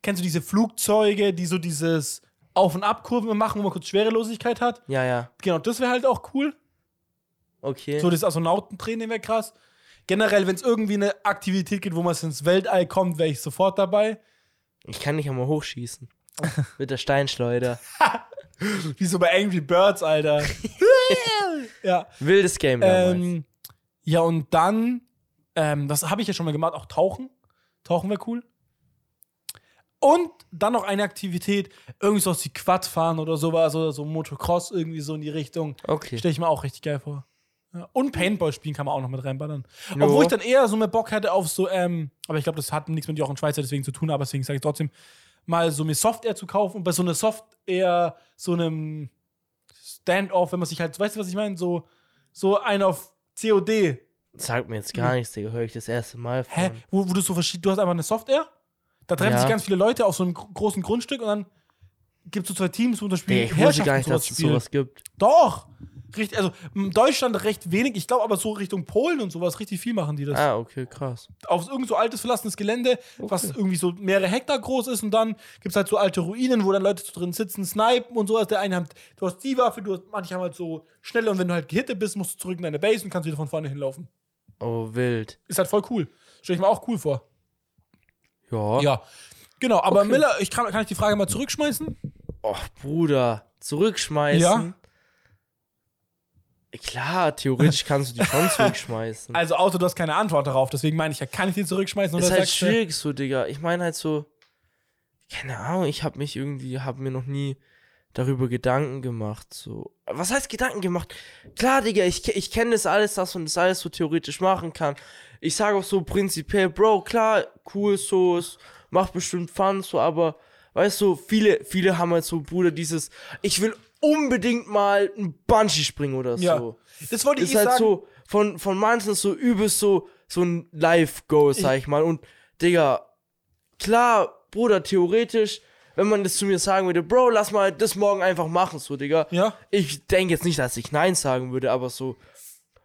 Kennst du diese Flugzeuge, die so dieses Auf- und Abkurven machen, wo man kurz Schwerelosigkeit hat? Ja, ja. Genau, das wäre halt auch cool. Okay. So das Astronautentraining wäre krass. Generell, wenn es irgendwie eine Aktivität gibt, wo man ins Weltall kommt, wäre ich sofort dabei. Ich kann nicht einmal hochschießen. Mit der Steinschleuder. Wie so bei Angry Birds, Alter. ja. Wildes Game damals. Ähm, ja, und dann, ähm, das habe ich ja schon mal gemacht, auch Tauchen. Tauchen wäre cool. Und dann noch eine Aktivität, irgendwie so aus die Quad fahren oder sowas oder so Motocross irgendwie so in die Richtung. Okay. Stelle ich mir auch richtig geil vor. Ja. Und Paintball spielen kann man auch noch mit reinballern. Jo. Obwohl ich dann eher so mehr Bock hätte auf so, ähm, aber ich glaube, das hat nichts mit Jochen Schweizer deswegen zu tun, aber deswegen sage ich trotzdem, mal so mir Software zu kaufen und bei so einer Software, so einem Standoff, wenn man sich halt, weißt du, was ich meine? So, so ein auf COD. Sagt mir jetzt gar nichts, Digga. Höre ich das erste Mal von. Hm. Hä? Wo, wo du so verschieden, du hast einfach eine Software, da treffen Ja. sich ganz viele Leute auf so einem gro- großen Grundstück und dann gibt es so zwei Teams und das Spiel Digga, ich wusste gar nicht, und dass es sowas gibt. Doch! Richtig, also in Deutschland recht wenig, ich glaube aber so Richtung Polen und sowas, richtig viel machen die das. Ah, okay, krass. Auf irgend so altes verlassenes Gelände, was irgendwie so mehrere Hektar groß ist und dann gibt es halt so alte Ruinen, wo dann Leute so drin sitzen, snipen und sowas. Der eine hat, du hast die Waffe, du hast, manche haben halt so schnelle und wenn du halt gehittet bist, musst du zurück in deine Base und kannst wieder von vorne hinlaufen. Oh, wild. Ist halt voll cool. Stell ich mir auch cool vor. Ja. Ja. Genau, aber Okay. Miller, ich kann, kann ich die Frage mal zurückschmeißen? Och, Oh, Bruder. Zurückschmeißen. Ja. Klar, theoretisch kannst du die schon zurückschmeißen. Also, außer du hast keine Antwort darauf, deswegen meine ich ja, kann ich die zurückschmeißen? ist oder halt sagst du- schwierig so, Digga. Ich meine halt so, keine Ahnung, ich habe mich irgendwie, habe mir noch nie darüber Gedanken gemacht. So. Was heißt Gedanken gemacht? Klar, Digga, ich, ke- ich kenne das alles, dass man das alles so theoretisch machen kann. Ich sage auch so prinzipiell, Bro, klar, cool, so, es macht bestimmt Fun, so, aber weißt du, viele, viele haben halt so, Bruder, dieses, ich will unbedingt mal ein Bungee springen oder so. Ja. Das wollte Ist ich halt sagen. so von, von manchen so übelst so, so ein Live-Goal, sag ich mal. Und Digga, klar, Bruder, theoretisch, wenn man das zu mir sagen würde, Bro, lass mal das morgen einfach machen, so, Digga. Ja. Ich denke jetzt nicht, dass ich Nein sagen würde, aber so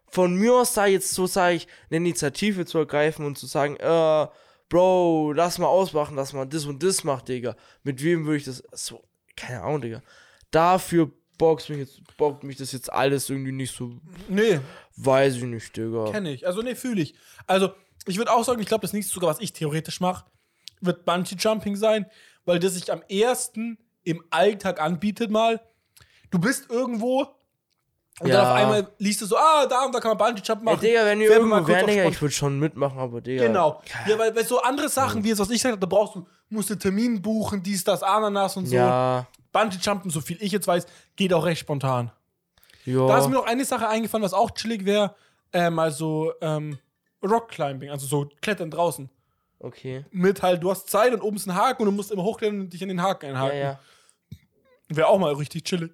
von mir aus da jetzt so, sage ich, eine Initiative zu ergreifen und zu sagen, äh, Bro, lass mal ausmachen, dass man das und das macht, Digga. Mit wem würde ich das, so, keine Ahnung, Digga. Dafür bockt mich jetzt, bockt mich das jetzt alles irgendwie nicht so, Nee, weiß ich nicht, Digga. kenne ich. Also, nee, fühle ich. Also, ich würde auch sagen, ich glaube, das nächste sogar, was ich theoretisch mache, wird Bungee Jumping sein, weil das sich am ersten im Alltag anbietet, mal. Du bist irgendwo und dann Ja. auf einmal liest du so, ah, da und da kann man Bungee Jump Ey, machen. Digga, wenn ihr Fährt man mal irgendwo kurz wären, auf Digga, Sport- ich würde schon mitmachen, aber Digga. Genau. Ja, weil, weil so andere Sachen, wie jetzt, was ich sagte, da brauchst du, musst du Termin buchen, dies, das, Ananas und so. Ja, Bungee-Jumpen, so viel ich jetzt weiß, geht auch recht spontan. ja. Da ist mir noch eine Sache eingefallen, was auch chillig wäre. Ähm, also ähm, Rockclimbing, also so Klettern draußen. okay. Mit halt, du hast Zeit und oben ist ein Haken und du musst immer hochklettern und dich in den Haken Ja, einhaken. ja. Wäre auch mal richtig chillig.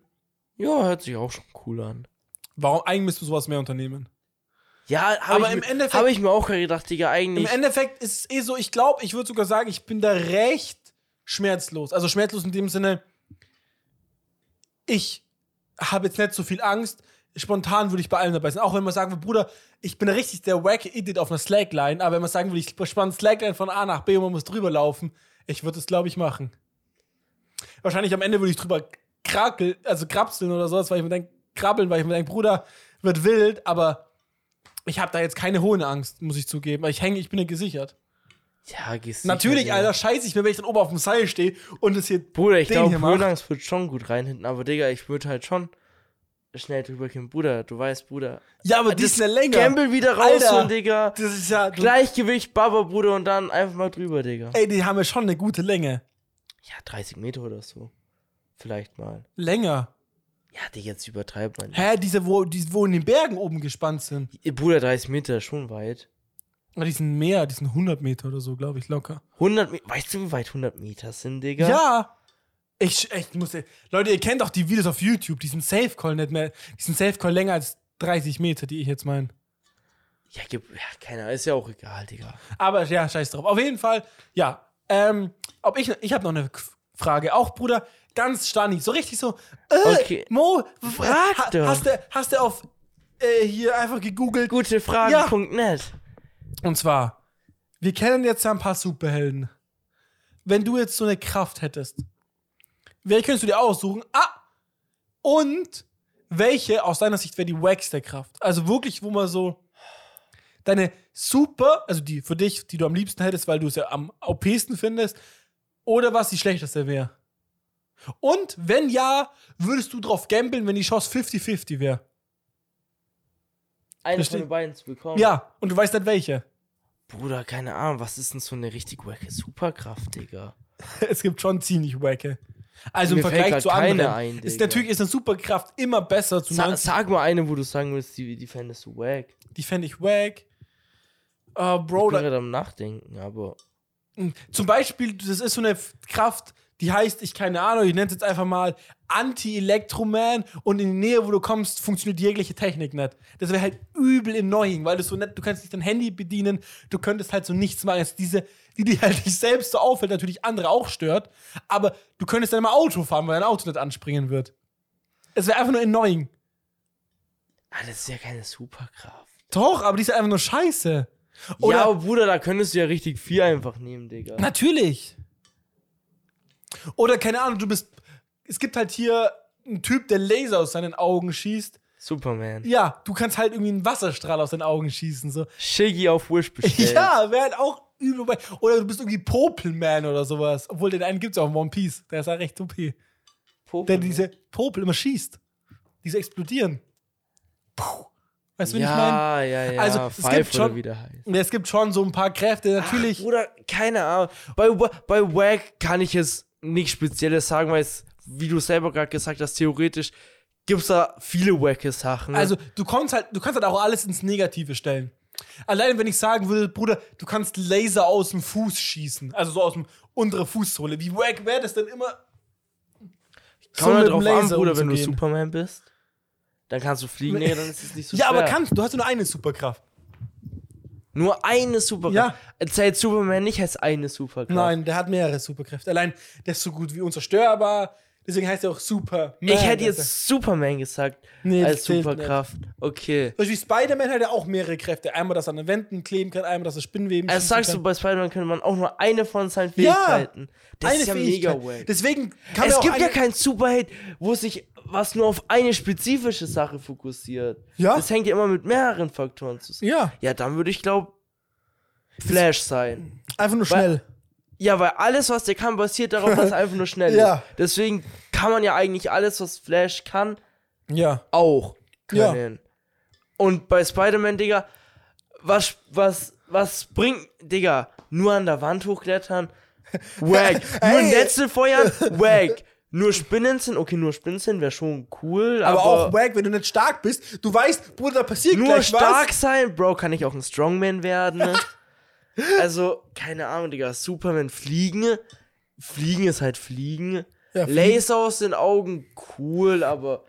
Ja, hört sich auch schon cool an. Warum eigentlich müssten wir sowas mehr unternehmen? Ja, Aber aber im ich, im Endeffekt- habe ich mir auch gedacht, Digga, eigentlich. Im Endeffekt ist es eh so, ich glaube, ich würde sogar sagen, ich bin da recht schmerzlos. Also schmerzlos in dem Sinne, ich habe jetzt nicht so viel Angst. Spontan würde ich bei allem dabei sein. Auch wenn man sagen würde, Bruder, ich bin richtig der wacke Idiot auf einer Slackline, aber wenn man sagen würde, ich spann Slackline von A nach B und man muss drüber laufen, ich würde es, glaube ich, machen. Wahrscheinlich am Ende würde ich drüber krakel, also krapseln oder sowas, weil ich mir denke, krabbeln, weil ich mir denke, Bruder, wird wild, aber ich habe da jetzt keine hohen Angst, muss ich zugeben. Weil ich hänge, ich bin ja gesichert. ja, gehst Natürlich, sicher, Digga. Alter, scheiße ich mir, wenn ich dann oben auf dem Seil stehe und es hier. Bruder, ich den glaube, hier macht. Höhenangst wird schon gut rein hinten, aber Digga, ich würde halt schon schnell drüber gehen. Bruder, du weißt, Bruder. Ja, aber die Ah, Das ist ja länger. Gamble wieder raus Alter. und Digga. Das ist ja. Du, Gleichgewicht, Baba, Bruder, und dann einfach mal drüber, Digga. ey, die haben ja schon eine gute Länge. Ja, 30 Meter oder so. Vielleicht mal. Länger. Ja, Digga, jetzt übertreibt man. Hä, diese, wo, die, wo in den Bergen oben gespannt sind. Bruder, 30 Meter, schon weit. Ja, die sind mehr, die sind 100 Meter oder so, glaube ich, locker. 100 Meter, weißt du, wie weit 100 Meter sind, Digga? Ja. Ich, ich muss. Leute, ihr kennt doch die Videos auf YouTube, die sind Safe Call nicht mehr. Die sind Safe Call länger als 30 Meter, die ich jetzt meine. Ja, gib, ja, keine Ahnung, ist ja auch egal, Digga. Aber ja, scheiß drauf. Auf jeden Fall, ja. Ähm, ob ich ich habe noch eine K- Frage. Auch, Bruder, ganz stani. So richtig so. Äh, Okay. Mo, Frag ha, doch. Hast du hast du auf äh, hier einfach gegoogelt? Gutefragen.net. Und zwar, wir kennen jetzt ja ein paar Superhelden. Wenn du jetzt so eine Kraft hättest, welche könntest du dir aussuchen? Ah! Und welche aus deiner Sicht wäre die Wax der Kraft? Also wirklich, wo man so deine super, also die für dich, die du am liebsten hättest, weil du es ja am OPsten findest, oder was die schlechteste wäre? Und wenn ja, würdest du drauf gambeln, wenn die Chance 50-50 wäre? Eine Versteh- von den beiden zu bekommen. Ja, und du weißt nicht welche. Bruder, keine Ahnung, was ist denn so eine richtig wacke Superkraft, Digga? es gibt schon ziemlich wacke. Also im Mir fällt Vergleich grad zu keine anderen ein, ist Digga. natürlich ist eine Superkraft immer besser zu Sa 90. sag mal eine, wo du sagen würdest, die, die fändest du wack. Ich Die fände ich wack. Äh, Bro, bin da, gerade am Nachdenken, aber. zum Beispiel, das ist so eine F- Kraft, die heißt, ich keine Ahnung, ich nenne es jetzt einfach mal Anti-Electroman und in die Nähe, wo du kommst, funktioniert jegliche Technik nicht. Das wäre halt übel annoying, weil du so nicht, du kannst nicht dein Handy bedienen, du könntest halt so nichts machen. Also diese, die dir halt dich selbst so auffällt, natürlich andere auch stört, aber du könntest dann mal Auto fahren, weil dein Auto nicht anspringen wird. Es wäre einfach nur annoying. Ah, das ist ja keine Superkraft. Doch, aber die ist einfach nur scheiße. Oder ja, aber Bruder, da könntest du ja richtig viel einfach nehmen, Digga. Natürlich. Oder keine Ahnung, du bist. Es gibt halt hier einen Typ, der Laser aus seinen Augen schießt. Superman. Ja, du kannst halt irgendwie einen Wasserstrahl aus den Augen schießen. So. Shiggy auf Wish bestellt. Ja, wäre halt auch übel. wack. Oder du bist irgendwie Popelman oder sowas. Obwohl, den einen gibt's auch in One Piece. Der ist ja recht OP. Pokémon. Der diese Popel immer schießt. Diese explodieren. Puh. Weißt du, wie ich meine? ja, ja, ja. Also, es gibt Five oder schon- wie der heißt. Es gibt schon so ein paar Kräfte, natürlich. Bruder, keine Ahnung. Bei, Wa- bei Wack kann ich jetzt nichts Spezielles sagen, weil es, wie du selber gerade gesagt hast, theoretisch gibt's da viele wacke Sachen. ne? Also du kommst halt, du kannst halt auch alles ins Negative stellen. Allein wenn ich sagen würde, Bruder, du kannst Laser aus dem Fuß schießen, also so aus dem unteren Fußsohle. Wie wack wäre das denn immer? Kann man mit drauf dem an, Laser Bruder, wenn du umzugehen. Superman bist. Dann kannst du fliegen, nee, dann ist es nicht so Ja, schwer. aber kannst du, hast nur eine Superkraft. Nur eine Superkraft. Ja. Zählt Superman nicht als eine Superkraft? Nein, der hat mehrere Superkräfte. Allein, der ist so gut wie unzerstörbar. Deswegen heißt er auch Superman. Ich Alter. hätte jetzt Superman gesagt Nee, das als zählt Superkraft. Okay. Zum Beispiel Spider-Man hat ja auch mehrere Kräfte. Einmal, dass er an den Wänden kleben kann, einmal, dass er Spinnenweben Also schießen sagst kann. du, bei Spider-Man könnte man auch nur eine von seinen Ja, Fähigkeiten. das eine ist ja Fähigkeit. mega wack. Deswegen kann er Es auch gibt ja eine- keinen Superheld, wo sich was nur auf eine spezifische Sache fokussiert. Ja. Das hängt ja immer mit mehreren Faktoren zusammen. Ja, Ja, dann würde ich glaube Flash sein. einfach nur schnell. Ja, weil alles, was der kann, basiert darauf, dass er einfach nur schnell Ja. ist. Deswegen kann man ja eigentlich alles, was Flash kann, Ja. auch Ja. können. Und bei Spider-Man, Digga, was, was, was bringt, Digga, nur an der Wand hochklettern? Wack. nur Ey. Netze feuern? Wack. Nur Spinnen sind? Okay, nur Spinnen sind wäre schon cool, aber, Aber, auch wack, wenn du nicht stark bist. Du weißt, Bruder, da passiert nur gleich stark was. sein? Bro, kann ich auch ein Strongman werden? also, keine Ahnung, Digga, Superman fliegen? Fliegen ist halt fliegen. Ja, fliegen. Laser aus den Augen, cool, aber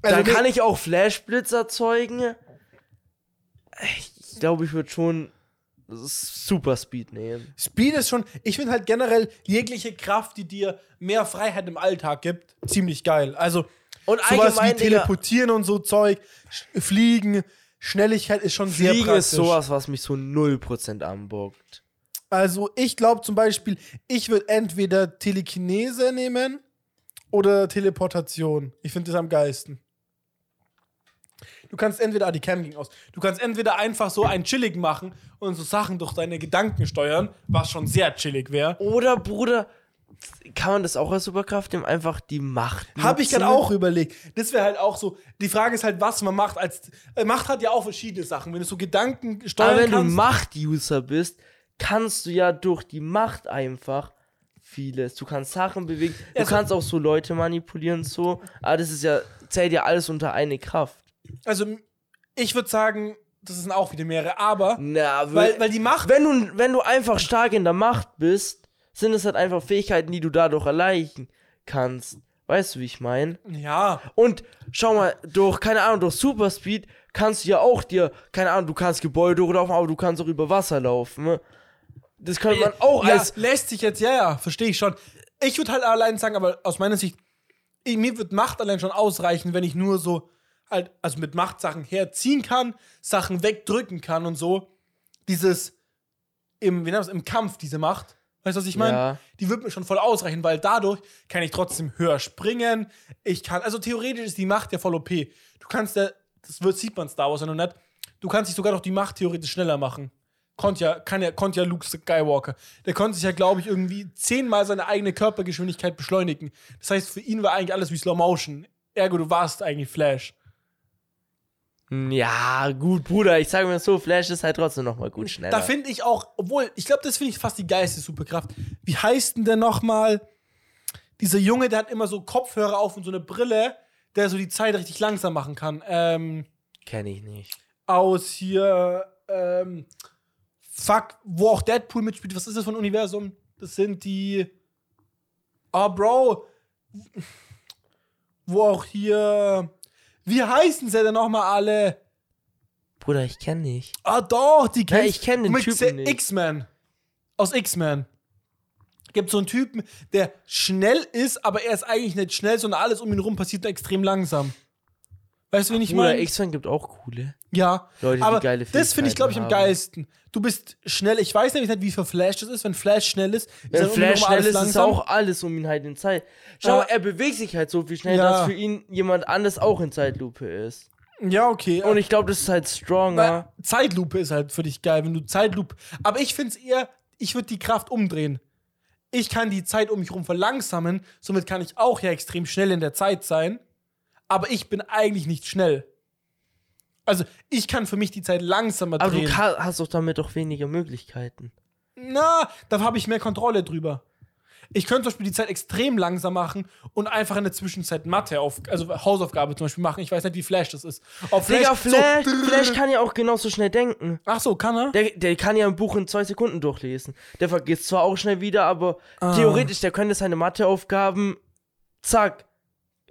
Also, dann nee, kann ich auch Flashblitz erzeugen. Ich glaube, ich würde schon Super Speed nehmen. Speed ist schon, ich finde halt generell jegliche Kraft, die dir mehr Freiheit im Alltag gibt, ziemlich geil. Also Und sowas wie allgemein, Digga, teleportieren und so Zeug, sch- fliegen, Schnelligkeit ist schon sehr Fliegen praktisch. ist sowas, was mich so 0% anbockt. Also ich glaube zum Beispiel, ich würde entweder Telekinese nehmen oder Teleportation. Ich finde das am geilsten. Du kannst entweder, ah, die Cam ging aus, du kannst entweder einfach so einen chillig machen und so Sachen durch deine Gedanken steuern, was schon sehr chillig wäre. Oder, Bruder, kann man das auch als Superkraft nehmen? Einfach die Macht. Habe ich nutzen? gerade auch überlegt. Das wäre halt auch so. Die Frage ist halt, was man macht. Als, äh, Macht hat ja auch verschiedene Sachen. Wenn du so Gedanken steuern Aber wenn du kannst. Macht-User bist, kannst du ja durch die Macht einfach vieles. Du kannst Sachen bewegen, du Also- kannst auch so Leute manipulieren, so. Aber das ist ja, zählt ja alles unter eine Kraft. also ich würde sagen, das sind auch wieder mehrere, aber Na, weil, weil die Macht wenn du, wenn du einfach stark in der Macht bist, sind es halt einfach Fähigkeiten, die du dadurch erreichen kannst. Weißt du, wie ich meine? Ja, Und schau mal, durch, keine Ahnung, durch Superspeed kannst du ja auch dir, keine Ahnung, du kannst Gebäude hochlaufen, aber du kannst auch über Wasser laufen. Ne? Das könnte man auch ja, als. lässt sich jetzt, ja, ja, verstehe ich schon. Ich würde halt allein sagen, aber aus meiner Sicht, ich, mir wird Macht allein schon ausreichen, wenn ich nur so halt, also mit Macht Sachen herziehen kann, Sachen wegdrücken kann und so. Dieses im, wie nennt man's, im Kampf, diese Macht. Weißt du, was ich meine? Ja. Die wird mir schon voll ausreichen, weil dadurch kann ich trotzdem höher springen. Ich kann, also theoretisch ist die Macht ja voll OP. Du kannst ja, das wird, sieht man Star Wars ja noch nicht, du kannst dich sogar durch die Macht theoretisch schneller machen. Konnte ja, kann ja, konnte ja Luke Skywalker. Der konnte sich ja, glaube ich, irgendwie zehnmal seine eigene Körpergeschwindigkeit beschleunigen. Das heißt, für ihn war eigentlich alles wie Slow Motion. Ergo, du warst eigentlich Flash. Ja, gut, Bruder, ich sage mal so, Flash ist halt trotzdem nochmal gut schneller. Da finde ich auch, obwohl, ich glaube, das finde ich fast die geilste Superkraft. Wie heißt denn der nochmal? Dieser Junge, der hat immer so Kopfhörer auf und so eine Brille, der so die Zeit richtig langsam machen kann. Ähm, Kenne ich nicht. aus hier, ähm, fuck, wo auch Deadpool mitspielt. Was ist das für ein Universum? Das sind die. Ah, Bro. Wo auch hier. Wie heißen sie denn nochmal alle? Bruder, ich kenne nicht. Ah, doch, die Ja, kennst ich kenn den Mit Typen Se- nicht. X-Men. Aus X-Men. Gibt so einen Typen, der schnell ist, aber er ist eigentlich nicht schnell, sondern alles um ihn rum passiert extrem langsam. Weißt du, wen ich Bruder, meine? X-Men gibt auch coole. Ja. Leute, die aber geile das finde ich, glaube ich, am Fähigkeiten haben. geilsten. Du bist schnell. Ich weiß nämlich nicht, wie für Flash das ist. Wenn Flash schnell ist, ist Wenn dann um ihn rum Flash schnell alles ist, ist langsam. auch alles um ihn halt in Zeit. Schau, Ja. er bewegt sich halt so viel schnell, Ja. dass für ihn jemand anders auch in Zeitlupe ist. Ja, okay. Und ich glaube, das ist halt Weil stronger. Zeitlupe ist halt für dich geil, wenn du Zeitlupe. Aber ich finde es eher, ich würde die Kraft umdrehen. Ich kann die Zeit um mich herum verlangsamen, somit kann ich auch ja extrem schnell in der Zeit sein. Aber ich bin eigentlich nicht schnell. Also, ich kann für mich die Zeit langsamer Aber du drehen. ka- hast doch damit auch weniger Möglichkeiten. Na, da habe ich mehr Kontrolle drüber. Ich könnte zum Beispiel die Zeit extrem langsam machen und einfach in der Zwischenzeit Mathe, auf, also Hausaufgabe zum Beispiel machen. Ich weiß nicht, wie Flash das ist. Ob Digga, so- Flash, Flash kann ja auch genauso schnell denken. Ach so, kann er? Der, der kann ja ein Buch in zwei Sekunden durchlesen. Ah. Der vergisst zwar auch schnell wieder, aber theoretisch, der könnte seine Matheaufgaben, zack,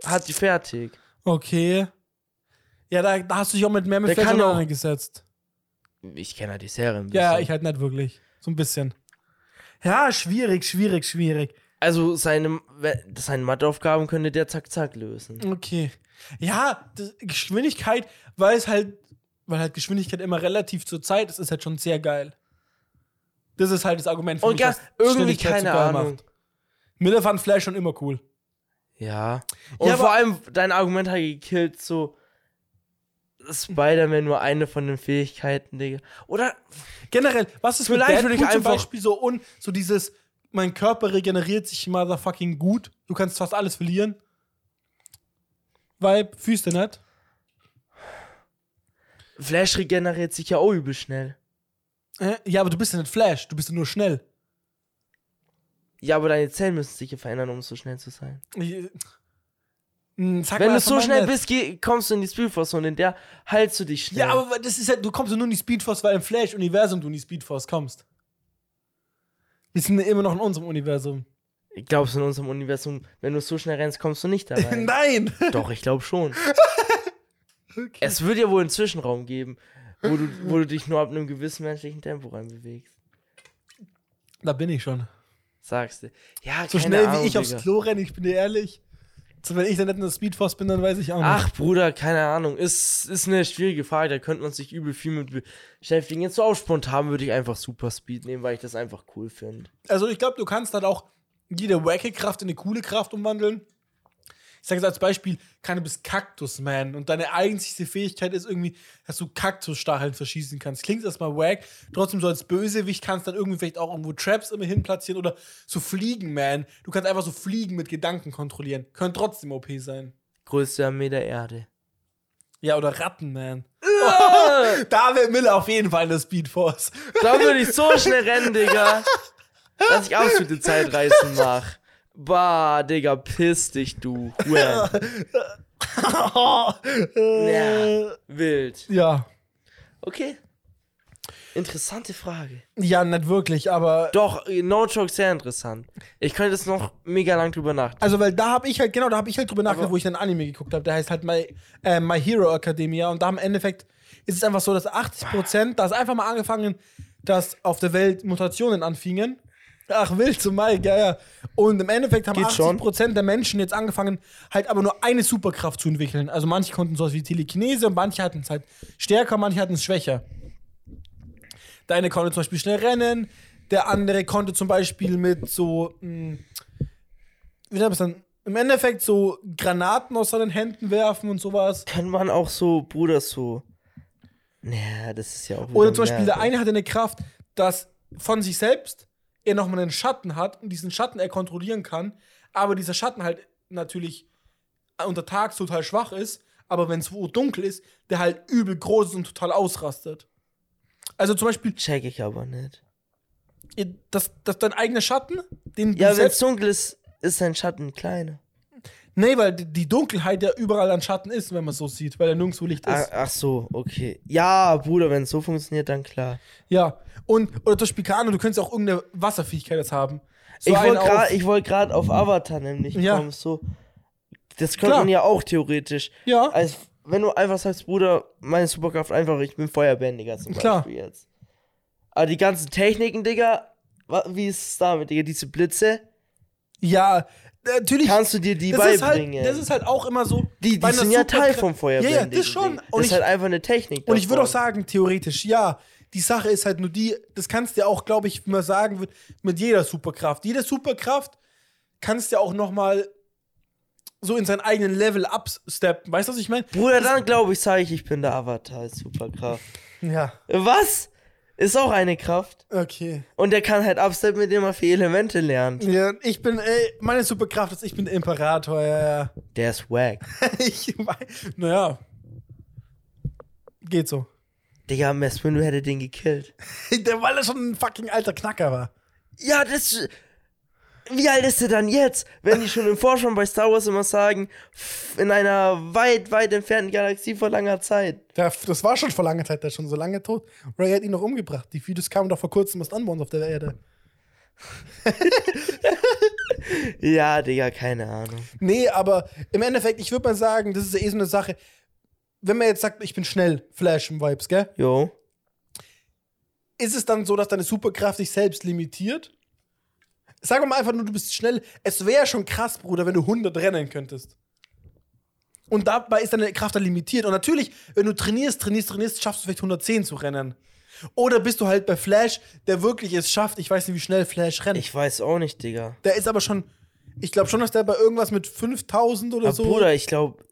hat die fertig. Okay. Ja, da, da hast du dich auch mit mehr mit Der Fleisch kann auch- auseinandergesetzt. Ich kenne ja die Serie ein bisschen. Ja, ich halt nicht wirklich. So ein bisschen. Ja, schwierig, schwierig, schwierig. Also seine, we- seine Matheaufgaben könnte der zack zack lösen. Okay. Ja, das, Geschwindigkeit, weil es halt, weil halt Geschwindigkeit immer relativ zur Zeit ist, ist halt schon sehr geil. Das ist halt das Argument für Und mich, ja, was irgendwie Schnelligkeit so keine geil Ahnung. macht. Miller fand Flash schon immer cool. Ja. Und aber- vor allem dein Argument hat gekillt so dass Spider-Man nur eine von den Fähigkeiten, Digga. Oder Generell, was ist Vielleicht mit würde ich Deadpool zum einfach- Beispiel so un, so dieses, mein Körper regeneriert sich motherfucking gut, du kannst fast alles verlieren. Weil, Füße nicht. Flash regeneriert sich ja auch übel schnell. Äh, Ja, aber du bist ja nicht Flash, du bist ja nur schnell. Ja, aber deine Zellen müssen sich ja verändern, um so schnell zu sein. Ich- Hm, Sag Wenn mal du das doch so mal schnell nicht. bist, geh, kommst du in die Speedforce und in der heilst du dich schnell. Ja, aber das ist ja, du kommst ja nur in die Speedforce, weil im Flash-Universum du in die Speedforce kommst. Wir sind ja immer noch in unserem Universum. Ich glaub's in unserem Universum, wenn du so schnell rennst, kommst du nicht da rein. Nein! Doch, ich glaube schon. Es wird ja wohl einen Zwischenraum geben, wo du, wo du dich nur ab einem gewissen menschlichen Tempo reinbewegst. Da bin ich schon. Sagst du. Ja, So keine schnell wie Ahnung, ich aufs Digga. Klo renne, ich bin dir ehrlich. So, wenn ich dann nicht in der Speedforce bin, dann weiß ich auch nicht. Ach, Bruder, keine Ahnung. Ist, ist eine schwierige Frage. Da könnte man sich übel viel mit beschäftigen. Jetzt so auch spontan würde ich einfach Super Speed nehmen, weil ich das einfach cool finde. Also ich glaube, du kannst dann auch jede wacke Kraft in eine coole Kraft umwandeln. Ich sage jetzt als Beispiel, kann du bist Kaktusman und deine einzigste Fähigkeit ist irgendwie, dass du Kaktusstacheln verschießen kannst. Klingt erstmal wack, trotzdem so als Bösewicht kannst dann irgendwie vielleicht auch irgendwo Traps immer hin platzieren oder so Fliegenman. Du kannst einfach so Fliegen mit Gedanken kontrollieren. Können trotzdem OP sein. Größte Armee der Erde. Ja, oder Rattenman. da wäre Miller auf jeden Fall in der Speedforce. Da würde ich so schnell rennen, Digga. Dass ich absolute Zeitreisen mache. Bah, Digga, piss dich, du. Huren. ja. Ja, wild. ja. Okay. Interessante Frage. Ja, nicht wirklich, aber. Doch, äh, no joke, sehr interessant. Ich könnte jetzt noch mega lang drüber nachdenken. Also, weil da habe ich halt, genau, da habe ich halt drüber nachgedacht, Aber- wo ich dann Anime geguckt habe. Der heißt halt My, äh, My Hero Academia. Und da im Endeffekt ist es einfach so, dass 80 Prozent, da ist einfach mal angefangen, dass auf der Welt Mutationen anfingen. Ach, wild zum Mike, ja, ja. Und im Endeffekt haben Geht schon. 80 Prozent der Menschen jetzt angefangen, halt aber nur eine Superkraft zu entwickeln. Also, manche konnten sowas wie Telekinese, und manche hatten es halt stärker, manche hatten es schwächer. Der eine konnte zum Beispiel schnell rennen, der andere konnte zum Beispiel mit so, hm, mh, wie nennt man es dann, im Endeffekt so Granaten aus seinen Händen werfen und sowas. Kann man auch so, Bruder, so. Naja, das ist ja auch. Oder wieder zum Beispiel der nervig. eine hatte eine Kraft, dass von sich selbst er nochmal einen Schatten hat und diesen Schatten er kontrollieren kann, aber dieser Schatten halt natürlich unter Tags total schwach ist, aber wenn es wo dunkel ist, der halt übel groß ist und total ausrastet. Also zum Beispiel, Check ich aber nicht. dass das dein eigener Schatten, den Ja, du wenn selbst es dunkel ist, ist sein Schatten kleiner. Nee, weil die- die Dunkelheit ja überall an Schatten ist, wenn man so sieht, weil da nirgendwo Licht ist. Ach, ach so, okay. Ja, Bruder, wenn es so funktioniert, dann klar. Ja. Und, oder durch Pikano, du könntest auch irgendeine Wasserfähigkeit jetzt haben. So Ich wollte einen auf- gerade ich wollt grad auf Avatar nämlich Ja. kommen, so. Das könnte Klar. man ja auch theoretisch. Ja. Als, Also, wenn du einfach sagst, Bruder, meine Superkraft einfach, ich bin Feuerbändiger zum Klar. Beispiel jetzt. Aber die ganzen Techniken, Digga, wa- wie ist es damit, Digga? Diese Blitze, Ja, natürlich. kannst du dir die das, ist halt, beibringen? das ist halt auch immer so. die bei die einer sind ja Superkra- Teil vom Feuerbändigen. Ja, ja, das schon. Digga. Und das ich, ist halt einfach eine Technik. und ich würde auch davon. sagen, theoretisch, ja. Die Sache ist halt nur die, das kannst du ja auch, glaube ich, wenn man sagen wird, mit jeder Superkraft. Jede Superkraft kannst du ja auch nochmal so in seinen eigenen Level upsteppen. Weißt du, was ich meine? Bruder, dann glaube ich, sage ich, ich bin der Avatar als Superkraft. Ja. Was? Ist auch eine Kraft. Okay. Und der kann halt Upstep, mit dem er vier Elemente lernt. Ja, ich bin, ey, meine Superkraft ist, ich bin der Imperator, ja, ja. Der ist wack. Ich mein, naja. Geht so. Digga, Messwindow hätte den gekillt. Der, weil er schon ein fucking alter Knacker war. Ja, das. Wie alt ist er dann jetzt? Wenn die schon im Vorspann bei Star Wars immer sagen, f- in einer weit, weit entfernten Galaxie vor langer Zeit. Der, das war schon vor langer Zeit, der ist schon so lange tot. Ray hat ihn noch umgebracht. Die Videos kamen doch vor kurzem erst an bei uns auf der Erde. Ja, Digga, keine Ahnung. Nee, aber im Endeffekt, ich würde mal sagen, das ist eh so eine Sache. Wenn man jetzt sagt, ich bin schnell, Flash im Vibes, gell? Jo. Ist es dann so, dass deine Superkraft dich selbst limitiert? Sag mal einfach nur, du bist schnell. Es wäre schon krass, Bruder, wenn du 100 rennen könntest. Und dabei ist deine Kraft dann limitiert. Und natürlich, wenn du trainierst, trainierst, trainierst, schaffst du vielleicht 110 zu rennen. Oder bist du halt bei Flash, der wirklich es schafft. Ich weiß nicht, wie schnell Flash rennt. Ich weiß auch nicht, Digga. der ist aber schon, ich glaube schon, dass der bei irgendwas mit 5000 oder Aber so. Bruder, ich glaube,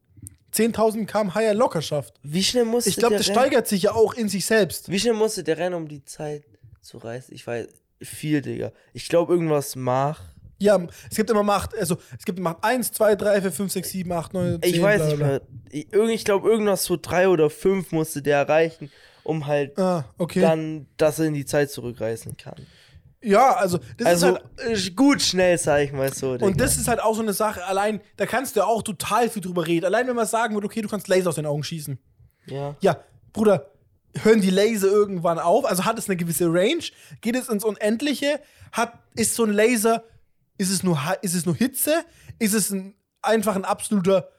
10.000 km/h ja locker schafft. wie schnell musste Ich glaube, der das rennen? steigert sich ja auch in sich selbst. Wie schnell musste der rennen, um die Zeit zu reißen? Ich weiß, viel, Digga. Ich glaube, irgendwas mach. Ja, es gibt immer Macht, also es gibt Macht 1, 2, 3, 4, 5, 6, 7, 8, 9, 10. Ich weiß bla, nicht bla, mehr. Ich, irgend- ich glaube, irgendwas so drei oder fünf musste der erreichen, um halt bla. Ah, okay. dann, dass er in die Zeit zurückreisen kann. ja, also das also ist halt. äh, gut schnell, sag ich mal so. Digga. Und das ist halt auch so eine Sache, allein, da kannst du ja auch total viel drüber reden. Allein wenn man sagen würde, okay, du kannst Laser aus den Augen schießen. ja. Ja, Bruder, hören die Laser irgendwann auf? Also hat es eine gewisse Range? Geht es ins Unendliche? Hat, ist so ein Laser, ist es nur, Ha- ist es nur Hitze? Ist es ein, einfach ein absoluter.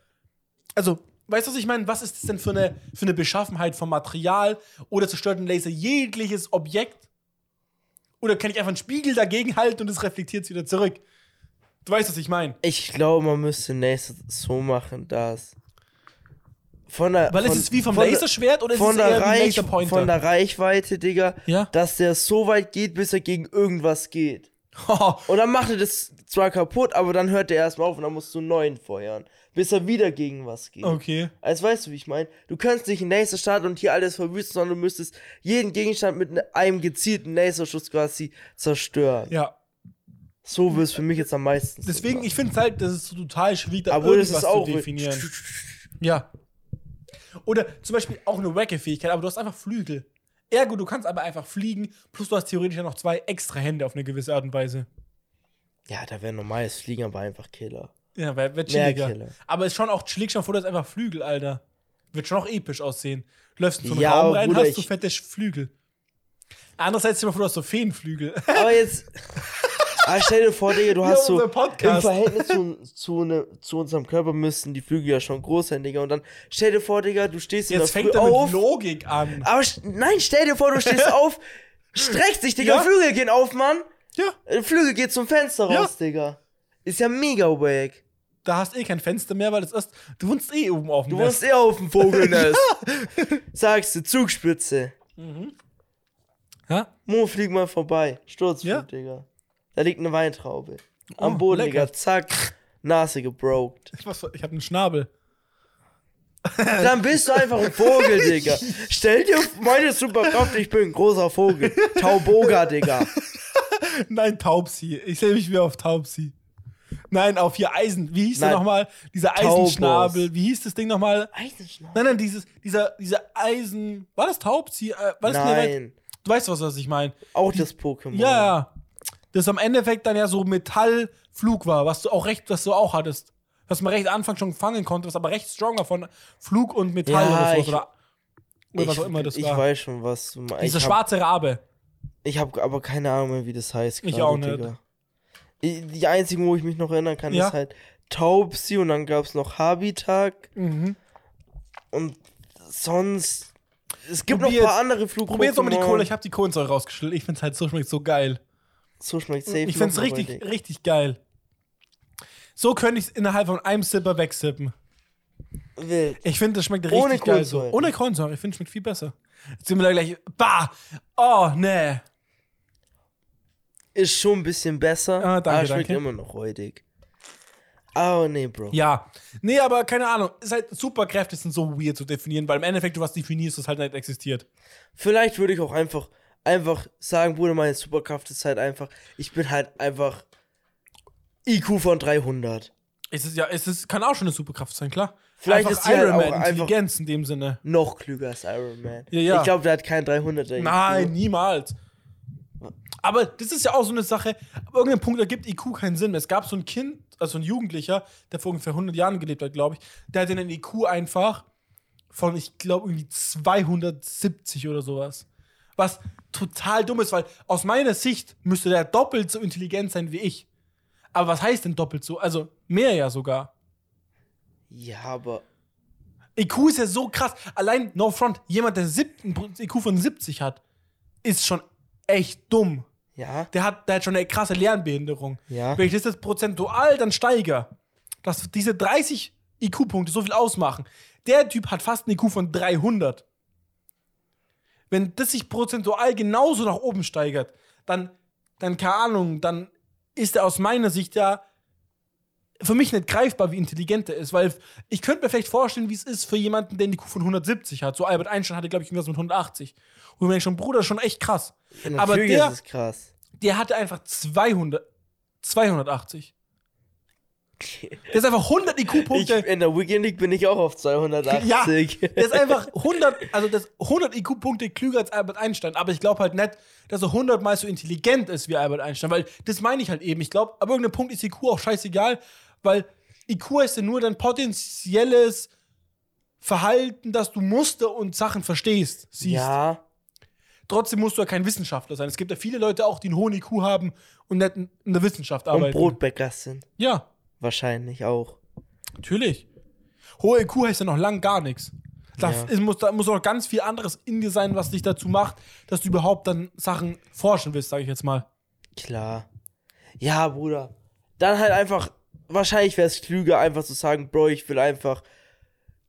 Also, weißt du, was ich meine? Was ist das denn für eine, für eine Beschaffenheit von Material? Oder zerstört ein Laser jegliches Objekt? Oder kann ich einfach einen Spiegel dagegen halten und es reflektiert es wieder zurück? Du weißt, was ich meine. Ich glaube, man müsste nächstes so machen, dass von der Weil von, es ist wie vom von der- Laserschwert oder ist von es der, eher wie ein Reich, Laserpointer? von der Reichweite, Digga, Ja. dass der so weit geht, bis er gegen irgendwas geht. Und dann macht er das zwar kaputt, aber dann hört er erstmal auf und dann musst du einen neuen feuern, bis er wieder gegen was geht. okay. Also weißt du, wie ich meine? Du kannst nicht einen Laser starten und hier alles verwüsten, sondern du müsstest jeden Gegenstand mit ne- einem gezielten Laserschuss quasi zerstören. Ja, So wird es für mich jetzt am meisten. Sinn Deswegen, machen. ich finde es halt, das ist so total schwierig, da Obwohl, das irgendwas ist auch zu definieren. Ja. Oder zum Beispiel auch eine wacke Fähigkeit, aber du hast einfach Flügel. Ergo, du kannst aber einfach fliegen, plus du hast theoretisch ja noch zwei extra Hände auf eine gewisse Art und Weise. Ja, da wäre normales Fliegen aber einfach Killer. Ja, wäre wär Mehr chilliger. Killer. Aber ist schon auch chillig, schon vor, du hast einfach Flügel, Alter. Wird schon auch episch aussehen. Du läufst in so einen Ja, Raum aber rein, Bruder, hast du ich- fette Flügel. Andererseits, stell dir mal vor, du hast so Feenflügel. Aber jetzt. ah, stell dir vor, Digga, du Ja, hast so. unser Podcast. Im Verhältnis zu, zu, ne, zu unserem Körper müssten die Flügel ja schon groß sein, Digga. Und dann stell dir vor, Digga, du stehst in Jetzt der fängt Früh er mit auf. Logik an. Aber st- nein, stell dir vor, du stehst auf, streckst dich, Digga, Ja. Flügel gehen auf, Mann. Ja, Äh, Flügel geht zum Fenster Ja. raus, Digga. Ist ja mega wack. da hast eh kein Fenster mehr, weil das ist. Du wohnst eh oben auf dem Du Nest. wohnst eh auf dem Vogelnest. Sagst du, Zugspitze. Ja? Mo, flieg mal vorbei. Sturzflug, Ja. Digga. Da liegt eine Weintraube. Am Oh, Boden, lecker. Digga. Zack. Nase gebroked. Was, für- ich habe einen Schnabel. Dann bist du einfach ein Vogel, Digga. Stell dir meine Superkraft, ich bin ein großer Vogel. Tauboga, Digga. Nein, Taubsi. Ich sehe mich wieder auf Taubsi. Nein, auf hier Eisen. Wie hieß der Nein. nochmal? Dieser Taubos. Eisenschnabel. Wie hieß das Ding nochmal? Eisenschnabel. Nein, nein, dieses, dieser, dieser Eisen. War das Taubsi? Äh, War das Nee, Nein. Du weißt was, was ich meine. Auch das Pokémon. Ja, ja. Das am Endeffekt dann ja so Metallflug war, was du auch recht, was du auch hattest. Was man recht Anfang schon fangen konnte, was aber recht stronger von Flug und Metall Ja, oder so. ich- oder oder was ich, auch immer das ich war. weiß schon, was du meinst. Dieser Ich hab, schwarze Rabe. ich hab aber keine Ahnung mehr, wie das heißt. Ich gerade, auch nicht. Digga. I- Die einzigen, wo ich mich noch erinnern kann, Ja. ist halt Taubsi und dann gab's noch Habitag Mhm. und sonst. Es gibt Probier noch ein paar jetzt- andere Flug. Probier jetzt nochmal die Kohle. Ich habe die Kohlensäure rausgeschüttelt. Ich find's halt so schmeckt so geil. So schmeckt safe. Ich find's noch mal, richtig, Digga. richtig geil. So könnte ich's innerhalb von einem Sipper wegsippen. Wild. Ich finde, das schmeckt richtig Ohne geil so. Kohlensäure. Ohne Kohlensäure. Ich finde, schmeckt viel besser. Jetzt sind wir da gleich. Bah! Oh, nee. Ist schon ein bisschen besser. Ah, danke, aber schmeckt danke. immer noch räudig. Aber nee, Bro. Ja. Nee, aber keine Ahnung. Ist halt Superkräfte sind so weird zu definieren, weil im Endeffekt du was definierst, das halt nicht existiert. Vielleicht würde ich auch einfach, einfach sagen, Bruder, meine Superkraft ist halt einfach, ich bin halt einfach IQ von 300. Es ist ja, es ist, kann auch schon eine Superkraft sein, klar. Vielleicht einfach ist sie halt auch einfach- Intelligenz in dem Sinne. Noch klüger als Iron Man. Ja, ja. Ich glaube, der hat E keinen 300er. Nein, IQ. niemals. Aber das ist ja auch so eine Sache, ab irgendeinem Punkt ergibt IQ keinen Sinn mehr. Es gab so ein Kind, also ein Jugendlicher, der vor ungefähr 100 Jahren gelebt hat, glaube ich, der hatte einen IQ einfach von, ich glaube, irgendwie 270 oder sowas. Was total dumm ist, weil aus meiner Sicht müsste der doppelt so intelligent sein wie ich. Aber was heißt denn doppelt so? Also mehr ja sogar. Ja, aber. IQ ist ja so krass. Allein No Front, jemand, der sieb- ein IQ von 70 hat, ist schon echt dumm. Ja. Der hat, der hat schon eine krasse Lernbehinderung. Ja. Wenn ich das jetzt prozentual dann steigere, dass diese 30 IQ-Punkte so viel ausmachen, der Typ hat fast einen IQ von 300. Wenn das sich prozentual genauso nach oben steigert, dann, dann keine Ahnung, dann ist er aus meiner Sicht ja für mich nicht greifbar, wie intelligent er ist, weil ich könnte mir vielleicht vorstellen, wie es ist für jemanden, der eine IQ von 170 hat. So Albert Einstein hatte, glaube ich, irgendwas mit 180. Und ich denke schon, Bruder, schon echt krass. Natürlich Aber der, ist es krass. der hatte einfach 200, 280. Der ist einfach 100 Ich, IQ-Punkte. in der Weekend League bin ich auch auf 280. Der ist einfach 100, also das 100 IQ-Punkte klüger als Albert Einstein. Aber ich glaube halt nicht, dass er 100 mal so intelligent ist wie Albert Einstein, weil das meine ich halt eben. Ich glaube, ab irgendeinem Punkt ist IQ auch scheißegal, weil IQ heißt ja nur dein potenzielles Verhalten, dass du Muster und Sachen verstehst, siehst. ja. Trotzdem musst du ja kein Wissenschaftler sein. Es gibt ja viele Leute auch, die einen hohen IQ haben und nicht in in der Wissenschaft Und arbeiten. Brotbäcker sind. Ja. Wahrscheinlich auch. Natürlich. Hohe IQ heißt ja noch lang gar nichts. Da Ja. ist- muss, da muss noch ganz viel anderes in dir sein, was dich dazu macht, dass du überhaupt dann Sachen forschen willst, sage ich jetzt mal. Klar. Ja, Bruder. Dann halt einfach, wahrscheinlich wäre es klüger, einfach zu sagen, Bro, ich will einfach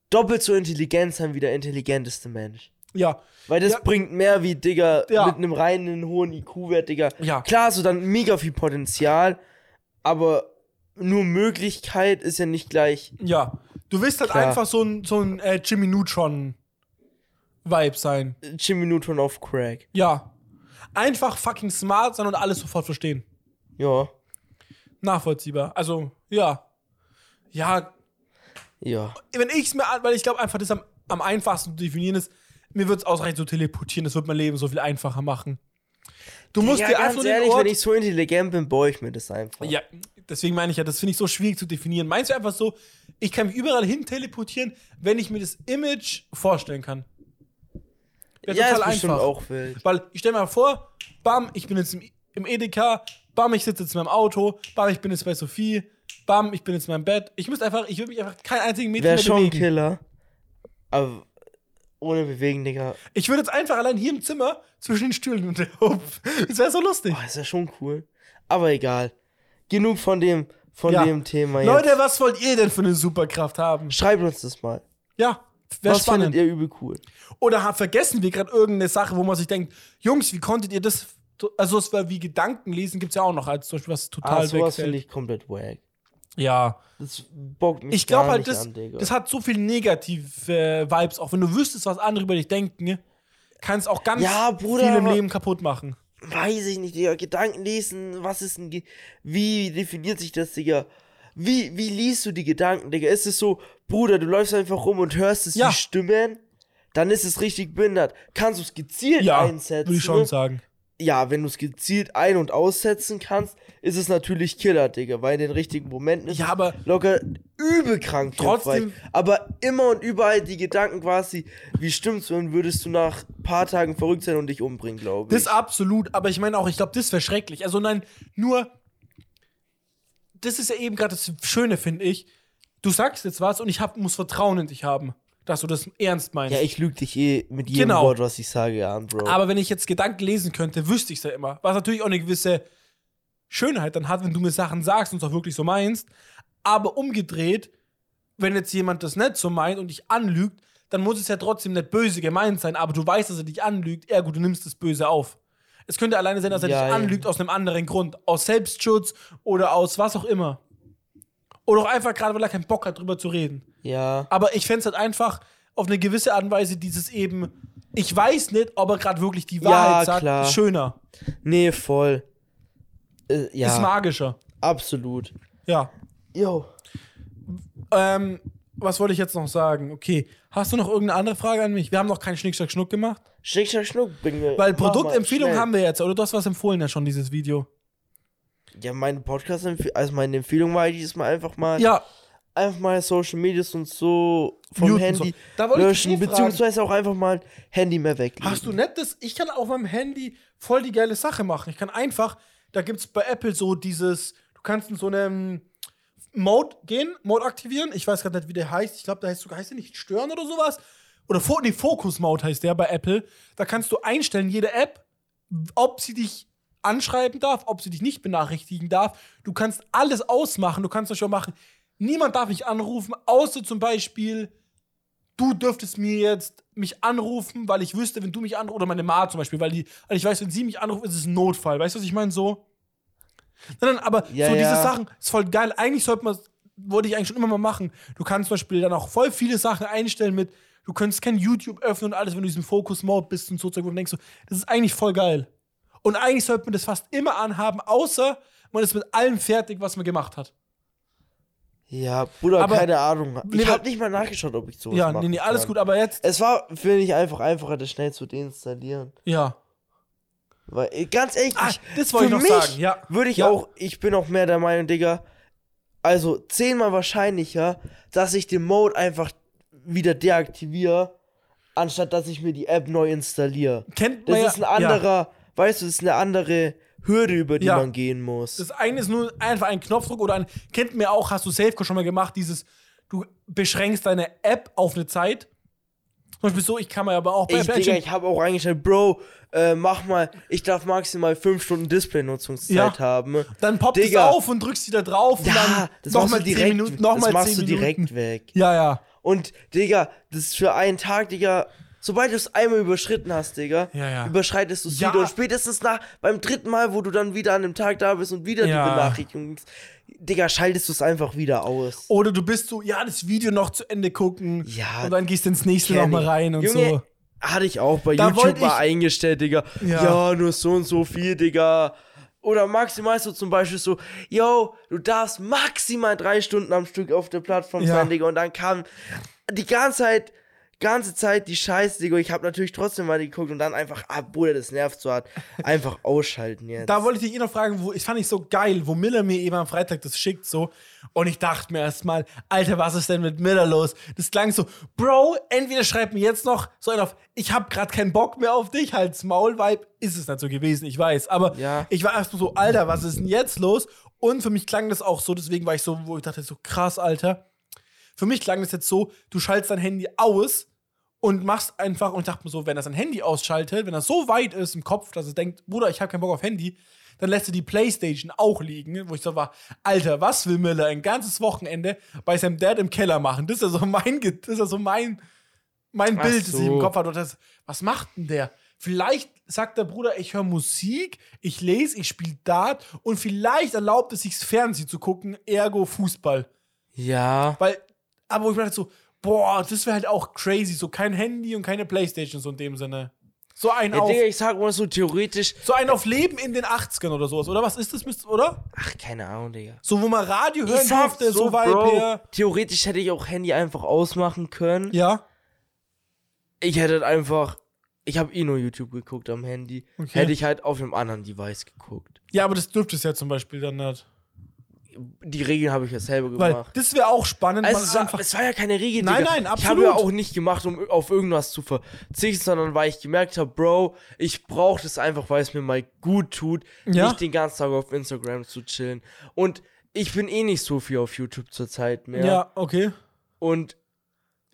doppelt so intelligent sein wie der intelligenteste Mensch. Ja, Weil das Ja. bringt mehr wie, Digga, Ja. mit einem reinen hohen IQ-Wert, Digga. Ja. Klar, so dann mega viel Potenzial, aber nur Möglichkeit ist ja nicht gleich. ja. Du willst halt Klar. einfach so ein, so ein äh, Jimmy Neutron-Vibe sein. Jimmy Neutron auf Crack. Ja. Einfach fucking smart sein und alles sofort verstehen. Ja. Nachvollziehbar. Also, ja. Ja, Ja. wenn ich es mir, an- weil ich glaube einfach, das am, am einfachsten zu definieren ist, mir wird es ausreichen zu teleportieren, das wird mein Leben so viel einfacher machen. Du musst ja, dir einfach ganz nur ehrlich, den Ort, wenn ich so intelligent bin, baue ich mir das einfach. ja, deswegen meine ich ja, das finde ich so schwierig zu definieren. Meinst du einfach so, ich kann mich überall hin teleportieren, wenn ich mir das Image vorstellen kann? Wär ja ist bestimmt auch wild. Weil ich stelle mir vor, bam, ich bin jetzt im, im Edeka, bam, ich sitze jetzt in meinem Auto, bam, ich bin jetzt bei Sophie, bam, ich bin jetzt in meinem Bett. Ich müsste einfach, ich würde mich einfach keinen einzigen Meter Wäre mehr schon ein bewegen. Killer. Aber ohne bewegen, Digga. Ich würde jetzt einfach allein hier im Zimmer zwischen den Stühlen und der Hupf. Das wäre so lustig. Boah, Ah, ist ja schon cool. Aber egal. Genug von dem, von Ja. dem Thema Leute, jetzt. was wollt ihr denn für eine Superkraft haben? Schreibt uns das mal. Ja, wäre Was spannend. fandet ihr übel cool? Oder ha- vergessen wir gerade irgendeine Sache, wo man sich denkt, Jungs, wie konntet ihr das? Also es war wie Gedanken lesen, gibt es ja auch noch, als zum Beispiel was total Ah, sowas wegfällt. finde ich komplett wack. Ja. Das bockt mich Ich glaube gar halt, nicht das, an, Digga. das hat so viel negative äh, Vibes, auch wenn du wüsstest, was andere über dich denken, ne? kann es auch ganz Ja, Bruder, viel im aber- Leben kaputt machen. Weiß ich nicht, Digga. Gedanken lesen, was ist ein... Ge wie definiert sich das, Digga? Wie, wie liest du die Gedanken, Digga? Ist es so, Bruder, du läufst einfach rum und hörst es Ja. wie Stimmen? Dann ist es richtig behindert. Kannst du es gezielt Ja, einsetzen? würde ich schon sagen. ja, wenn du es gezielt ein- und aussetzen kannst, ist es natürlich Killer, Digga, weil in den richtigen Momenten ist Ja, es aber- locker übel krank Trotzdem- hilfreich. Aber immer und überall die Gedanken quasi, wie stimmt's, wenn würdest du nach paar Tagen verrückt sein und dich umbringen, glaube ich. Das absolut, aber ich meine auch, ich glaube, das wäre schrecklich. Also nein, nur, das ist ja eben gerade das Schöne, finde ich. Du sagst jetzt was und ich hab, muss Vertrauen in dich haben, dass du das ernst meinst. ja, ich lüge dich eh mit jedem Genau. Wort, was ich sage, an, Bro. aber wenn ich jetzt Gedanken lesen könnte, wüsste ich es ja immer. Was natürlich auch eine gewisse Schönheit dann hat, wenn du mir Sachen sagst und es auch wirklich so meinst. Aber umgedreht, wenn jetzt jemand das nicht so meint und dich anlügt, dann muss es ja trotzdem nicht böse gemeint sein, aber du weißt, dass er dich anlügt, ergo du nimmst das Böse auf. Es könnte alleine sein, dass er Ja, dich ja. anlügt aus einem anderen Grund. Aus Selbstschutz oder aus was auch immer. Oder auch einfach gerade, weil er keinen Bock hat, drüber zu reden. ja, Aber ich fände es halt einfach auf eine gewisse Art und Weise dieses eben, ich weiß nicht, ob er gerade wirklich die Ja, Wahrheit sagt, klar. ist schöner, nee, voll. Äh, ist ja, magischer. absolut. Ja. Yo. Ähm, was wollte ich jetzt noch sagen? Okay, hast du noch irgendeine andere Frage an mich? Wir haben noch keinen Schnickschnack Schnuck gemacht. Schnick, schnack, schnuck. bring mir- Weil mach mal Produktempfehlung schnell. haben wir jetzt, oder du hast was empfohlen ja schon, dieses Video. Ja, meine Podcast-Empfehlung, also meine Empfehlung war dieses Mal einfach mal. Ja, einfach mal Social Medias und so vom Muten, Handy so. Da wollte ich dich löschen, eh fragen. beziehungsweise auch einfach mal Handy mehr weglegen. Hast du nicht das? Ich kann auf meinem Handy voll die geile Sache machen. Ich kann einfach, da gibt es bei Apple so dieses, du kannst in so einem Mode gehen, Mode aktivieren. Ich weiß gerade nicht, wie der heißt. Ich glaube, da heißt, sogar- heißt der nicht stören oder sowas. Oder Fo nee, Focus Mode heißt der bei Apple. Da kannst du einstellen, jede App, ob sie dich anschreiben darf, ob sie dich nicht benachrichtigen darf. Du kannst alles ausmachen. Du kannst das schon machen. Niemand darf mich anrufen, außer zum Beispiel du dürftest mir jetzt mich anrufen, weil ich wüsste, wenn du mich anrufst, oder meine Ma zum Beispiel, weil, die, weil ich weiß, wenn sie mich anruft, ist es ein Notfall. Weißt du, was ich meine? So. Nein, nein, aber Ja, so diese ja. Sachen ist voll geil. Eigentlich sollte man, wollte ich eigentlich schon immer mal machen. Du kannst zum Beispiel dann auch voll viele Sachen einstellen mit, du könntest kein YouTube öffnen und alles, wenn du diesen Focus-Mode bist und so Zeug, wo du denkst, so, das ist eigentlich voll geil. Und eigentlich sollte man das fast immer anhaben, außer man ist mit allem fertig, was man gemacht hat. Ja, Bruder, Aber- keine Ahnung. Ich Nee, hab weil- nicht mal nachgeschaut, ob ich sowas ja, machen nee, nee, alles kann. gut, aber jetzt, Es war, finde ich, einfach einfacher, das schnell zu deinstallieren. ja. Weil, äh, ganz ehrlich, Ah, ich, das wollte ich noch für mich sagen, ja. Würde ich Ja. auch, ich bin auch mehr der Meinung, Digga, also zehnmal wahrscheinlicher, dass ich den Mode einfach wieder deaktiviere, anstatt dass ich mir die App neu installiere. Kennt Das man ist ein ja, ja. anderer, weißt du, das ist eine andere Hürde, über die Ja. man gehen muss. Das eine ist nur einfach ein Knopfdruck oder ein, kennt mir auch, hast du Safeco schon mal gemacht, dieses, du beschränkst deine App auf eine Zeit. Zum Beispiel so, ich kann mir aber auch bei ich, Apple Digga, einstellen, ich habe auch eingestellt, Bro, äh, mach mal, ich darf maximal 5 Stunden Display-Nutzungszeit Ja. haben. dann poppt es Digga. auf und drückst wieder drauf und Ja, dann das machst nochmal du 10 direkt, Minuten, das nochmal 10 machst Minuten. du direkt weg. Ja, ja. Und, Digga, das ist für einen Tag, Digga, sobald du es einmal überschritten hast, Digga, Ja, ja. überschreitest du es Ja. wieder. Und spätestens nach, beim dritten Mal, wo du dann wieder an dem Tag da bist und wieder Ja. die Benachrichtigung, kriegst, Digga, schaltest du es einfach wieder aus. Oder du bist so, ja, das Video noch zu Ende gucken Ja, und dann gehst du ins nächste Kenn nochmal ich. rein und Junge, so. Hatte ich auch bei Da wollt YouTube mal ich- eingestellt, Digga. Ja. Ja. nur so und so viel, Digga. Oder maximal so zum Beispiel so, yo, du darfst maximal drei Stunden am Stück auf der Plattform Ja. sein, Digga. Und dann kam die ganze Zeit, ganze Zeit die Scheiße, Digga. Ich habe natürlich trotzdem mal geguckt und dann einfach, ah, Bruder, das nervt so hart. Einfach ausschalten jetzt. Da wollte ich dich eh noch fragen, wo, ich fand ich so geil, wo Miller mir eben am Freitag das schickt so. Und ich dachte mir erstmal, Alter, was ist denn mit Miller los? Das klang so, Bro, entweder schreibt mir jetzt noch so ein auf, ich hab grad keinen Bock mehr auf dich, halt's Maul, Vibe. Ist es nicht so gewesen, ich weiß. Aber Ja. ich war erstmal so, Alter, was ist denn jetzt los? Und für mich klang das auch so, deswegen war ich so, wo ich dachte, so krass, Alter. Für mich klang das jetzt so, du schaltest dein Handy aus und machst einfach, und ich dachte mir so, wenn er sein Handy ausschaltet, wenn er so weit ist im Kopf, dass er denkt, Bruder, ich habe keinen Bock auf Handy, dann lässt er die Playstation auch liegen, wo ich so war, Alter, was will Miller ein ganzes Wochenende bei seinem Dad im Keller machen? Das ist ja so mein, Ge- das ist ja so mein, mein Ach Bild, das ich im so. Kopf hatte. Und das, was macht denn der? Vielleicht sagt der Bruder, ich höre Musik, ich lese, ich spiele Dart und vielleicht erlaubt es sich, Fernsehen zu gucken, ergo Fußball. ja. Weil, aber wo ich mir dachte so, boah, das wäre halt auch crazy, so kein Handy und keine Playstation so in dem Sinne. So ein Ja, auf, Digga, ich sag mal so theoretisch, so ein auf Leben in den 80ern oder sowas, oder? Was ist das, müsst- oder? ach, keine Ahnung, Digga. So, wo man Radio hören Ich sag durfte, so, weit her. theoretisch hätte ich auch Handy einfach ausmachen können. Ja. ich hätte halt einfach, ich habe eh nur YouTube geguckt am Handy, Okay. hätte ich halt auf einem anderen Device geguckt. Ja, aber das dürfte es ja zum Beispiel dann nicht. Die Regeln habe ich ja selber Weil gemacht. das wäre auch spannend, Also man es war, einfach. es war ja keine Regel, Nein, Digga. nein, absolut. Ich habe ja auch nicht gemacht, um auf irgendwas zu verzichten, sondern weil ich gemerkt habe, Bro, ich brauche das einfach, weil es mir mal gut tut, Ja. nicht den ganzen Tag auf Instagram zu chillen. Und ich bin eh nicht so viel auf YouTube zurzeit mehr. Ja, okay. Und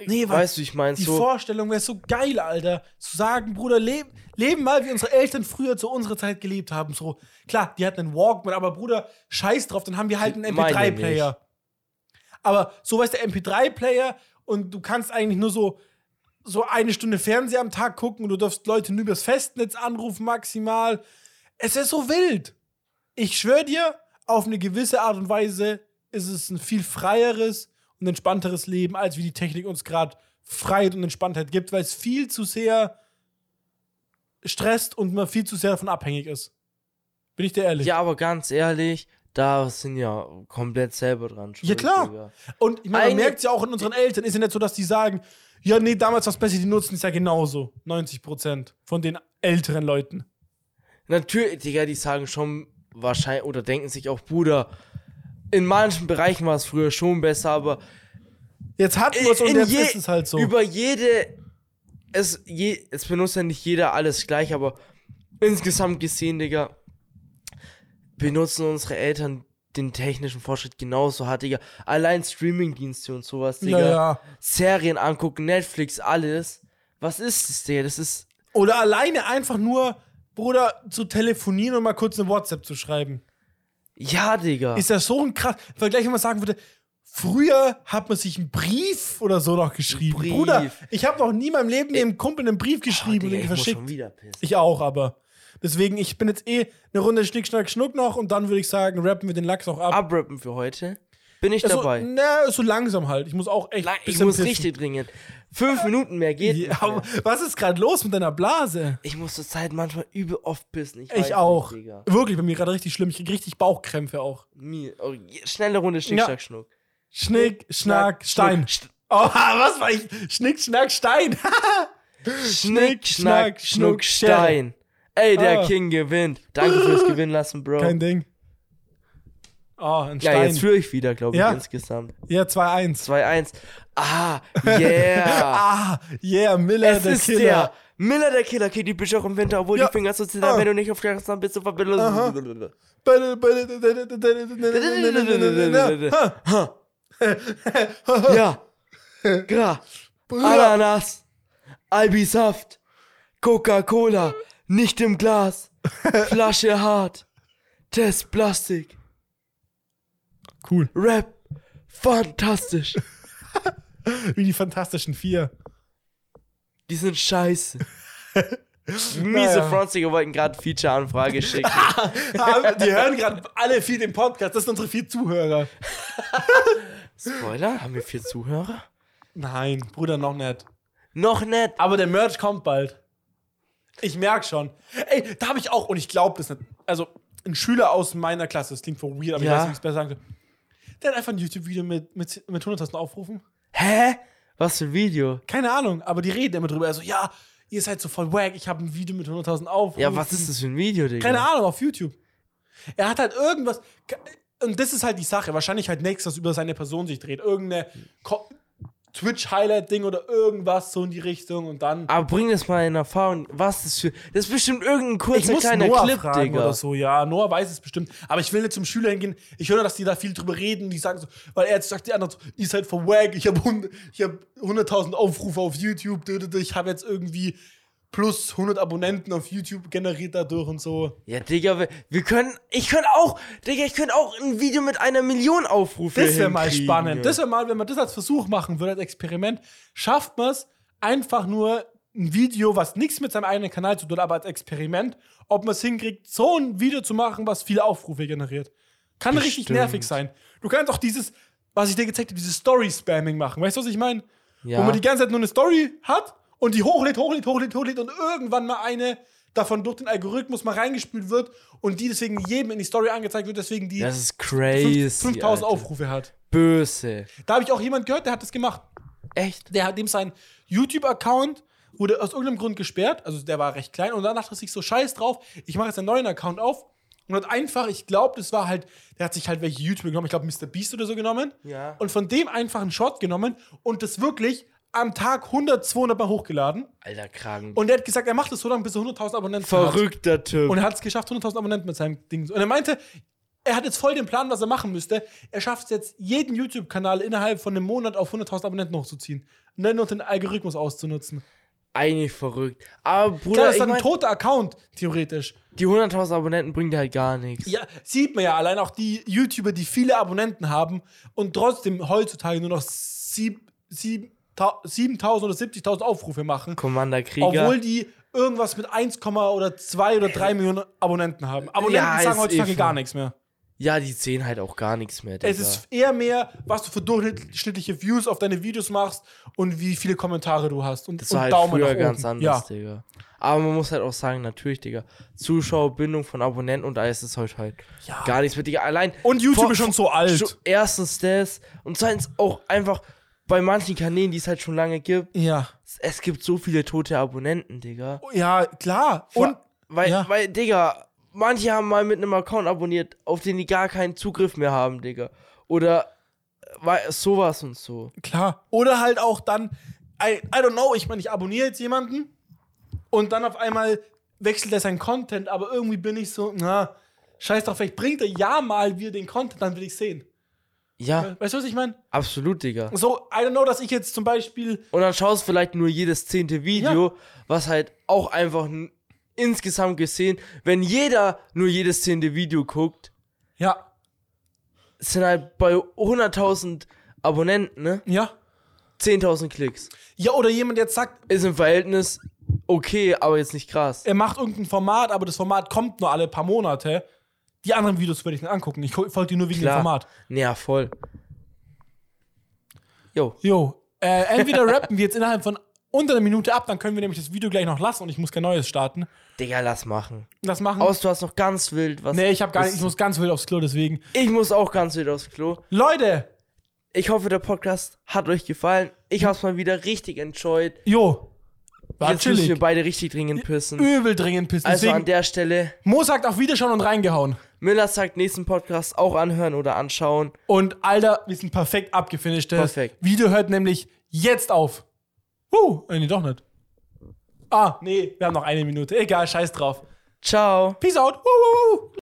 Nee, weil weißt du, ich meine die so. Vorstellung wäre so geil, Alter. Zu sagen, Bruder, leb, leben mal, wie unsere Eltern früher zu unserer Zeit gelebt haben. So, klar, die hatten einen Walkman, aber Bruder, scheiß drauf, dann haben wir halt einen Meine MP3-Player. Aber so weißt der MP3-Player und du kannst eigentlich nur so, so eine Stunde Fernseher am Tag gucken und du darfst Leute nur übers Festnetz anrufen, maximal. Es ist so wild. Ich schwöre dir, auf eine gewisse Art und Weise ist es ein viel freieres und entspannteres Leben, als wie die Technik uns gerade Freiheit und Entspanntheit gibt, weil es viel zu sehr stresst und man viel zu sehr davon abhängig ist. Bin ich dir ehrlich? Ja, aber ganz ehrlich, da sind ja komplett selber dran schuld. klar. Digga. Und ich meine, man Eine- merkt ja auch in unseren Eltern, ist ja nicht so, dass die sagen, ja, nee, damals war es besser, die nutzen es ja genauso. 90 Prozent von den älteren Leuten. Natürlich, Digga, die sagen schon wahrscheinlich oder denken sich auch, Bruder, in manchen Bereichen war es früher schon besser, aber Jetzt hat man es und in jetzt je- ist es halt so. über jede es je, es benutzt ja nicht jeder alles gleich, aber insgesamt gesehen, Digga, benutzen unsere Eltern den technischen Fortschritt genauso hart, Digga. Allein Streamingdienste und sowas, Digga. Ja, ja. Serien angucken, Netflix, alles. Was ist das, Digga? Das ist Oder alleine einfach nur, Bruder, zu telefonieren und mal kurz eine WhatsApp zu schreiben. ja, Digga. Ist das so ein krass. Im Vergleich, wenn man sagen würde, früher hat man sich einen Brief oder so noch geschrieben. Brief. Ah, Bruder, ich habe noch nie in meinem Leben dem Kumpel einen Brief geschrieben Digga, und ihn ich muss schon verschickt. wieder pissen. Ich auch, aber. Deswegen, ich bin jetzt eh eine Runde Schnick, Schnack, Schnuck noch und dann würde ich sagen, rappen wir den Lachs auch ab. Abrappen für heute. Bin ich Also, dabei. Na, so langsam halt. Ich muss auch echt. Nein, ich bisschen muss pissen. richtig dringend. Fünf Minuten mehr geht. Ja, nicht mehr. aber was ist gerade los mit deiner Blase? Ich muss zur Zeit manchmal übel oft pissen. Ich, weiß Ich auch. Nicht, Digga. Wirklich, bei mir gerade richtig schlimm. Ich krieg richtig Bauchkrämpfe auch. Mir, oh, je- schnelle Runde Schnick, Ja. Schnack, Schnuck. Schnick, Schnack, Stein. Schnuck, Oh, was war ich? Schnick, Schnack, Stein. Schnick, Schnack, Schnuck, Stein. Ey, der Ah. King gewinnt. Danke fürs Gewinnen lassen, Bro. Kein Ding. Oh, ein ja, Stein. jetzt führe ich wieder, glaube ich, Ja. insgesamt. Ja, 2-1. 2-1. Ah, yeah. Ah, yeah, Miller, es der ist Killer. der Miller der Killer, okay, die Bücher auch im Winter, obwohl Ja. die Finger so zittern, Ah. wenn du nicht auf der Straße bist, du verbindest. Ha, Ja. Gra. Ananas. Albi-Saft. Coca-Cola. Nicht im Glas. Flasche hart. Test Plastik. Cool. Rap. Fantastisch. Wie die Fantastischen Vier. Die sind scheiße. Miese Naja. Franziger wollten gerade Feature-Anfrage schicken. Ah, Die hören gerade alle viel den Podcast. Das sind unsere vier Zuhörer. Spoiler, haben wir vier Zuhörer? Nein, Bruder, noch nicht. Noch nicht. Aber der Merch kommt bald. Ich merke schon. Ey, da habe ich auch, und ich glaube das nicht. Also, ein Schüler aus meiner Klasse, das klingt voll weird, aber Ja. ich weiß nicht, wie ich es besser sagen soll. Der hat einfach ein YouTube-Video mit, mit, mit 100.000 Aufrufen. Hä? Was für ein Video? Keine Ahnung, aber die reden immer drüber. Also, ja, ihr seid so voll wack, ich habe ein Video mit 100.000 Aufrufen. Ja, was ist das für ein Video, Digga? Keine Ahnung, auf YouTube. Er hat halt irgendwas. Und das ist halt die Sache. Wahrscheinlich halt nichts, was über seine Person sich dreht. Irgendeine Ko- Twitch-Highlight-Ding oder irgendwas so in die Richtung und dann. Aber bring das mal in Erfahrung, was das für. Das ist bestimmt irgendein Ich kurzer muss kleiner Noah Clip, fragen Digga. oder so. Ja, Noah weiß es bestimmt. Aber ich will nicht zum Schüler hingehen. Ich höre, dass die da viel drüber reden. Die sagen so, weil er jetzt sagt, die anderen so, ihr seid voll wack. Ich habe hab 100.000 Aufrufe auf YouTube. Ich habe jetzt irgendwie plus 100 Abonnenten auf YouTube generiert dadurch und so. Ja, Digga, wir, wir können. Ich könnte auch. Digga, ich könnte auch ein Video mit einer Million Aufrufe. Das wäre mal hinkriegen. spannend. Das wäre mal, wenn man das als Versuch machen würde, als Experiment, schafft man es einfach nur ein Video, was nichts mit seinem eigenen Kanal zu tun hat, aber als Experiment, ob man es hinkriegt, so ein Video zu machen, was viele Aufrufe generiert. Kann richtig Bestimmt. nervig sein. Du kannst auch dieses, was ich dir gezeigt habe, dieses Story-Spamming machen. Weißt du, was ich meine? Ja. Wo man die ganze Zeit nur eine Story hat und die hochlädt, hochlädt, hochlädt, hochlädt und irgendwann mal eine davon durch den Algorithmus mal reingespült wird und die deswegen jedem in die Story angezeigt wird, deswegen die Das ist crazy. fünf- 5000 Alter. Aufrufe hat. Böse. Da habe ich auch jemand gehört, der hat das gemacht. Echt? Der hat dem sein YouTube-Account wurde aus irgendeinem Grund gesperrt, also der war recht klein und dann dachte er sich so scheiß drauf, ich mache jetzt einen neuen Account auf und hat einfach, ich glaube, das war halt, der hat sich halt welche YouTuber genommen, ich glaube Mr Beast oder so genommen Ja. und von dem einfach einen Shot genommen und das wirklich am Tag 100, 200 mal hochgeladen Alter Kragen. und der hat gesagt, er macht das so lange, bis er 100.000 Abonnenten hat. Verrückter Typ. Und er hat es geschafft, 100.000 Abonnenten mit seinem Ding. Und er meinte, er hat jetzt voll den Plan, was er machen müsste. Er schafft es jetzt, jeden YouTube-Kanal innerhalb von einem Monat auf 100.000 Abonnenten hochzuziehen. Und dann noch den Algorithmus auszunutzen. Eigentlich verrückt. Aber Klar, Bruder, das ist ich dann ein mein, toter Account, theoretisch. die 100.000 Abonnenten bringen dir halt gar nichts. Ja, sieht man ja allein auch die YouTuber, die viele Abonnenten haben und trotzdem heutzutage nur noch sieb- sieb- ta- 7.000 oder 70.000 Aufrufe machen. Commander Krieger. Obwohl die irgendwas mit 1, oder 2 oder 3 Millionen Abonnenten haben. Abonnenten Ja, ist sagen eh heutzutage viel. gar nichts mehr. ja, die sehen halt auch gar nichts mehr. Digga. Es ist eher mehr, was du für durchschnittliche Views auf deine Videos machst und wie viele Kommentare du hast. Und, Das und war halt Daumen nach früher oben. ganz anders, Ja. Digga. Aber man muss halt auch sagen, natürlich, Digga, Zuschauerbindung von Abonnenten und alles ist heute halt Ja. gar nichts mit, Digga. Allein. Und YouTube vor- ist schon so alt. schon- Erstens das und zweitens auch einfach bei manchen Kanälen, die es halt schon lange gibt, ja. es gibt so viele tote Abonnenten, Digga. Ja, klar. Und Weil, ja. weil, Digga, manche haben mal mit einem Account abonniert, auf den die gar keinen Zugriff mehr haben, Digga. Oder äh, wei- sowas und so. Klar. Oder halt auch dann, I, I don't know, ich meine, ich abonniere jetzt jemanden und dann auf einmal wechselt er seinen Content, aber irgendwie bin ich so, na, scheiß drauf, vielleicht bringt er ja mal wieder den Content, dann will ich sehen. Ja, Weißt du, was ich meine? absolut, Digga. So, I don't know, dass ich jetzt zum Beispiel, Und dann schaust vielleicht nur jedes zehnte Video, was halt auch einfach n- insgesamt gesehen, wenn jeder nur jedes zehnte Video guckt, ja, sind halt bei 100.000 Abonnenten, ne? ja, 10.000 Klicks. ja, oder jemand jetzt sagt, Ist im Verhältnis okay, aber jetzt nicht krass. er macht irgendein Format, aber das Format kommt nur alle paar Monate. Die anderen Videos würde ich nicht angucken. Ich folge die nur wegen Klar. dem Format. Ja, voll. Jo. Jo, äh, entweder rappen wir jetzt innerhalb von unter einer Minute ab, dann können wir nämlich das Video gleich noch lassen und ich muss kein neues starten. Digga, lass machen. Das machen. Aus, du hast noch ganz wild was. nee, ich habe gar nicht, ich muss ganz wild aufs Klo, deswegen. Ich muss auch ganz wild aufs Klo. Leute, Ich hoffe, der Podcast hat euch gefallen. Ich hab's mal wieder richtig enjoyed. jo, war Jetzt müssen chillig. wir beide richtig dringend pissen. Übel dringend pissen. Also an deswegen, der Stelle, Mo sagt auf Wiederschauen und reingehauen. Miller sagt, nächsten Podcast auch anhören oder anschauen. Und Alter, wir sind perfekt abgefinisht. Das Perfekt. Video hört nämlich jetzt auf. Huh, äh, nee, doch nicht. Ah, nee, wir haben noch eine Minute. Egal, scheiß drauf. Ciao. Peace out. Woo, woo, woo.